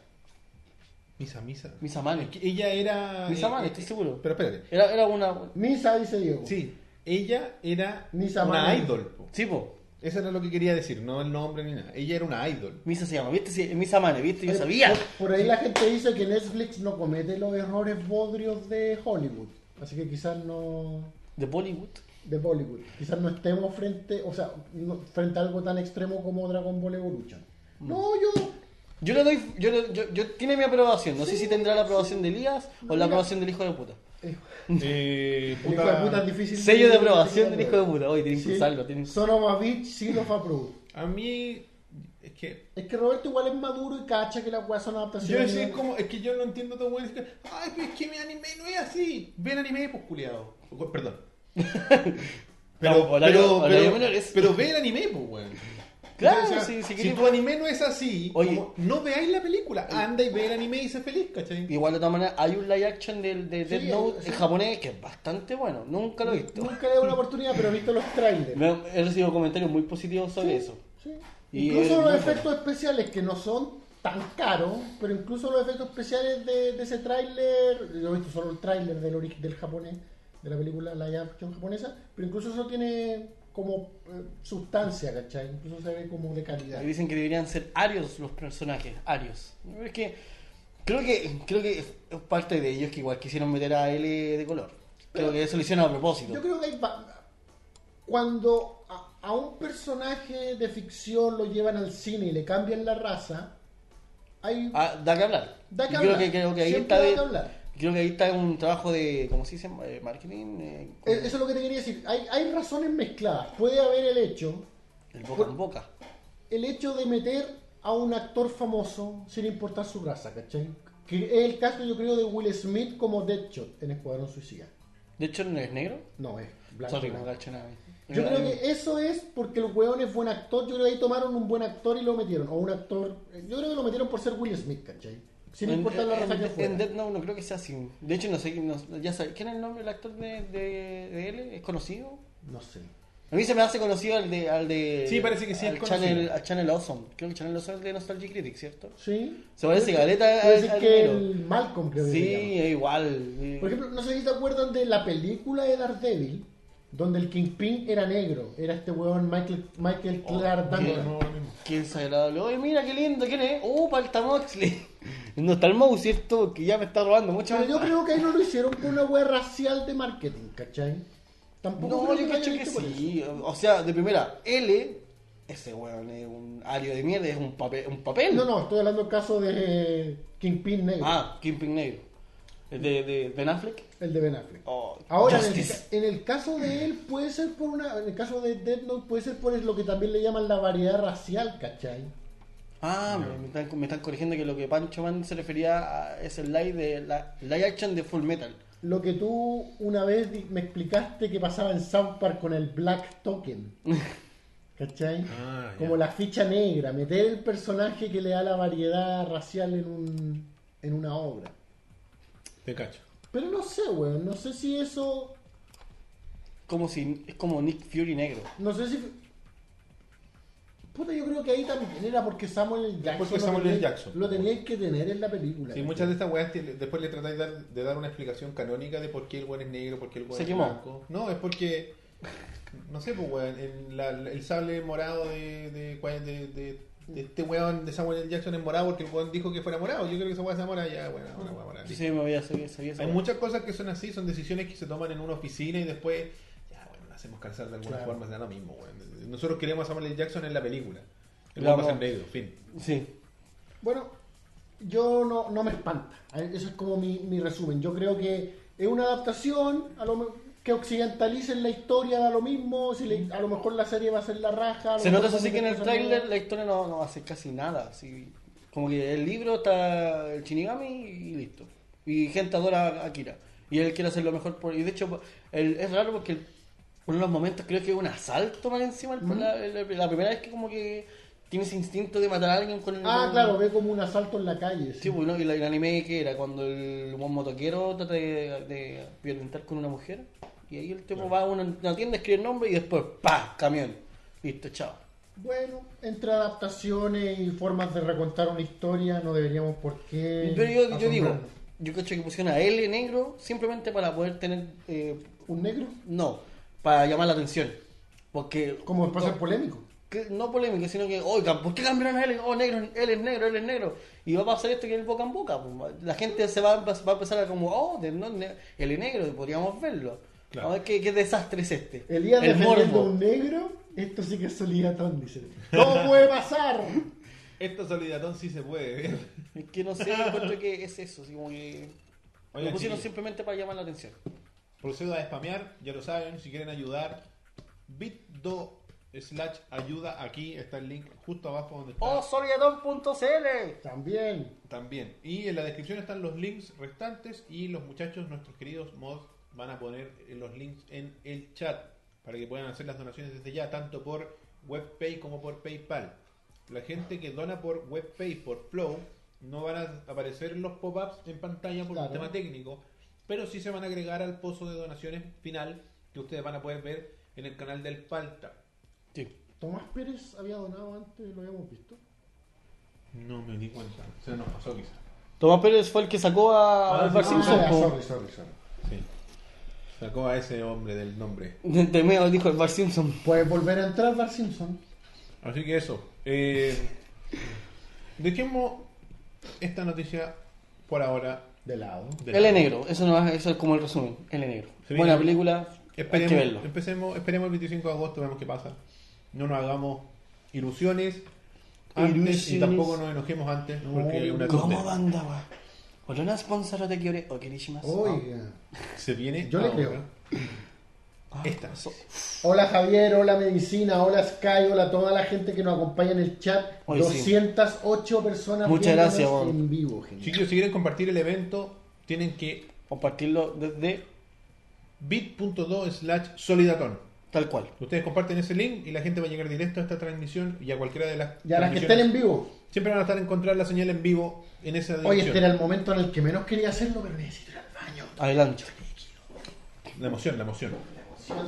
A: Misa, Misa.
C: Misa Mane.
A: Que Ella era.
C: Misa
A: eh,
C: Mane,
A: eh,
C: estoy seguro.
A: Pero espérate.
C: Era, era una.
B: Misa, dice Diego.
A: Sí, ella era
B: Misa
A: una
B: Mane.
A: idol. po.
C: Sí, po.
A: Eso era lo que quería decir, no el nombre ni nada. Ella era una idol.
C: Misa se llama, ¿viste? Sí, Misa Mane, ¿viste? Yo
B: Eh,
C: sabía.
B: Por, por ahí la gente dice que Netflix no comete los errores bodrios de Hollywood. Así que quizás no.
C: De Bollywood.
B: de Bollywood. Quizás no estemos frente, o sea, no- frente a algo tan extremo como Dragon Ball Evolution. No, yo.
C: Yo le doy. Yo, le- yo, yo- tiene mi aprobación. No sé si tendrá la aprobación de Elías o la
B: Mira.
C: aprobación del hijo de puta.
B: eh,
A: Eh,
B: el hijo de puta es difícil.
C: Sello de aprobación del hijo de puta. Oye, tienen que
B: Sí.
C: usarlo. Tienen...
B: Sonoma Beach, Seal of Approved.
A: A mí. Es que.
B: Es que Roberto igual es maduro y cacha que las weas son
A: Yo
B: adaptaciones.
A: decía, como, es que yo no entiendo todo bueno. Es que, ay, pero es que mi anime no es así. Ven anime, pues culiado. Perdón. Pero,
C: No, horario-
A: pero,
C: horario
A: pero-
C: menor es-
A: pero ve el anime, pues, weón.
C: Claro,
A: Entonces,
C: sí, sí,
A: si
C: que-
A: tu anime no es así,
C: Oye.
A: como, no veáis la película. Anda y ve el anime y sé feliz, ¿cachai?
C: Igual de todas maneras, hay un live action del- de, Death
B: Sí,
C: Note
B: sí.
C: en japonés que es bastante bueno. Nunca lo he visto.
B: Nunca le doy una oportunidad, pero he visto los trailers.
C: Me- he recibido comentarios muy positivos sobre eso.
B: Sí.
C: Y
B: Incluso
C: es
B: los
C: muy
B: efectos especiales que no son tan caros, pero incluso los efectos especiales de, de ese tráiler, yo he visto solo el tráiler del origen del japonés, de la película la action japonesa, pero incluso eso tiene como eh, sustancia, ¿cachai? Incluso se ve como de calidad.
C: Y dicen que deberían ser arios los personajes, arios. Es que creo que creo que es parte de ellos que igual quisieron meter a L de color. Creo que eso lo hicieron a propósito.
B: Yo creo que hay va- cuando a- a un personaje de ficción lo llevan al cine y le cambian la raza, hay...
C: Ah, da que hablar.
B: Da que
C: Yo
B: hablar.
C: Creo que, creo que ahí
B: Siempre
C: está
B: da
C: de-
B: que hablar.
C: Creo que ahí está un trabajo de, ¿cómo se dice? Eh, Marketing. eh,
B: Eh, Eso es lo que te quería decir. Hay, hay razones mezcladas. Puede haber el hecho,
C: el boca en boca.
B: el hecho de meter a un actor famoso sin importar su raza, ¿cachai? Que es el caso, yo creo, de Will Smith como Deadshot en Escuadrón Suicida.
C: De hecho, no es negro.
B: No, es blanco.
C: Sorry, no
B: blanco.
C: cacho nada.
B: Yo creo que eh, eso es porque el weón es buen actor. Yo creo que ahí tomaron un buen actor y lo metieron. O un actor. Yo creo que lo metieron por ser Will Smith, ¿cachai? Sin
C: En-
B: importar la
C: en-
B: raza que
C: en,
B: fuera.
C: Death Note no creo que sea así. De hecho, no sé, no- ya sabes, ¿quién es el nombre del actor de, de, de él? ¿Es conocido?
B: No sé.
C: A mí se me hace conocido al de... Al de
A: Sí, parece que sí
C: al
A: es conocido.
C: Channel, al Channel Awesome. Creo que Channel Awesome es de Nostalgia Critic, ¿cierto?
B: ¿Sí?
C: Se parece
B: Puede-
C: Galeta
B: puede
C: al-
B: ser
C: al
B: que
C: negro.
B: el Malcolm, creo que se
C: Sí,
B: llama.
C: es igual. eh,
B: Por ejemplo, no sé si se acuerdan de la película de Daredevil, donde el Kingpin era negro. Era este weón Michael, Michael
C: Oh,
B: Clark
A: No,
B: Duncan.
A: no, ahora mismo.
C: Qué desagradable. Oye, mira qué lindo, ¿quién es? Oh, Palta Moxley. No está el mouse, ¿cierto? Que ya me está robando mucho.
B: Pero yo creo que ahí no lo hicieron por una wea racial de marketing, ¿cachai? Tampoco
C: No,
B: creo
C: yo
B: lo hayan
C: cacho que
B: hecho por eso.
C: sí. O sea, de primera, L, ese weón es un ario de mierda, es un papel. Un papel.
B: No, no, estoy hablando del caso de Kingpin Negro,
C: Ah, Kingpin Negro. El de, de Ben Affleck.
B: el de Ben Affleck.
C: Oh,
B: Ahora, en el,
C: Justice.
B: en el caso de él, puede ser por una. En el caso de Dead Note, puede ser por lo que también le llaman la variedad racial, ¿cachai?
C: Ah, me- me, están, me están corrigiendo que lo que Pancho Man se refería a es el live, de, la, live action de Full Metal.
B: Lo que tú una vez di- me explicaste que pasaba en South Park con el Black Token. ¿Cachai?
A: Ah, ya.
B: Como la ficha negra, meter el personaje que le da la variedad racial en, un, en una obra.
A: Te cacho.
B: Pero no sé, weón, no sé si eso.
C: Como si, es como Nick Fury negro.
B: No sé si. Puta, yo creo que ahí también era porque Samuel L. Jackson.
A: Porque
B: lo
A: Samuel L.
B: tenía-
A: Jackson.
B: Lo teníais que tener en la película.
A: Sí,
B: ¿cachai?
A: muchas de estas weas te- después le tratáis de dar, de dar una explicación canónica de por qué el weón es negro, por qué el weón
C: Se
A: es
C: quemó.
A: blanco. No, es porque. No sé, pues weón. El, la- el sable morado de, de, de- de- de este weón de Samuel L. Jackson es morado porque el weón dijo que fuera morado. Yo creo que esa wea sea morada ya, bueno, una wea morada.
C: Sí, me había sabido, sabía esa
A: Hay
C: weá.
A: muchas cosas que son así, son decisiones que se toman en una oficina y después. Ya, bueno, la hacemos cansar de alguna
B: Claro.
A: forma, da lo mismo, weón. Nosotros queremos a Samuel L. Jackson en la película. El
C: Claro.
A: weón va a ser negro, fin.
C: Sí.
B: Bueno, yo no, no me espanta. A ver, Eso es como mi, mi resumen. Yo creo que es una adaptación a lo me- que occidentalicen la historia, da lo mismo. Si le- a lo mejor la serie va a ser la raja. a lo
C: Se
B: mejor
C: nota eso
B: va a
C: sí que en el
B: meter cosas
C: tráiler
B: nuevas.
C: la historia no, no hace casi nada. así. Como que el libro está el Shinigami y listo. Y gente adora a Akira. Y él quiere hacer lo mejor por... Y de hecho el- es raro porque el- uno de los momentos creo que es un asalto más encima. el- la, la- la primera vez que como que tiene ese instinto de matar a alguien con el...
B: Ah, claro, ve como un asalto en la calle. sí.
C: eh, Sí, pues, ¿no? y la- el anime que era cuando el buen motoquero trata de, de violentar con una mujer y ahí el tipo va a una, una tienda, escribe el nombre y después ¡pa! camión. Listo, chao.
B: Bueno, entre adaptaciones y formas de recontar una historia, no deberíamos por qué.
C: Pero yo, yo digo,
B: asombrarnos.
C: yo cacho que pusieron a L negro simplemente para poder tener. eh,
B: ¿Un negro?
C: no, para llamar la atención. Porque.
B: Como pasa el
C: no,
B: polémico.
C: que- no polémico, sino que, oigan, ¿por qué cambiaron a L? Oh, negro, él es negro, él es negro. Y va a pasar esto que es el boca en boca. pues, La gente se va, a- va a empezar a como, oh, de- no, ne- él es negro, podríamos verlo.
A: Claro.
C: A ver qué, qué desastre es este.
B: Elías
C: el
B: defendiendo a
C: morbo.
B: un negro, esto sí que es solidatón, dice. ¡No puede pasar!
A: Esta solidatón sí se puede, ¿eh?
C: Es que no sé, encuentro que es eso. Así como
A: Oigan,
C: que. lo pusieron
A: chiquillos.
C: simplemente para llamar la atención.
A: Procedo a spamear, ya lo saben, si quieren ayudar, bitdo slash ayuda, aquí está el link justo abajo donde está
C: ¡Oh, solidatón.cl!
B: También.
A: también. Y en la descripción están los links restantes y los muchachos, nuestros queridos mods, van a poner eh, los links en el chat para que puedan hacer las donaciones desde ya, tanto por WebPay como por PayPal. La gente que dona por WebPay, por Flow, no van a aparecer los pop-ups en pantalla por
B: Claro.
A: un tema técnico, pero sí se van a agregar al pozo de donaciones final que ustedes van a poder ver en el canal del Palta.
C: Sí.
B: Tomás Pérez había donado antes, lo habíamos visto.
A: No me di cuenta, se nos pasó quizá.
C: Tomás Pérez fue el que sacó a
A: Ah,
C: Álvaro
A: sí.
C: Simpson.
B: ya,
C: po.
B: sorry, sorry, sorry.
A: Sí. Sacó a ese hombre del nombre.
C: De, de medio dijo el Bar Simpson.
B: Puedes volver a entrar, Bar Simpson.
A: Así que eso. Eh, dejemos esta noticia por ahora.
B: De lado.
A: de
C: L
A: lado.
C: negro, eso no es- eso es como el resumen. L negro.
A: Sí,
C: Buena
A: mira.
C: película, hay que
A: Esperemos,
C: verlo.
A: empecemos, esperemos el 25 de agosto, vemos qué pasa. no nos hagamos ilusiones antes y
C: Ilusiones.
A: tampoco nos enojemos antes porque es una
C: ¿Cómo
A: tontería.
C: banda, weón? Con una sponsor de Kyore o Kirishimas.
B: Oiga.
A: se viene
B: Yo le
A: ahora.
B: creo.
C: Ah,
A: Esta.
B: Hola Javier, hola Medicina, hola Sky, hola a toda la gente que nos acompaña en el chat.
C: Hoy sí.
B: 208 personas
C: Muchas
B: viéndonos
C: gracias, Juan.
B: en vivo, gente.
A: Chicos, si quieren compartir el evento, tienen que
C: Compartirlo desde
A: bit.do slash solidatón.
C: tal cual.
A: Ustedes comparten ese link y la gente va a llegar directo a esta transmisión y a cualquiera de las
B: Ya las que estén
A: transmisiones.
B: en vivo.
A: Siempre van a estar a encontrar la señal en vivo en esa
B: Oye, este era
A: dirección.
B: el momento en el que menos quería hacerlo, pero necesito ir al baño.
C: Adelante.
A: La emoción, la emoción.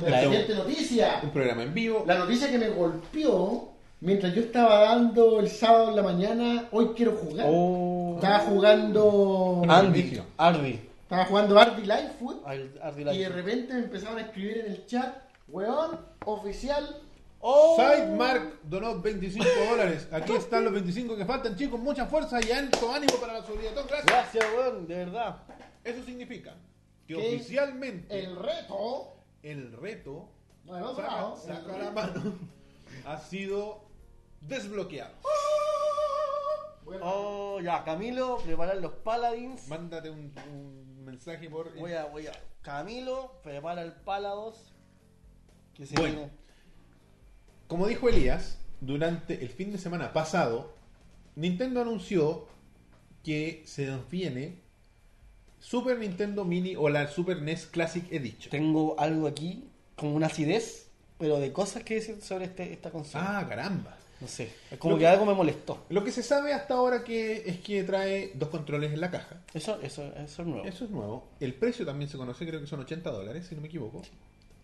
B: La siguiente noticia.
A: Un programa en vivo.
B: La noticia que me golpeó mientras yo estaba dando el sábado en la mañana, hoy quiero jugar.
C: Oh.
B: Estaba jugando.
C: Andy. Ardi.
B: Estaba jugando Arby Lightfoot.
C: Al- Ardi
B: Y de
C: Live.
B: repente me empezaron a escribir en el chat, weón, oficial.
C: Oh.
A: Sidemark donó 25 dólares. Aquí están los 25 que faltan, chicos. Mucha fuerza y alto ánimo para la solidatón. Gracias.
C: Gracias, weón, de verdad.
A: Eso significa que
B: Que
A: oficialmente
B: El
A: el,
B: reto.
A: reto
B: Bueno,
A: saca,
B: claro,
A: saca
B: el
A: la mano ha sido desbloqueado.
B: Bueno,
C: Oh, ya, Camilo, preparar los paladins.
A: Mándate un, un mensaje por.
C: Voy a, voy a. Camilo, prepara el palados. Que se
A: Bueno.
C: viene.
A: Como dijo Elías, durante el fin de semana pasado, Nintendo anunció que se nos viene Super Nintendo Mini o la Super NES Classic Edition.
C: Tengo algo aquí, como una acidez, pero de cosas que decir sobre este, esta consola.
A: Ah, caramba.
C: No sé, es como
A: Lo
C: que,
A: que-
C: algo me molestó.
A: Lo que se sabe hasta ahora que es que trae dos controles en la caja.
C: Eso, eso, eso es nuevo.
A: Eso es nuevo. El precio también se conoce, creo que son 80 dólares, si no me equivoco.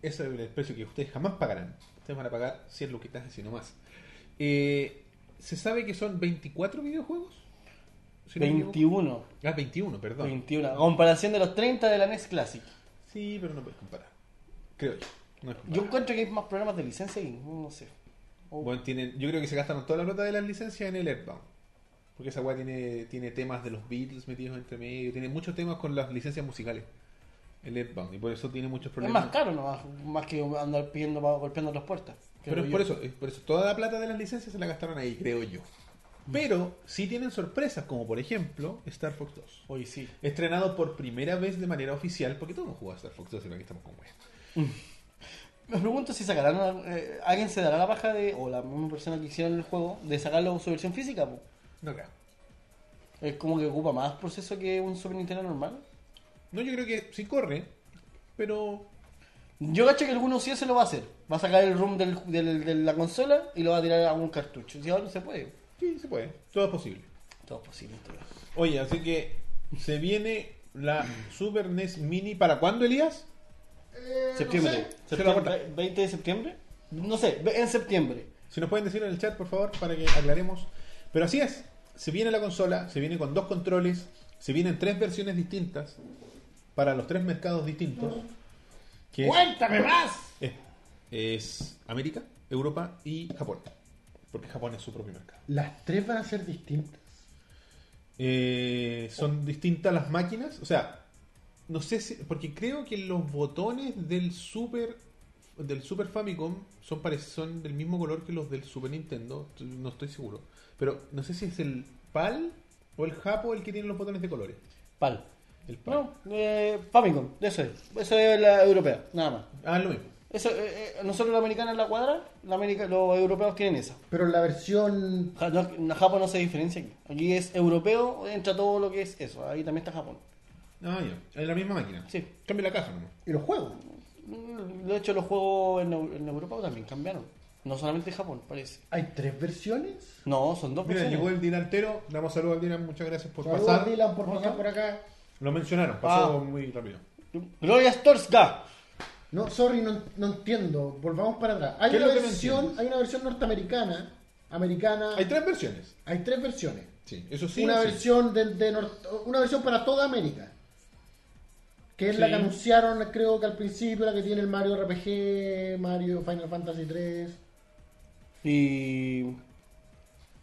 A: Ese es el precio que ustedes jamás pagarán. Ustedes van a pagar 100 luquitas y si no más. Eh, se sabe que son 24 videojuegos. Si no me equivoco.
C: 21.
A: Ah, 21, perdón.
C: 21. A comparación de los 30 de la NES Classic.
A: Sí, pero no puedes comparar. Creo yo. No es
C: Yo
A: comparable.
C: encuentro que hay más programas de licencia y no sé. Oh,
A: Bueno, tienen, yo creo que se gastan toda la plata de las licencias en el Earthbound. Porque esa weá tiene, tiene temas de los Beatles metidos entre medio. Tiene muchos temas con las licencias musicales. El Earthbound. Y por eso tiene muchos
C: es
A: problemas.
C: más caro nomás, más que andar pidiendo, golpeando las puertas.
A: Pero
C: creo
A: es por
C: yo.
A: eso, es por eso. Toda la plata de las licencias se la gastaron ahí, creo yo. Pero sí tienen sorpresas, como por ejemplo Star Fox 2.
C: Hoy sí.
A: Estrenado por primera vez de manera oficial, porque todos hemos jugado a Star Fox 2 y aquí estamos con weas.
C: Me pregunto si sacarán. una- eh, ¿Alguien se dará la baja de. o la misma persona que hicieron el juego. de sacarlo en su versión física? po?
A: No creo.
C: Es como que ocupa más proceso que un Super Nintendo normal.
A: No, yo creo que sí corre, pero
C: Yo cacho que alguno sí se lo va a hacer. Va a sacar el ROM del, del- de la consola y lo va a tirar a un cartucho. Si ahora no se puede.
A: sí se puede. Todo es posible.
C: Todo es posible. todo.
A: Oye, así que se viene la Super NES Mini. ¿Para cuándo, Elías?
B: eh, no
C: Septiembre.
B: sé.
A: Cierra la puerta.
C: Septiembre, ¿20 de septiembre? No sé, ve- en septiembre.
A: Si nos pueden decir en el chat, por favor, para que aclaremos. Pero así es, se viene la consola, se viene con dos controles, se vienen tres versiones distintas para los tres mercados distintos. Que es,
B: ¡Cuéntame más!
A: es- es América, Europa y Japón. Porque Japón es su propio mercado.
B: Las tres van a ser distintas.
A: Eh, son distintas las máquinas, o sea, no sé si, porque creo que los botones del Super del Super Famicom son parec- son del mismo color que los del Super Nintendo, t- no estoy seguro, pero no sé si es el PAL o el Japo el que tiene los botones de colores.
C: Pal.
A: El PAL.
C: No, eh, Famicom, eso es. Eso es la europea, nada más.
A: Ah, es lo mismo.
C: Eso, eh, eh, nosotros los americanos en la cuadra, la América- los europeos tienen esa.
B: Pero la versión.
C: Ja- no- en Japón no se diferencia aquí. Aquí es europeo, entra todo lo que es eso. Ahí también está Japón.
A: Ah, ya, es la misma máquina.
C: Sí.
A: Cambia la caja nomás.
B: y los juegos.
C: Mm, De hecho, los juegos en, Eu- en Europa también cambiaron. No solamente en Japón, parece.
B: Hay tres versiones.
C: No, son dos
A: Mira,
C: versiones.
A: llegó el delantero, damos saludos al Dylan, muchas gracias por
B: Saludos,
A: pasar.
B: Dylan, por pasar por acá.
A: Lo mencionaron, pasó
C: Ah.
A: muy rápido.
C: Gloria Storska.
B: No, sorry, no, no entiendo. Volvamos para atrás. Hay
A: ¿Qué es
B: una
A: lo que no
B: versión,
A: entiendes?
B: hay una versión norteamericana, americana.
A: Hay tres versiones.
B: Hay tres versiones.
A: Sí, eso sí.
B: una
A: sí.
B: versión de, de nor- una versión para toda América. Que es la
A: Sí.
B: que anunciaron, creo que al principio, la que tiene el Mario RPG, Mario Final Fantasy 3.
C: Y. y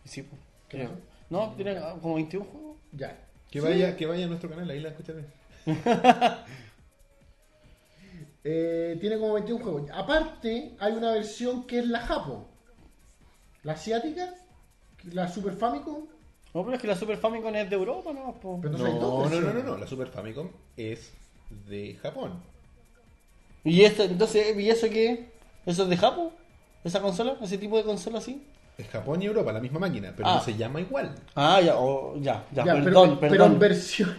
C: Sí, pues,
B: ¿Qué
C: creo.
B: pasó?
C: No, tiene como 21 juegos.
B: Ya.
A: Que vaya, que vaya a nuestro canal, ahí la escucharé.
B: Eh, tiene como 21 juegos. Aparte, hay una versión que es la Japo. La asiática, la Super Famicom,
C: No, pero es que la Super Famicom es de Europa, ¿no? Po.
B: Pero-
A: No,
B: Pues Entonces hay dos
A: no, no, no,
B: versiones.
A: no, la Super Famicom es de Japón.
C: ¿Y, esto, entonces, ¿Y eso qué? ¿Eso es de Japón? ¿Esa consola? ¿Ese tipo de consola así?
A: Es Japón y Europa, la misma máquina, pero
C: Ah.
A: no se llama igual.
C: Ah, ya, oh, ya, ya,
B: Ya,
C: perdón,
B: pero, pero
C: perdón.
B: en versión.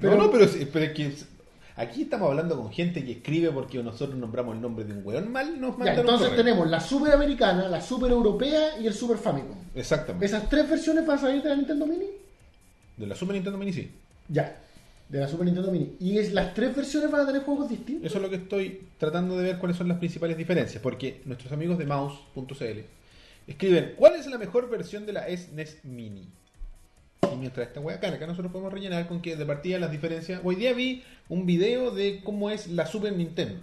A: no, no, pero, es- pero es que es- aquí estamos hablando con gente que escribe porque nosotros nombramos el nombre de un weón mal, nos
B: Ya,
A: mandaron
B: entonces
A: correo.
B: tenemos la Super Americana, la Super Europea y el Super Famicom.
A: Exactamente.
B: ¿Esas tres versiones van a salir de la Nintendo Mini?
A: De la Super Nintendo Mini sí.
B: Ya, de la Super Nintendo Mini. ¿Y es, las tres versiones van a tener juegos distintos?
A: Eso es lo que estoy tratando de ver cuáles son las principales diferencias, porque nuestros amigos de mouse.cl escriben, ¿cuál es la mejor versión de la SNES Mini? Y mientras esta wea acá, acá nosotros podemos rellenar con que de partida las diferencias... Hoy día vi un video de cómo es la Super Nintendo,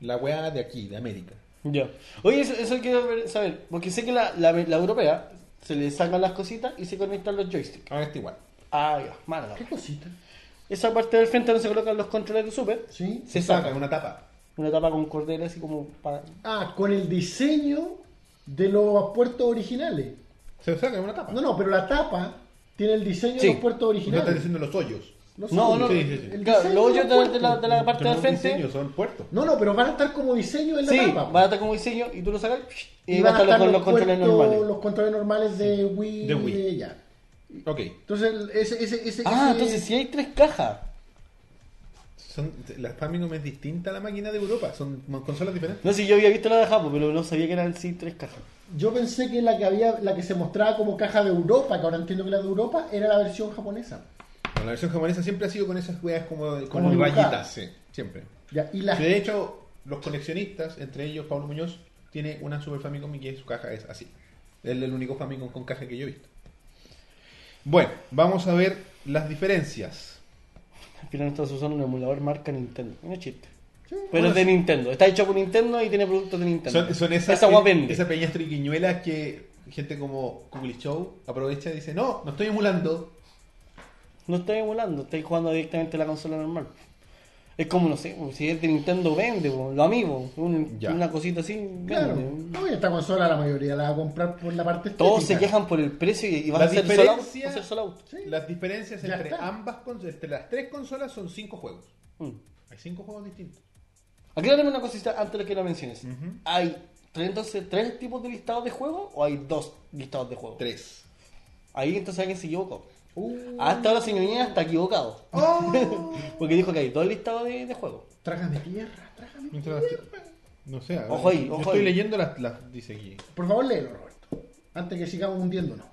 A: la wea de aquí, de América.
C: Ya. Oye, eso, eso quiero ver- saber, porque sé que la, la, la europea se le sacan las cositas y se conectan los joysticks.
A: Ahora está igual.
C: Ah, ya, mala. la
B: ¿Qué
C: wea.
B: cosita?
C: Esa parte del frente donde se colocan los controles de Super,
B: ¿Sí?
C: se
A: Saca
C: saca.
A: una tapa.
C: Una tapa con cordel así como para...
B: Ah, con el diseño de los puertos originales.
A: Se saca una tapa.
B: No, no, pero la tapa tiene el diseño
C: Ah. Sí.
B: de los puertos
A: no estás
B: originales.
A: diciendo los hoyos.
B: Los
C: No, no,
B: hoyos.
A: Sí, sí, sí.
B: El
C: claro,
B: diseño
C: los hoyos
B: de
C: de,
B: los
C: la- de la,
B: puertos.
C: de la parte
A: Pero
C: del
A: no
C: frente...
A: diseño, son puertos.
B: No, no, pero van a estar como diseño en la
C: Sí,
B: tapa.
C: va a estar como diseño y tú lo sacas y,
B: Y
C: va a
B: van
C: estar con los
B: los,
C: controles
B: puertos-
C: normales.
B: los controles normales de Wii.
A: De Wii.
B: de- ya.
A: Ok.
B: Entonces, el- ese, ese, ese,
C: Ah,
B: ese-
C: entonces si hay tres cajas.
A: Son, la Famicom es distinta a la máquina de Europa. Son consolas diferentes.
C: No sé si yo había visto la de Japón, pero no sabía que eran sí tres cajas.
B: Yo pensé que la que había, la que se mostraba como caja de Europa, que ahora entiendo que la de Europa, era la versión japonesa.
A: No, la versión japonesa siempre ha sido con esas weas como, como
B: dibujadas.
A: rayitas. sí, siempre.
B: Ya, y la,
A: De hecho, los coleccionistas, entre ellos Pablo Muñoz, tiene una Super Famicom y que su caja es así. Es el único Famicom con caja que yo he visto. Bueno, vamos a ver las diferencias.
C: Al final estás usando un emulador marca Nintendo. No es chiste.
B: Sí,
C: Pero es de Nintendo. Está hecho por Nintendo y tiene productos de Nintendo.
A: Son, son esas,
C: Esa agua vende.
A: esas pequeñas triquiñuelas que gente como Google Show aprovecha y dice, no, no estoy emulando.
C: No estáis emulando, estáis jugando directamente a la consola normal. Es como, no sé, si es de Nintendo vende, po, lo amigo. un-
A: Ya.
C: una cosita así.
B: claro,
C: vende.
B: no, y esta consola la mayoría la va a comprar por la parte estética.
C: Todos se quejan por el precio y, y vas
A: La
C: a ser solo out.
A: diferencia-
C: vas a ser solo out.
B: Sí.
A: Las diferencias
B: Ya
A: entre
B: está.
A: ambas cons- entre las tres consolas son cinco juegos.
C: Mm.
A: Hay cinco juegos distintos.
C: Aclárame una cosita antes de que la menciones. ¿Hay tres, entonces tres tipos de listados de juegos o hay dos listados de juegos?
A: Tres.
C: Ahí entonces alguien se equivocó.
B: Uh,
C: Hasta ahora señor Ñeña está equivocado.
A: Oh.
C: Porque dijo que hay dos listados de, de juegos.
B: trágame tierra, trágame
A: Mientras- no sé, a ver,
C: Ojo ahí,
A: yo
C: ojo
A: estoy
C: ahí.
A: leyendo las, las- dice aquí.
B: Por favor, léelo, Roberto. Antes que sigamos hundiéndonos.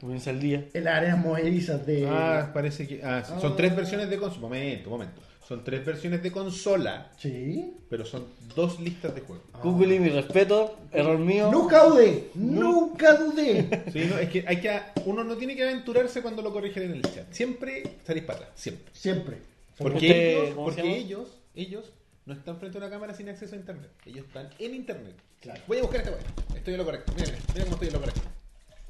C: Comienza el día.
B: En las áreas movedizas de.
A: Ah, parece que ah, sí, son tres versiones de consola. Momento, momento. Son tres versiones de consola,
B: Sí.
A: pero son dos listas de juegos.
C: Google, mi respeto, error mío.
B: Nunca dudé, nunca dudé.
A: Sí, no, es que hay que uno no tiene que aventurarse cuando lo corrigen en el chat. Siempre salís para atrás, siempre.
B: Siempre.
A: Porque,
C: Usted,
A: ellos,
C: ¿cómo se
A: porque
C: llama?
A: ellos, ellos no están frente a una cámara sin acceso a internet. Ellos están en internet.
B: Claro.
A: Voy a buscar esta web. Estoy en lo correcto. Mira, mira, mira cómo estoy en lo correcto.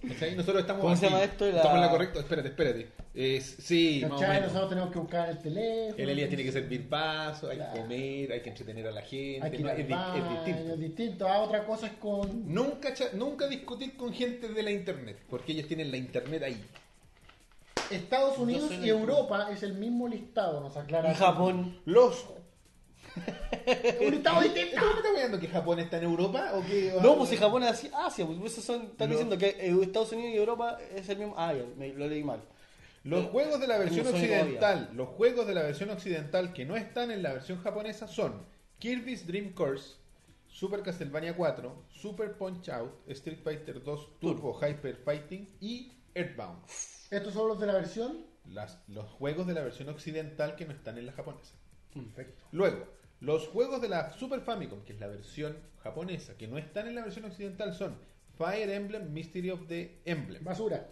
A: ¿Cachai? Nosotros estamos
C: ¿Cómo se
A: aquí.
C: llama esto? La-
A: Estamos en lo correcto. Espérate, espérate. Es- sí, más o
B: ¿Cachai?
A: menos.
B: Nosotros tenemos que buscar el teléfono.
A: El Elia tiene que servir paso, hay
B: Claro.
A: que comer, hay que entretener a la gente,
B: Hay que ir
A: ¿no?
B: al
A: es, di- es
B: baño,
A: distinto.
B: es distinto. Ah, otra cosa es con
A: Nunca, cha- nunca discutir con gente de la internet, porque ellos tienen la internet ahí.
B: Estados Unidos
C: Yo soy
B: y
C: de-
B: Europa es el mismo listado, nos aclara.
C: Y Japón.
A: Los.
B: Un listado distinto.
A: ¿Cómo me estás mirando que Japón está en Europa o que
C: No, pues si Japón es así, Asia, pues por eso son, están
A: No.
C: diciendo que eh, Estados Unidos y Europa es el mismo. Ah, ya, me, lo leí mal.
A: Los juegos de la versión
C: No soy
A: occidental, los juegos de la versión occidental que no están en la versión japonesa son Kirby's Dream Course, Super Castlevania 4, Super Punch Out, Street Fighter 2 Turbo Hyper Fighting y Earthbound.
B: Estos son los de la versión.
A: Las- los juegos de la versión occidental que no están en la japonesa.
B: Perfecto.
A: Luego, los juegos de la Super Famicom, que es la versión japonesa, que no están en la versión occidental, son Fire Emblem Mystery of the Emblem,
B: Basura.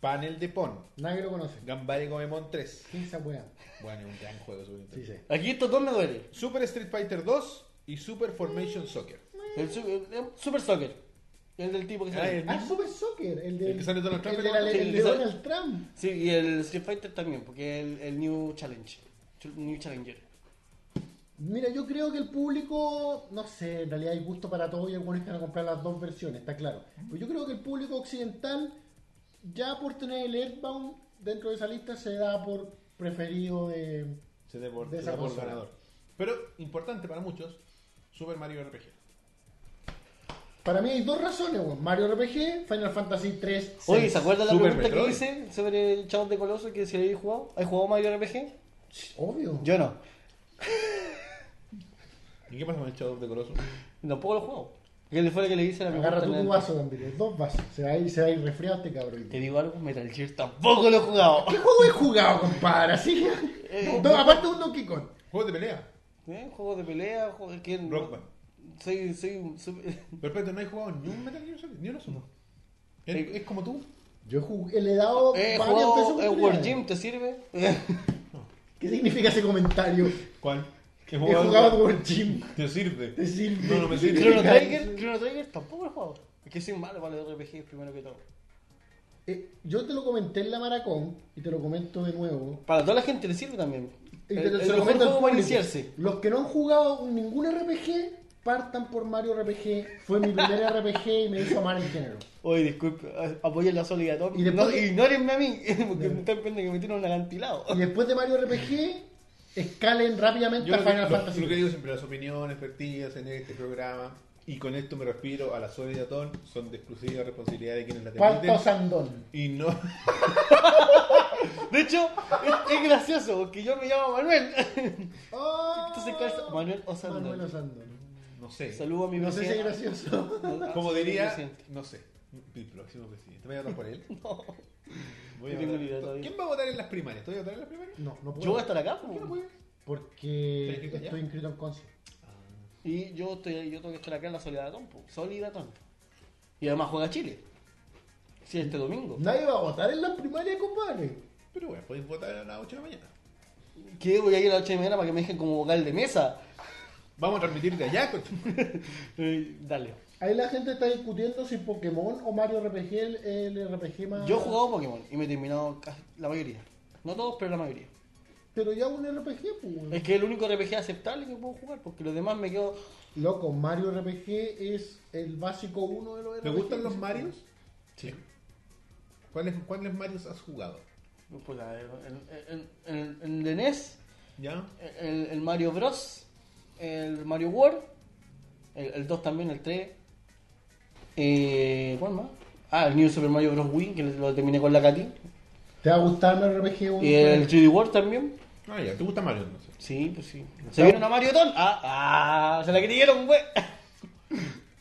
A: Panel de Pon,
B: Nadie lo conoce.
A: Gambare Goemon 3.
B: ¿Qué es esa weá?
A: Bueno, es un gran juego, Super Nintendo.
B: Sí, sí.
C: Aquí estos dos me duelen.
A: Super Street Fighter 2 y Super Formation Soccer.
C: El, su- el- el Super Soccer. El del tipo que
A: Ah,
C: sale.
A: el-
B: Ah, Super Soccer. El de,
A: El que sale Donald Trump,
B: el de, la-
A: ¿no?
B: el
C: Sí,
B: de
C: el-
B: Donald Trump.
C: Sí, y el Street Fighter también, porque es el, el New Challenge. Ch- New Challenger.
B: Mira, yo creo que el público, no sé, en realidad hay gusto para todo y algunos que van a comprar las dos versiones, está claro. Pero yo creo que el público occidental, ya por tener el Earthbound dentro de esa lista, se da por preferido de...
A: Se dé por,
B: De
A: se
B: esa
A: da por
B: consola.
A: ganador. Pero, importante para muchos, Super Mario RPG.
B: Para mí hay dos razones, weón. Mario RPG, Final Fantasy 3.
C: Oye, ¿se acuerdan la
A: Super
C: pregunta que
A: Metroid.
C: hice sobre el Chavos de Coloso que si habéis jugado? ¿Has jugado Mario RPG?
B: Obvio.
C: Yo no.
A: ¿Y qué pasa con el Shadow of the Colossus?
C: Tampoco lo juego. Que fue la que le hice la
B: Agarra tú
C: pregunta.
B: tu
C: ¿no?
B: vaso, Gambito, dos vasos. Se va a ir, se va a ir resfriado este cabrón.
C: Te digo algo, Metal Gear tampoco lo he jugado.
B: ¿Qué juego he jugado, compadre? Así que. No, aparte un Donkey Kong.
A: Juegos de pelea.
C: ¿Eh? Juegos de pelea, juegos que...
A: Rock Band.
C: Soy, soy un super-
A: Perfecto, no he jugado ni un Metal Gear Solid, ni uno solo. Es,
C: Eh,
A: es como tú.
B: Yo jugué, le he dado
C: Eh,
B: varias veces
C: juego eh,
B: oportunidades.
C: War Gym, ¿te sirve?
B: ¿Qué significa ese comentario?
A: ¿Cuál? He
B: He jugado War Gym.
A: Te sirve.
B: Te sirve.
A: No, no me sirve.
C: Chrono Trigger, Chrono Trigger tampoco lo he jugado. Es que soy malo para los RPGs primero que todo.
B: Eh, yo te lo comenté en la Maracón y te lo comento de nuevo.
C: Para toda la gente le sirve también.
B: Y
C: El,
B: te-
C: el
B: se lo
C: mejor
B: comento al
C: juego para
B: público.
C: iniciarse.
B: Los que no han jugado ningún RPG, partan por Mario RPG. Fue mi primer RPG y me hizo amar el género.
C: Oye, disculpe, a- apoyen la Solid Atom.
B: Y después-
C: No, ignórenme a mí, porque me están viendo que me tiran un acantilado.
B: Y después de Mario RPG, escalen rápidamente
A: Yo
B: a
A: lo que,
B: Final
A: lo-
B: Fantasy.
A: lo que digo siempre, las opiniones vertidas en este programa, y con esto me refiero a la sólida ton, son de exclusiva responsabilidad de quienes la
B: Parto
A: transmiten.
B: Sandón.
A: Y no.
C: De hecho, es, es gracioso, porque yo me llamo Manuel. Entonces, ¿cuál es? Oh, Manuel Osandón.
B: Manuel Osandón.
A: No sé.
C: Saludo a mi
B: No sé si es
C: vecina.
B: gracioso.
C: No,
A: Como
C: saludo a mi
A: diría,
C: vecina.
A: no sé. Mi próximo presidente. ¿Voy a votar por él?
C: No.
A: Voy a
C: No tengo
A: votar-
C: ni idea todavía.
A: ¿Quién va a votar en las primarias? ¿Tú vas a votar en las primarias?
B: No,
C: Yo
B: no
C: voy a
B: puedo.
C: estar acá, pues. po.
A: ¿Estás
B: Porque
A: inscrito ya?
B: estoy inscrito en Conce.
C: Y yo, estoy, yo tengo que estar acá en la Solid Atom, po. Solid Atom. Y además juega Chile. Sí, este domingo.
B: Nadie va a votar en la primaria, compadre.
A: Pero bueno, podéis votar a las 8 de la mañana.
C: ¿Qué? Voy a ir a las 8 de la mañana para que me dejen como vocal de mesa.
A: Vamos a transmitir de allá. con-
C: Eh, Dale.
B: Ahí la gente está discutiendo si Pokémon o Mario RPG el, el RPG más.
C: Yo he jugado Pokémon y me he terminado casi la mayoría. No todos, pero la mayoría.
B: Pero ya un RPG, pues.
C: Es que es el único RPG aceptable que puedo jugar, porque los demás me quedo.
B: Loco, Mario RPG es el básico uno de los
A: ¿Te
B: RPG.
A: gustan los Marios?
C: Sí.
A: ¿Cuáles, ¿Cuáles Marios has jugado?
C: Pues la- el, el, el, el E de NES,
A: ¿Ya?
C: el, el Mario Bros, el Mario World, el, el 2 también, el 3. Eh, ¿Cuál más? Ah, el New Super Mario Bros. Wii, que lo terminé con la Katy.
B: ¿Te va a gustar Mario RPG uno?
C: Y el 3D World también.
A: Ah, ya, ¿te gusta Mario entonces?
C: Sí, pues sí. ¿Se vieron a Mario Ton? Ah, ah, se la creyeron, güey.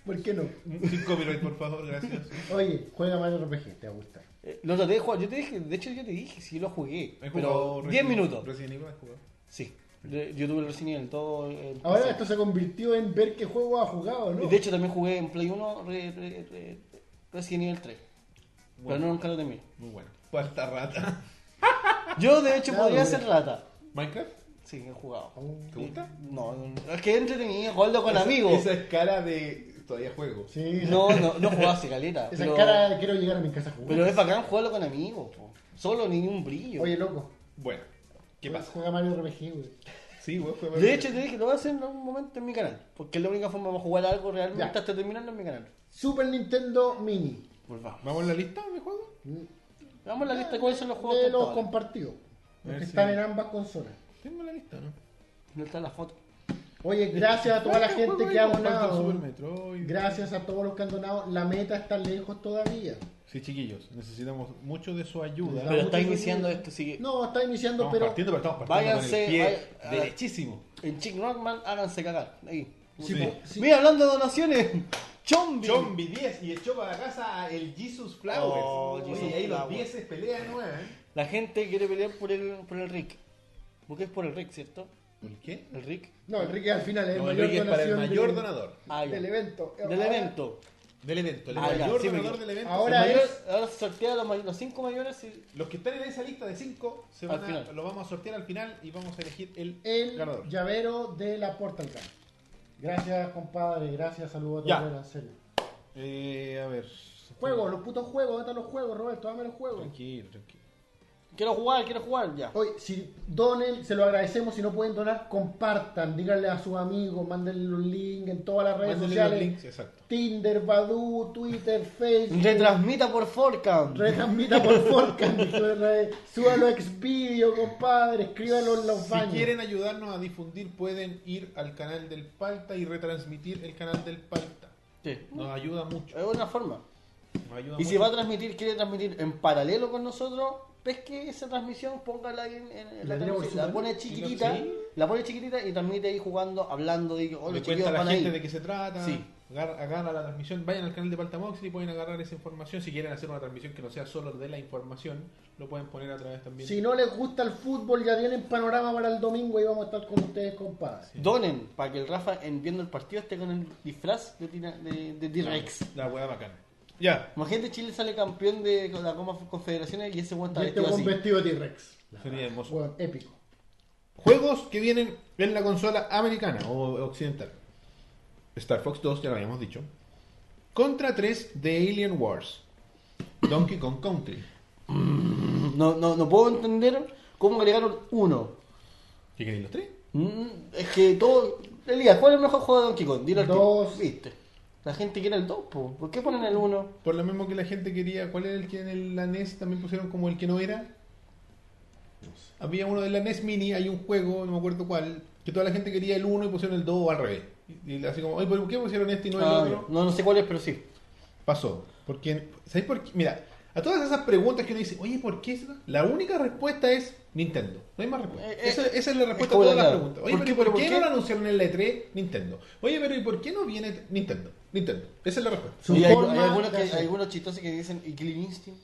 B: ¿Por qué no?
A: Sin copyright, por favor, gracias.
B: Oye, juega Mario RPG, te va a gustar.
C: Eh, Lo traté de jugar, yo te dije, de hecho yo te dije, sí lo jugué,
A: He jugado
C: pero 10
A: Resident-
C: minutos.
A: Resident Evil he jugado.
C: Sí, De- yo tuve el Resident Evil todo. eh, el-
B: Ahora
C: sí.
B: esto se convirtió en ver qué juego ha jugado, ¿no?
C: De hecho también jugué en Play 1 re, re- re- Resident Evil 3, pero
A: Bueno.
C: no, nunca lo terminé.
A: Muy bueno. Falta rata.
C: Yo de hecho
B: Claro,
C: podría
B: mira.
C: ser rata,
A: ¿Minecraft?
C: sí, he jugado.
A: ¿Te gusta?
C: No, no, es que entretenido, jugarlo con
A: Esa-
C: amigos.
A: Esa es cara de. Todavía juego.
B: Sí, esa-
C: No, no, no jugaba hace caleta,
B: Esa
C: pero,
B: cara de quiero llegar a mi casa a jugar.
C: pero es bacán jugarlo con amigos, po. solo ni un brillo.
B: Oye, loco.
A: Bueno, ¿qué
B: juega-
A: pasa?
B: Juega Mario RPG, güey.
A: Sí, pues, güey, fue
C: de hecho te dije, lo voy a hacer en algún momento en mi canal, porque es la única forma de jugar algo realmente
B: Ya.
C: hasta terminarlo en mi canal.
B: Super Nintendo Mini.
C: Volvamos.
A: ¿Vamos a la lista de juegos?
C: Vamos a la lista, ¿cuáles son los juegos
B: de
C: que
B: los
C: los
B: compartidos. Los
A: ver
B: que
A: si-
B: están en ambas consolas.
A: Tengo la lista, ¿no?
C: No está la foto.
B: Oye,
A: Este
B: gracias a toda la gente que ha donado.
A: Super Metroid.
B: Gracias a todos los que han donado. La meta está lejos todavía.
A: Sí, chiquillos, necesitamos mucho de su ayuda.
C: Pero
B: Vamos
C: está
B: a-
C: iniciando esto, sigue.
B: No, está iniciando,
A: Estamos
B: pero.
A: partiendo, pero estamos partiendo
C: Váyanse,
A: con el pie
C: vaya-
A: derechísimo.
C: En Chick Rockman, háganse cagar. Ahí.
A: Sí.
B: Sí, po- sí.
C: Mira, hablando de donaciones. Chombi.
A: Chombi 10 y echó para la casa el Jesus Flowers.
C: Oh,
A: Oye,
C: Jesus
A: y ahí los
C: Flowers.
A: 10 se pelean nueva, ¿eh?
C: La gente quiere pelear por el, por el Rick. Porque es por el Rick, ¿cierto?
A: ¿Por qué?
C: El Rick.
B: No, Enrique al final es
A: No,
B: el
A: el Ricky
B: mayor
A: es para el
B: donación
A: mayor
B: del-
A: donador
C: Ah, ya.
B: del evento.
C: Del
B: Ahora-
C: evento.
A: del evento. El
C: Ah, ya,
A: mayor
C: sí,
A: donador
C: porque-
A: del evento.
B: Ahora
C: El mayor-
B: es-
C: ahora se sortea los, may- los cinco mayores y
A: Los que están en esa lista de 5 se
C: Al
A: van a,
C: final.
A: lo vamos a sortear al final y vamos a elegir el,
B: El
A: ganador.
B: llavero de la Portal Gun. Gracias, compadre. Gracias, saludos a
A: Ya.
B: todos. en serio.
A: Eh, a ver.
B: Juegos, los putos juegos. ¿Dónde están los juegos, Roberto? Dame los juegos.
A: Tranquilo, tranquilo.
C: Quiero jugar, quiero jugar, ya.
B: Oye, si donen, se lo agradecemos. Si no pueden donar, compartan. Díganle a sus amigos, mándenle un link en todas las redes
A: Mándenle los
B: sociales.
A: links, exacto.
B: Tinder, Badu, Twitter, Facebook.
C: Retransmita por Forcam.
B: Retransmita por Forcan. Súbalo a Xvideo, compadre. Escríbalo en los
A: Si
B: baños.
A: quieren ayudarnos a difundir, pueden ir al canal del Palta y retransmitir el canal del Palta.
C: Sí.
A: Nos ayuda mucho.
C: Es una forma.
A: Nos ayuda
C: Y si
A: mucho.
C: va a transmitir, quiere transmitir en paralelo con nosotros, pesque esa transmisión, póngala ahí en, en
B: La
C: la
B: tenemos
C: transmisión. La
B: súper.
C: pone chiquitita,
A: Sí.
C: la pone chiquitita y transmite ahí jugando, hablando de que, oh,
A: Le cuenta
C: los chiquillos
A: a la
C: van
A: gente de
C: ahí.
A: qué se trata.
C: Sí.
A: agar- Agarra la transmisión. Vayan al canal de Palta Moxley y pueden agarrar esa información. Si quieren hacer una transmisión que no sea solo de la información, lo pueden poner a través también.
B: Si no les gusta el fútbol, ya tienen panorama para el domingo y vamos a estar con ustedes, compadre.
C: Donen para que el Rafa, en viendo el partido, esté con el disfraz de Tina- de de T-Rex.
A: La hueá bacana. Ya.
C: Imagínate Chile sale campeón de la Copa Confederaciones y ese weón está
B: Y este
C: vestido
B: con
C: así.
B: vestido de T-Rex.
A: Sería hermoso.
B: Bueno, épico.
A: Juegos que vienen en la consola americana o occidental. Star Fox 2, ya lo habíamos dicho. Contra 3 de Alien Wars. Donkey Kong Country.
C: No, no, no puedo entender cómo agregaron uno.
A: ¿Qué queréis los tres?
C: Mm, Es que todo. Elías, ¿cuál es el mejor juego de Donkey Kong? Dilo al
B: Dos.
C: tiro. Viste. La gente quiere el 2, po. ¿por qué ponen el 1?
A: Por lo mismo que la gente quería, ¿cuál era el que en el, la NES también pusieron como el que no era? Había uno de la NES Mini, hay un juego, no me acuerdo cuál, que toda la gente quería el 1 y pusieron el 2 o al revés. Y, y así como, oye, ¿por qué pusieron este y no el
C: Ah,
A: otro?
C: no, no sé cuál es, pero sí.
A: Pasó. Porque, ¿Sabéis por qué? Mira, a todas esas preguntas que uno dice, oye, ¿por qué? eso?", La única respuesta es Nintendo. No hay más respuesta.
C: Eh, eh,
A: esa, esa es la respuesta a
C: como
A: todas
C: la
A: las
C: clave.
A: preguntas. Oye,
C: ¿Por
A: pero ¿y
C: qué,
A: ¿por,
C: pero por
A: qué
C: qué?
A: no lo anunciaron en la E3? Nintendo. Oye, pero ¿y por qué no viene Nintendo? Nintendo. Esa es la respuesta.
B: Su
C: Y hay,
B: forma
C: hay algunos que,
B: de hacer.
C: hay algunos chistosos que dicen, ¿y Killing Instinct?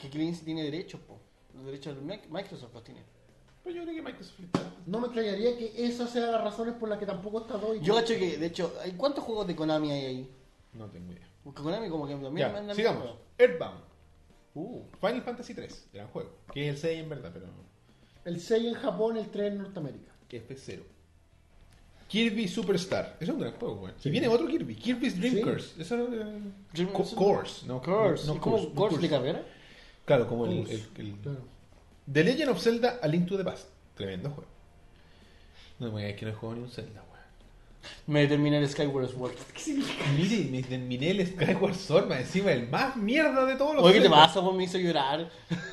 C: Que Killing Instinct tiene derechos, po. Los derechos de Mic- Microsoft los tiene. Pues
A: Pero yo creo que Microsoft está-
B: No me extrañaría que esas sean las razones por las que tampoco está Doy.
C: Yo cacho que, de hecho, ¿hay ¿cuántos juegos de Konami hay ahí?
A: No tengo idea.
C: Porque Konami como que también
A: Ya,
C: manda
A: sigamos.
C: mierda.
A: Earthbound.
C: Uh,
A: Final Fantasy 3, gran juego. Que es el 6 en verdad, pero
B: El 6 en Japón, el 3 en Norteamérica.
A: que este es P0. Kirby Superstar. Es un gran juego, güey. Y viene otro Kirby. Kirby's Dream
B: Sí.
A: Curse. Eso, eh,
C: Dream-
A: Co-
C: eso-
A: Course. No,
C: Curse.
A: No,
C: ¿Y
A: no
C: cómo
A: Curse,
C: Curse,
A: no Curse.
C: de carrera?
A: Claro, como el,
B: Curse,
A: el- el-
B: Claro.
A: The Legend of Zelda A Link to the Past. Tremendo juego. No me digas que no he jugado ni un Zelda, güey.
C: Me terminé el Skyward Sword.
A: Mire, me terminé el Skyward Sword, más encima el más mierda de todos los
C: Oye, ¿qué te
A: Zelda.
C: pasa? Vos me hizo llorar.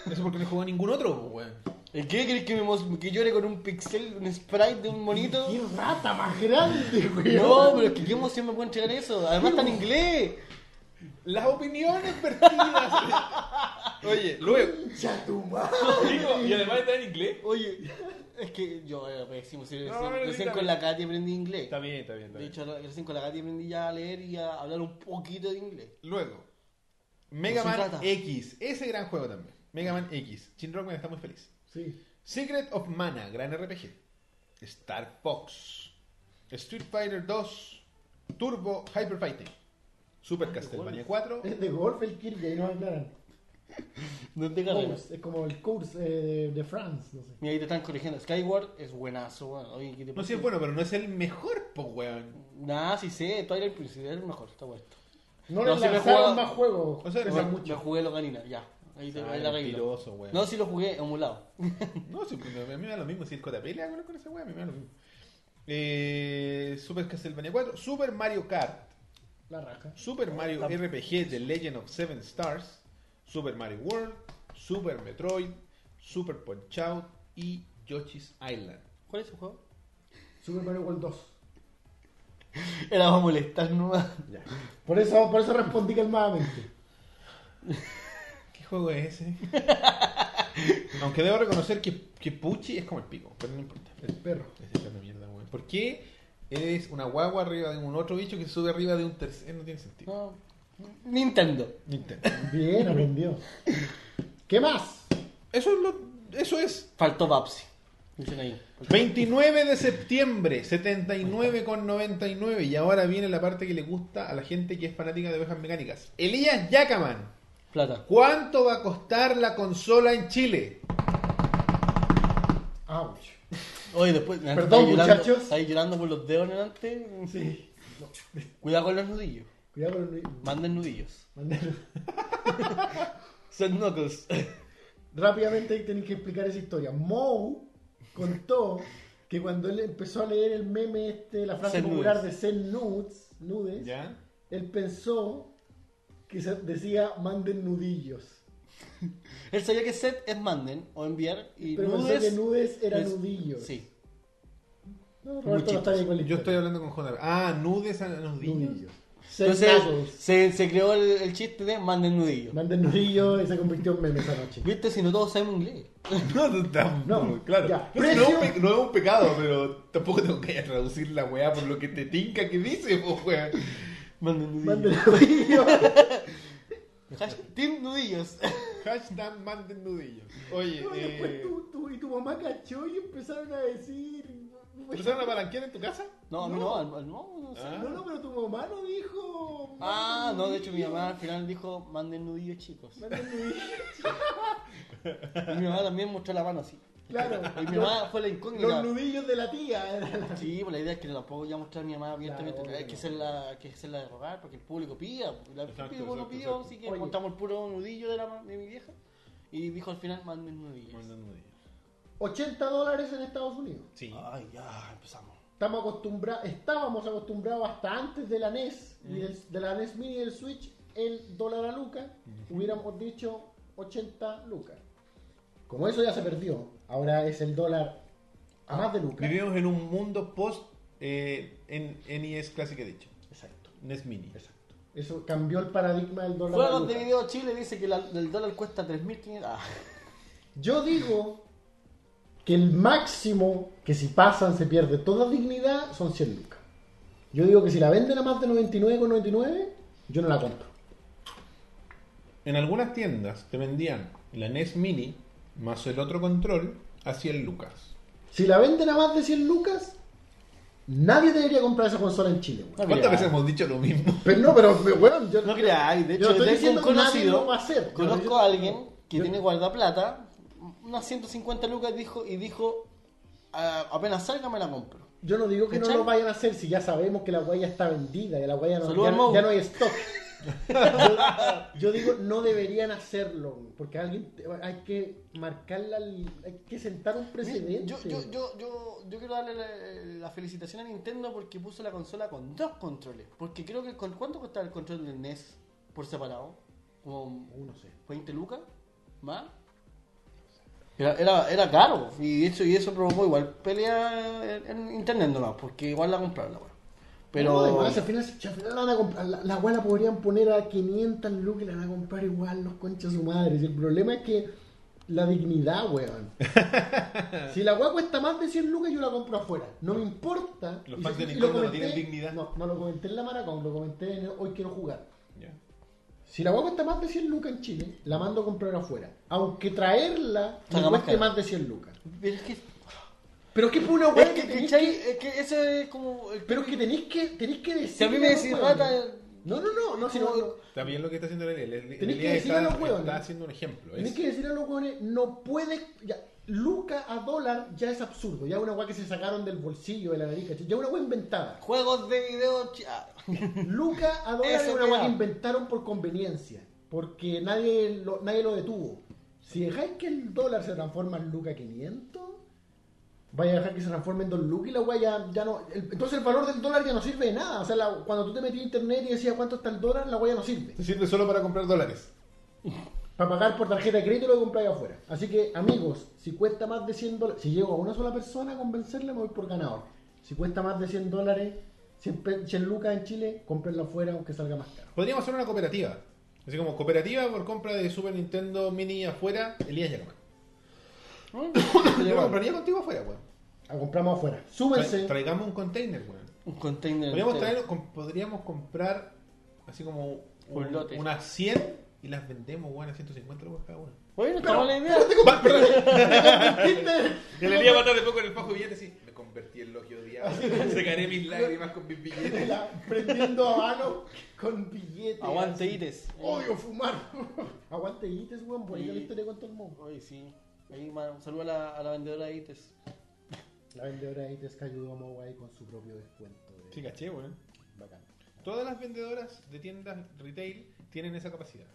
A: Eso porque no he jugado ningún otro, güey.
C: ¿Y ¿Qué crees que, me mos- que llore con un pixel, un sprite de un monito?
B: ¡Qué rata más grande, güey!
C: No, pero es que qué emoción me puede entregar eso. Además está en inglés.
A: Las opiniones vertidas. Oye, luego.
B: ¡Ya tu madre!
A: y además está en inglés.
C: Oye, es que yo era pésimo. sí,
A: No,
C: recién,
A: pero sí,
C: recién
A: está
C: con
A: bien.
C: la Katy aprendí inglés.
A: Está bien, está bien, está
C: De
A: bien.
C: hecho, recién con la Katy aprendí ya a leer y a hablar un poquito de inglés.
A: Luego, Mega
C: No se
A: Man
C: trata.
A: X. Ese gran juego también. Mega Man X. Shin Rockman está muy feliz.
B: Sí.
A: Secret of Mana, gran RPG. Star Fox. Street Fighter 2. Turbo Hyper Fighting. Super Castlevania 4.
B: Es de golf el Kirby, ahí nos aclaran.
C: No te
A: Oh,
B: Course, es como el course eh, de, de France, no sé.
C: Mira, ahí te están corrigiendo. Skyward es buenazo. weón. Oye, ¿qué te
A: No
C: pasa?
A: sé si es bueno, pero no es el mejor, po, weón.
C: Nah, sí sé. Twilight Princess era el mejor. Está puesto.
B: No,
C: No,
B: le
C: sí me
B: lanzaron
C: jugaba-
B: más juegos.
A: O sea,
B: Pero
A: esa-
B: mucho.
C: Yo jugué los ganinas, ya. Ahí te
A: Ah,
C: ahí la arreglo.
A: mentiroso, weón.
C: No, sí lo jugué emulado.
A: No, si, a mí me da lo mismo. Si el JP le hago con esa weá, a mí me da lo mismo. Eh, Super Castlevania 4, Super Mario Kart,
B: La raja.
A: Super Mario RPG The Legend of Seven Stars, Super Mario World, Super Metroid, Super Punch Out y Yoshi's Island.
C: ¿Cuál es su juego?
B: Super Mario World 2.
C: Era para molestar nomás.
B: Por eso, por eso respondí calmadamente.
A: ¿Qué juego es ese? Aunque debo reconocer que, que Pucci es como el pico, pero no importa.
B: El perro.
A: Es esa mierda, weón. ¿Por qué eres una guagua arriba de un otro bicho que se sube arriba de un tercero? No tiene sentido.
C: No. Nintendo.
A: Nintendo.
B: Bien, aprendió. ¿Qué más?
A: Eso es lo- Eso es
C: Faltó Babsi. Dicen ahí.
A: 29 de septiembre, 79,99. Y ahora viene la parte que le gusta a la gente que es fanática de ovejas mecánicas. Elías Yacaman,
C: Plata.
A: ¿cuánto va a costar la consola en Chile?
B: Ouch.
C: Oye, después. me han
B: Perdón,
C: estado llorando-
B: muchachos.
C: Estaba llorando por los dedos delante.
B: Sí.
C: Cuidado con los nudillos.
B: Cuidado con el...
C: Manden nudillos.
B: Mandalo.
C: Son knuckles.
B: rápidamente ahí tenéis que explicar esa historia. Moe contó que cuando él empezó a leer el meme, este, la frase
C: Zen
B: popular
C: nudes.
B: de Zen Nudes, nudes
A: ¿Ya?
B: él pensó que se- decía manden nudillos.
C: Él sabía que set es manden o enviar y
B: Pero pensó
C: nudes.
B: que nudes era
C: es-
B: nudillos.
C: Sí.
B: No, Roberto no está bien con la
A: Yo estoy
B: historia.
A: hablando con JB. Ah, nudes a los niños.
B: nudillos. Zen
C: Entonces
B: Nuggles.
C: se, se creó el, el chiste de manden nudillo.
B: Manden nudillos y se convirtió en meme esa noche.
C: ¿Viste? Si no todos sabemos inglés.
A: No, no, tampoco,
B: No,
A: claro.
B: ya.
A: No, si no, es un
B: Precio-
A: pe- no es un pecado, pero tampoco tengo que ir a traducir la weá por lo que te tinca que dice, po, weá.
C: Manden nudillo.
B: Manden nudillos.
C: Hashtag Team nudillos.
A: Hashtag manden nudillo. Oye,
B: No, y después
A: eh,
B: tú, tú y tu mamá cachó y empezaron a decir.
A: ¿usaron la palanquera en tu casa?
C: No, a mí no, al- al- no, no sé.
A: Ah.
B: No, no, pero tu mamá no dijo.
C: Ah, no, de hecho mi
B: "Manden
C: mamá al final dijo, manden nudillos chicos.
B: nudillos, manden nudillos".
C: Y mi mamá también mostró la mano así.
B: Claro.
C: Y mi
B: los-
C: mamá fue la
B: Los
C: incógnita.
B: nudillos de la tía. eh. era la-
C: Sí, pues la idea es que tampoco voy a mostrar a mi mamá abiertamente.
B: Claro,
C: hay
B: obvio
C: que
B: no.
C: hacerla, hay que hacerla de rogar porque el público pida. porque La,
A: Exacto,
C: el público no
A: exacto,
C: pidió,
A: exacto.
C: así que
B: Oye.
C: montamos el puro nudillo de, la, ma- de mi vieja. Y dijo al final, manden nudillos.
A: Manden nudillo.
B: 80 dólares en Estados Unidos.
A: Sí.
C: Ay, ya, empezamos.
B: Estamos acostumbrados, estábamos acostumbrados hasta antes de la NES,
C: Mm.
B: y del- de la NES Mini y del Switch, el dólar a lucas, hubiéramos dicho 80 lucas. Como eso ya se perdió, ahora es el dólar a
C: Ah,
B: más de lucas.
A: Vivimos en un mundo post eh, en NES Classic Edition.
B: Exacto,
A: NES Mini.
B: exacto. Eso cambió el paradigma del dólar a
C: Juegos de
B: lucas.
C: video Chile dice que la- el dólar cuesta 3.500. Ah,
B: Yo digo que el máximo que si pasan se pierde toda dignidad son 100 lucas. Yo digo que si la venden a más de 99,99, yo no la compro.
A: En algunas tiendas te vendían la NES Mini más el otro control a 100 lucas.
B: Si la venden a más de 100 lucas, nadie debería comprar esa consola en Chile, weón.
C: No
A: ¿Cuántas
C: creas.
A: veces hemos dicho lo mismo?
B: Pero no, pero, pero, weón, yo
C: No creáis, de hecho,
B: yo estoy
C: tengo un
B: diciendo que nadie
C: conocido.
B: lo va a hacer.
C: Conozco
B: Yo-
C: a alguien que
B: yo-
C: tiene guardaplata, unas 150 lucas dijo, y dijo, "Ah, apenas salga me la compro.
B: Yo no digo que no
C: ¿Cachai?
B: lo vayan a hacer si ya sabemos que la guaya está vendida, que la guaya no,
C: Saluda
B: ya,
C: al Mau.
B: ya no hay stock. Yo, yo digo, no deberían hacerlo, porque alguien hay que marcarla, hay que sentar un precedente.
C: Yo, yo, yo, yo, yo quiero darle la, la felicitación a Nintendo porque puso la consola con dos controles. Porque creo que el con ¿cuánto costaba el control del NES por separado? Como
B: Uh, no sé.
C: 20 lucas más. Era, era, era caro y eso, y eso provocó igual pelea en, en internet nomás, porque igual la compraron la weá. Pero
B: No, además, al final, si al final la van a comprar, la, la weá la podrían poner a 500 lucas y la van a comprar igual los conchas de su madre. Si el problema es que la dignidad, weón. si la weá cuesta más de 100 lucas, yo la compro afuera. No me importa.
A: Los
B: Y
A: fans
B: si-
A: de
B: y lo
A: Nintendo no
B: comenté-
A: tienen dignidad.
B: No, no lo comenté en la Maracón, lo comenté en Hoy Quiero Jugar.
A: Ya.
B: Si la weá cuesta más de 100 lucas en Chile, la mando a comprar afuera. Aunque traerla me
C: Salga más
B: cueste
C: cara.
B: más de 100 lucas.
C: pero es que
B: Pero es que es una
C: Es
B: weá
C: que,
B: que tenéis
C: ¿cachai?
B: que-
C: Es que eso es como. el-
B: Pero es que tenéis que, tenéis que decir.
C: Si a mí me decís rata. eh".
B: No, no, no, no, si no, no.
A: Está bien lo que está haciendo E el el- el-
B: Tenés
A: el-
B: que
A: está,
B: decirle a los hueones.
A: está haciendo un ejemplo.
B: Tienes
A: Es,
B: que decirle a los hueones, no puede. ya, Luca a dólar ya es absurdo. Ya es una weá que se sacaron del bolsillo de la nariz, ¿cachai? Ya es una weá inventada.
C: Juegos de video. chi- ah.
B: Luca a dólar es una
C: SPA.
B: weá que inventaron por conveniencia. Porque nadie lo, nadie lo detuvo. Si dejáis que el dólar se transforma en Luca 500, vaya a dejar que se transforme en Don Luca y la weá ya, ya no. el- entonces el valor del dólar ya no sirve de nada. O sea, la- cuando tú te metías a internet y decías cuánto está el dólar, la weá ya no sirve.
A: Te sirve solo para comprar dólares.
B: para pagar por tarjeta de crédito lo que compráis afuera. Así que, amigos, si cuesta más de 100 dólares, si llego a una sola persona a convencerle, me voy por ganador. Si cuesta más de 100 dólares, 100, pe- 100 lucas en Chile, cómprenlo afuera aunque salga más caro.
A: Podríamos hacer una cooperativa. Así como cooperativa por compra de Super Nintendo Mini afuera, Elías Yacaman. Yo lo compraría contigo afuera, weón.
B: La Ah, compramos afuera.
A: Tra-
B: Súmense.
A: traigamos un container, weón.
C: Un container.
A: Podríamos,
B: Este-
C: entero.
A: traer, com- podríamos comprar así como
C: Un lote.
A: unas 100 y las vendemos, weón, a 150 lucas cada una.
C: Bueno, estaba la idea.
A: Va, perdón.
B: ¿Viste?
A: El Elías va a estar de poco en el fajo de billetes y me convertí en los odiado. Secaré mis lágrimas con mis billetes.
B: La- Prendiendo habano con billetes.
C: Aguante
B: así.
C: ites.
B: Odio fumar. Aguante ites, weón. Bonita la
C: Sí.
B: historia con todo el mundo.
C: Oye, sí. Ahí, ma- un saludo a la, a la vendedora de ites.
B: La vendedora de ites que ayudó a Mogwai con su propio descuento. De...
A: Sí, caché, weón.
B: Bacán.
A: Todas las vendedoras de tiendas retail tienen esa capacidad.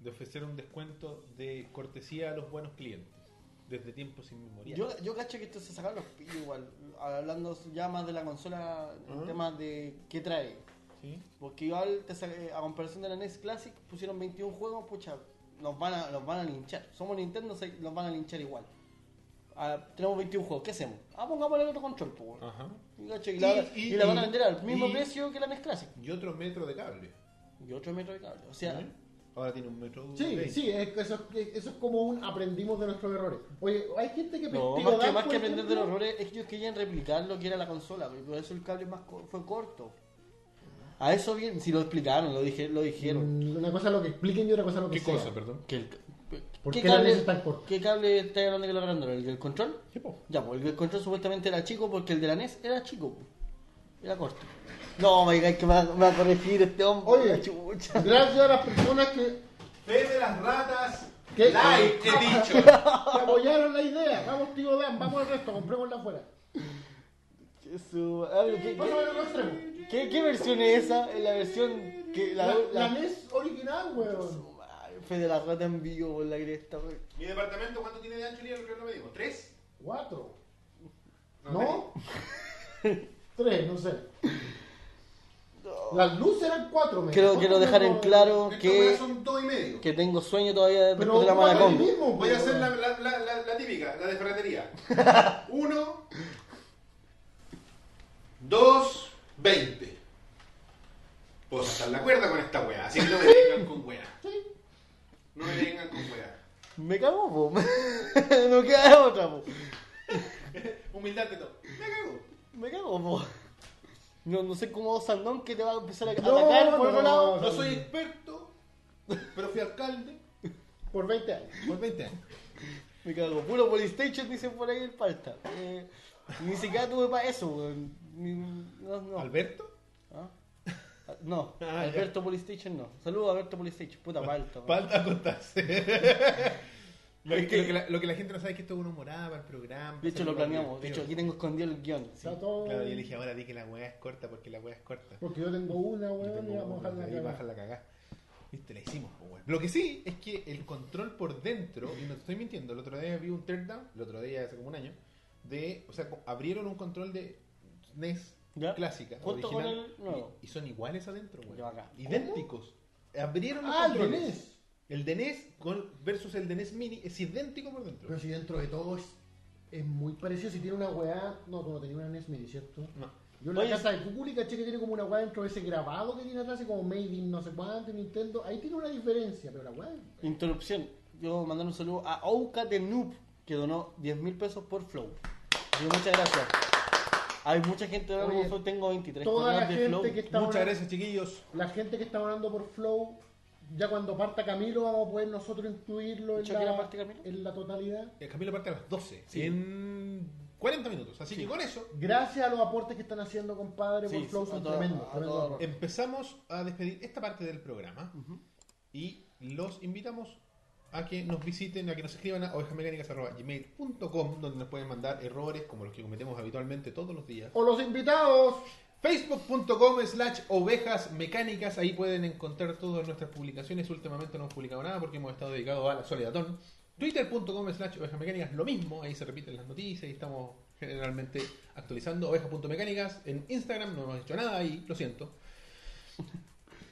A: de ofrecer un descuento de cortesía a los buenos clientes desde tiempos inmemoriales.
C: Yo, yo cacho que esto se sacaron los pillos igual, hablando ya más de la consola, en
A: Ah.
C: temas de qué trae.
A: ¿Sí?
C: Porque igual, te sa- eh, a comparación de la NES Classic, pusieron 21 juegos, pucha, nos van a, nos van a linchar. Somos Nintendo, se- nos van a linchar igual. Ah, tenemos 21 juegos, ¿qué hacemos? Ah, pongamos el otro control, pues. weón.
A: Ajá.
C: Y, cacho, y la,
A: Y- y-
C: y la van a vender al
A: y-
C: mismo
A: y-
C: precio que la NES Classic.
A: Y otro metro de cable.
C: Y otro metro de cable. O sea,
A: ¿Sí? Ahora tiene un metro.
B: Sí,
A: veinte.
B: sí, es- eso, es- eso es como un aprendimos de nuestros errores. Oye, hay gente que
C: No,
B: Tío
C: más que,
B: Dan,
C: más
B: por
C: que aprender de
B: ejemplo,
C: los errores, ellos querían replicar lo que era la consola, y por eso el cable más co- fue corto. A eso bien, si lo explicaron, lo, dije, lo dijeron.
B: mm, Una cosa es lo que expliquen y otra cosa es lo que
A: ¿Qué
B: sea.
A: cosa, perdón?
C: Que el,
B: ¿Por qué la luz es tan corta?
C: ¿Qué cable está hablando que lo agrandaron? ¿El del control?
A: ¿Qué po?
C: Ya, pues el del control supuestamente era chico porque el de la NES era chico. po. Era corto. No, me digas que me va, me va a corregir este hombre.
B: Oye,
C: la chucha.
B: gracias a las personas que,
A: Fe de las ratas.
B: ¿Qué? Ah.
A: Like, he dicho.
B: que apoyaron la idea. Vamos, tío Dan, vamos al resto, comprémosla afuera.
C: Jesús. A ver, ¿qué-
B: Vamos al otro extremo.
C: qué, qué- qué versión es esa? Es la versión que
B: La, la E
C: la-
B: NES original, weón.
C: Ay, Fue de la rata en vivo por la cresta, güey.
A: ¿Mi departamento cuánto tiene de ancho y el reloj me digo? ¿Tres?
B: Cuatro. ¿No? Tres, no sé.
C: No.
B: Las luces eran cuatro, me
C: Quiero,
B: dijo.
C: quiero dejar en claro
A: Estas
C: que,
A: weas son dos y medio.
C: que tengo sueño todavía después
B: Pero
C: de la
B: ocupa el
C: Malacón.
B: mismo,
A: Voy a
B: weón.
A: hacer la, la, la, la, la típica, la de ferretería. Uno, dos, veinte. Puedo saltar la cuerda con esta weá, así que no me vengan con weá. No me vengan con weá.
C: Me cago, po. no queda otra, po.
A: Humildad de todo. Me cago.
C: Me cago, po. No, no sé cómo Sandón que te va a empezar a
B: No,
C: atacar por otro
B: no.
C: lado.
A: No soy experto, pero fui alcalde
B: Por 20 años.
A: por 20 años.
C: Me cago. Puro Polystation dicen por ahí el palta. Eh, ni siquiera tuve para eso, weón. Ni- No, no.
A: ¿Alberto?
C: ¿Ah? Ah, No,
A: Ah, ya.
C: Alberto Polystation no. Saludos a Alberto Polystation, puta palta. weón.
A: Falta contarse. Lo
C: Es
A: que,
C: que-
A: lo que la, lo que la gente no sabe es que esto es una morada para el programa.
C: De hecho, lo planeamos. De hecho, aquí tengo escondido el guión. sí.
B: Está todo.
A: Claro, yo le dije ahora di que la weá es corta porque la weá es corta.
B: Porque yo tengo una,
A: Yo
B: weón,
A: tengo
B: y vamos a
A: uno, ahí baja
B: dejarla acá.
A: la cagá. Viste, la hicimos, po, weón. Lo que sí es que el control por dentro, y no te estoy mintiendo, el otro día vi un teardown, el otro día hace como un año, de, o sea, co- abrieron un control de NES
C: Ya.
A: clásica,
C: Junto con
A: original,
C: el nuevo.
A: Y, y son iguales adentro, weón.
C: Yo acá.
A: Idénticos. Abrieron
B: Ah, el de
A: controles.
B: NES.
A: El de NES con- versus el de NES Mini es idéntico por dentro.
B: Pero si dentro de todo es, es muy parecido. Si tiene una weá. No, como tenía una NES Mini, ¿cierto?
A: No.
B: Yo en la
C: Oye,
B: casa de Cuculi caché que tiene como una weá dentro de ese grabado que tiene atrás, y como Made in no sé cuánto, Nintendo. Ahí tiene una diferencia, pero la weá.
C: Interrupción. Yo mandar un saludo a Ouka de Noob, que donó 10 mil pesos por Flow. Yo, muchas gracias. Hay mucha gente ahora
B: Oye,
C: como yo tengo 23
B: Toda la
C: colegas de Flow.
B: gente que está
A: Muchas
B: orando-
A: gracias, chiquillos.
B: La gente que está orando por Flow, ya cuando parta Camilo vamos a poder nosotros incluirlo en
C: ¿Dicho que era
B: la,
C: parte Camilo?
B: en la totalidad.
A: Eh, Camilo parte a las 12,
C: Sí.
A: en 40 minutos. Así que con eso
B: Gracias a los aportes que están haciendo, compadre,
C: Sí,
B: por Flow,
C: sí,
B: son
C: a todo-
B: tremendos.
C: a
B: tremendos
C: todo-
B: aportes.
A: Empezamos a despedir esta parte del programa y los invitamos a que nos visiten, a que nos escriban a ovejamecánicas.gmail.com donde nos pueden mandar errores como los que cometemos habitualmente todos los días.
B: O los invitados.
A: Facebook.com slash ovejas mecánicas, ahí pueden encontrar todas nuestras publicaciones. Últimamente no hemos publicado nada porque hemos estado dedicados a la soledadón. Twitter.com slash ovejas mecánicas, lo mismo, ahí se repiten las noticias y estamos generalmente actualizando ovejas.mecánicas. En Instagram no hemos hecho nada ahí, lo siento.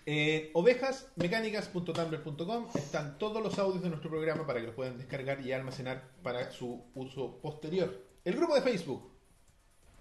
A: Eh, ovejasmecánicas.tumblr.com están todos los audios de nuestro programa para que los puedan descargar y almacenar para su uso posterior. El grupo de Facebook,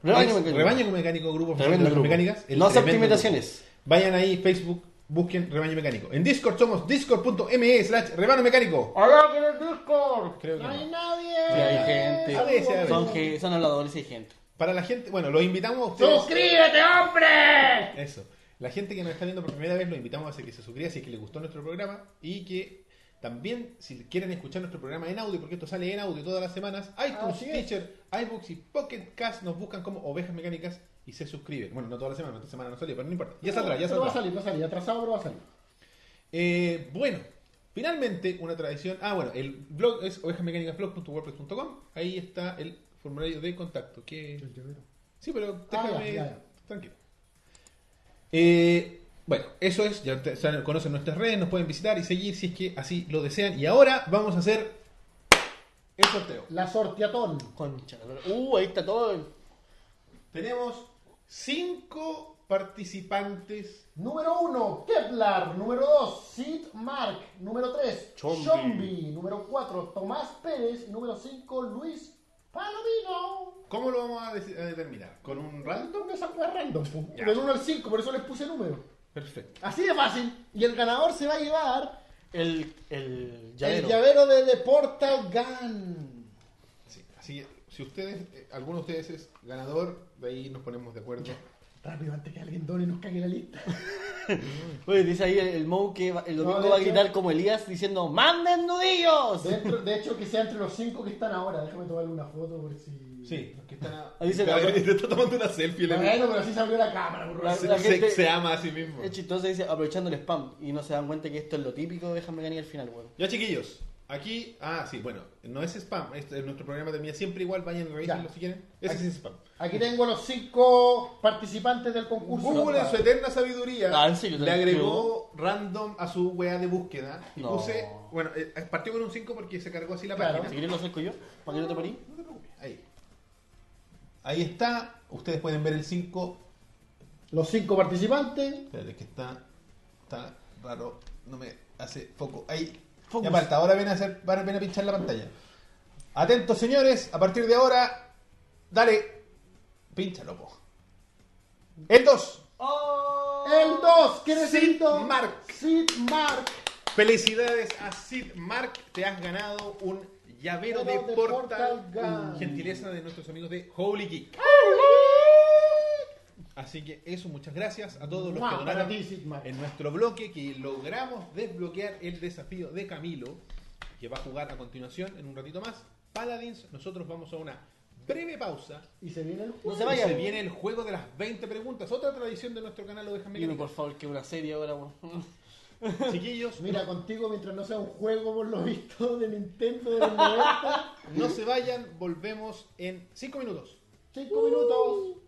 C: Rebaño
A: es
C: mecánico.
A: Rebaño Mecánico, Grupo
C: Tremendo
A: de
C: grupo.
A: Mecánicas. el
C: No acepten
A: tremendo
C: imitaciones.
A: grupo. Vayan ahí, Facebook, busquen Rebaño Mecánico. En Discord somos discord.me slash Rebaño Mecánico.
C: ¡Hola, que el Discord!
A: Creo que
B: No hay
A: no.
B: nadie.
C: Sí, hay gente.
A: A veces, a veces.
C: Son, que, son habladores y hay gente.
A: Para la gente, bueno, los invitamos a ustedes.
B: ¡Suscríbete, hombre!
A: Eso. La gente que nos está viendo por primera vez, los invitamos a que se suscriba si es que les gustó nuestro programa y que también, si quieren escuchar nuestro programa en audio, porque esto sale en audio todas las semanas, iTunes,
B: Así es.
A: Teacher, iBooks y Pocket Cast nos buscan como Ovejas Mecánicas y se suscriben. Bueno, no todas las semanas, esta semana no salió, pero no importa. Ya saldrá, ya
B: Pero va a
A: saldrá.
B: salir, va a salir. Atrasado, pero va a salir.
A: Eh, bueno, finalmente una tradición. Ah, bueno, el blog es ovejasmecánicasblog.wordpress.com. Ahí está el formulario de contacto. Que... Sí, pero
B: Ah,
A: déjame.
B: ya, ya, ya.
A: Tranquilo. Eh, Bueno, eso es, ya te- saben, conocen nuestras redes, nos pueden visitar y seguir si es que así lo desean. Y ahora vamos a hacer el sorteo.
B: La sorteatón.
C: Concha. la lora. Uh, ahí está todo.
A: Tenemos cinco participantes.
B: Número 1, Kepler. Número 2, Sid Mark. Número 3,
C: Chombi.
B: Chombi. Número 4, Tomás Pérez. Y número 5, Luis Palomino.
A: ¿Cómo lo vamos a, deci- a determinar? ¿Con un random?
B: Random, esa fue random. po.
A: Ya.
B: Del 1 al 5, por eso les puse número.
A: Perfecto.
B: Así de fácil. Y el ganador se va a llevar
C: El, el
B: el
C: llavero.
B: llavero de The Portal Gun.
A: Sí. Así que si ustedes, eh, alguno de ustedes es ganador, de ahí nos ponemos de acuerdo.
B: Rápido, antes que alguien done y nos cague la lista.
C: Oye, dice ahí el, el Mou que va- el domingo
B: No, de
C: va a
B: hecho-
C: gritar como Elías diciendo ¡Manden nudillos!
B: Dentro- de hecho, que sea entre los 5 que están ahora. Déjame tomarle una foto por si.
A: los que están a...
C: Ahí dice-
A: está tomando una selfie. la-
B: Bueno, pero así se abrió la cámara, burro.
C: La-
A: se,
C: la
A: se-
C: gente-
A: se ama a sí mismo.
C: Es chistoso, dice aprovechando el spam. Y no se dan cuenta que esto es lo típico de Déjame Ganar al final, weón.
A: Ya chiquillos, aquí, ah sí, bueno, no es spam, este, nuestro programa termina siempre igual, vayan a revisarlo
B: Ya.
A: si quieren, ese sí es spam.
B: Aquí tengo a los cinco participantes del concurso.
A: Google en su eterna sabiduría
C: Ah, ¿en serio?
A: le agregó random a su weá de búsqueda y
C: No.
A: puse, bueno, eh, partió con un 5 porque se cargó así la
B: Claro.
A: página.
C: Si querés lo saco yo, para que no te parís.
A: No te preocupes, ahí. Ahí está, ustedes pueden ver el 5,
B: Los cinco participantes.
A: espérate que está, está raro, no me hace foco, ahí.
C: Focus.
A: Ya falta, ahora ven a, hacer, van a- ven a pinchar la pantalla. Atentos señores, a partir de ahora, dale, pínchalo, po. El 2.
B: El 2, ¿quién es
A: Sid
B: el dos?
A: Mark.
B: Sid Mark.
A: Felicidades a Sid Mark, te has ganado un llavero de,
B: Llavero de
A: Portal,
B: Portal Gun.
A: gentileza de nuestros amigos de Holy Geek. Así que eso, muchas gracias a todos los
B: Mua,
A: que donaron
B: para ti, Sid Mark.
A: en nuestro bloque que logramos desbloquear el desafío de Camilo, que va a jugar a continuación en un ratito más. Paladins, nosotros vamos a una breve pausa.
B: Y se viene el juego.
C: No se vayan.
A: Se viene el juego de las 20 preguntas, otra tradición de nuestro canal, lo dejan
C: Y uno, por favor, que una serie ahora, weón.
A: Chiquillos,
B: Mira, contigo mientras no sea un juego, por lo visto, de Nintendo de los 90.
A: no se vayan, volvemos en 5 minutos.
B: Cinco minutos.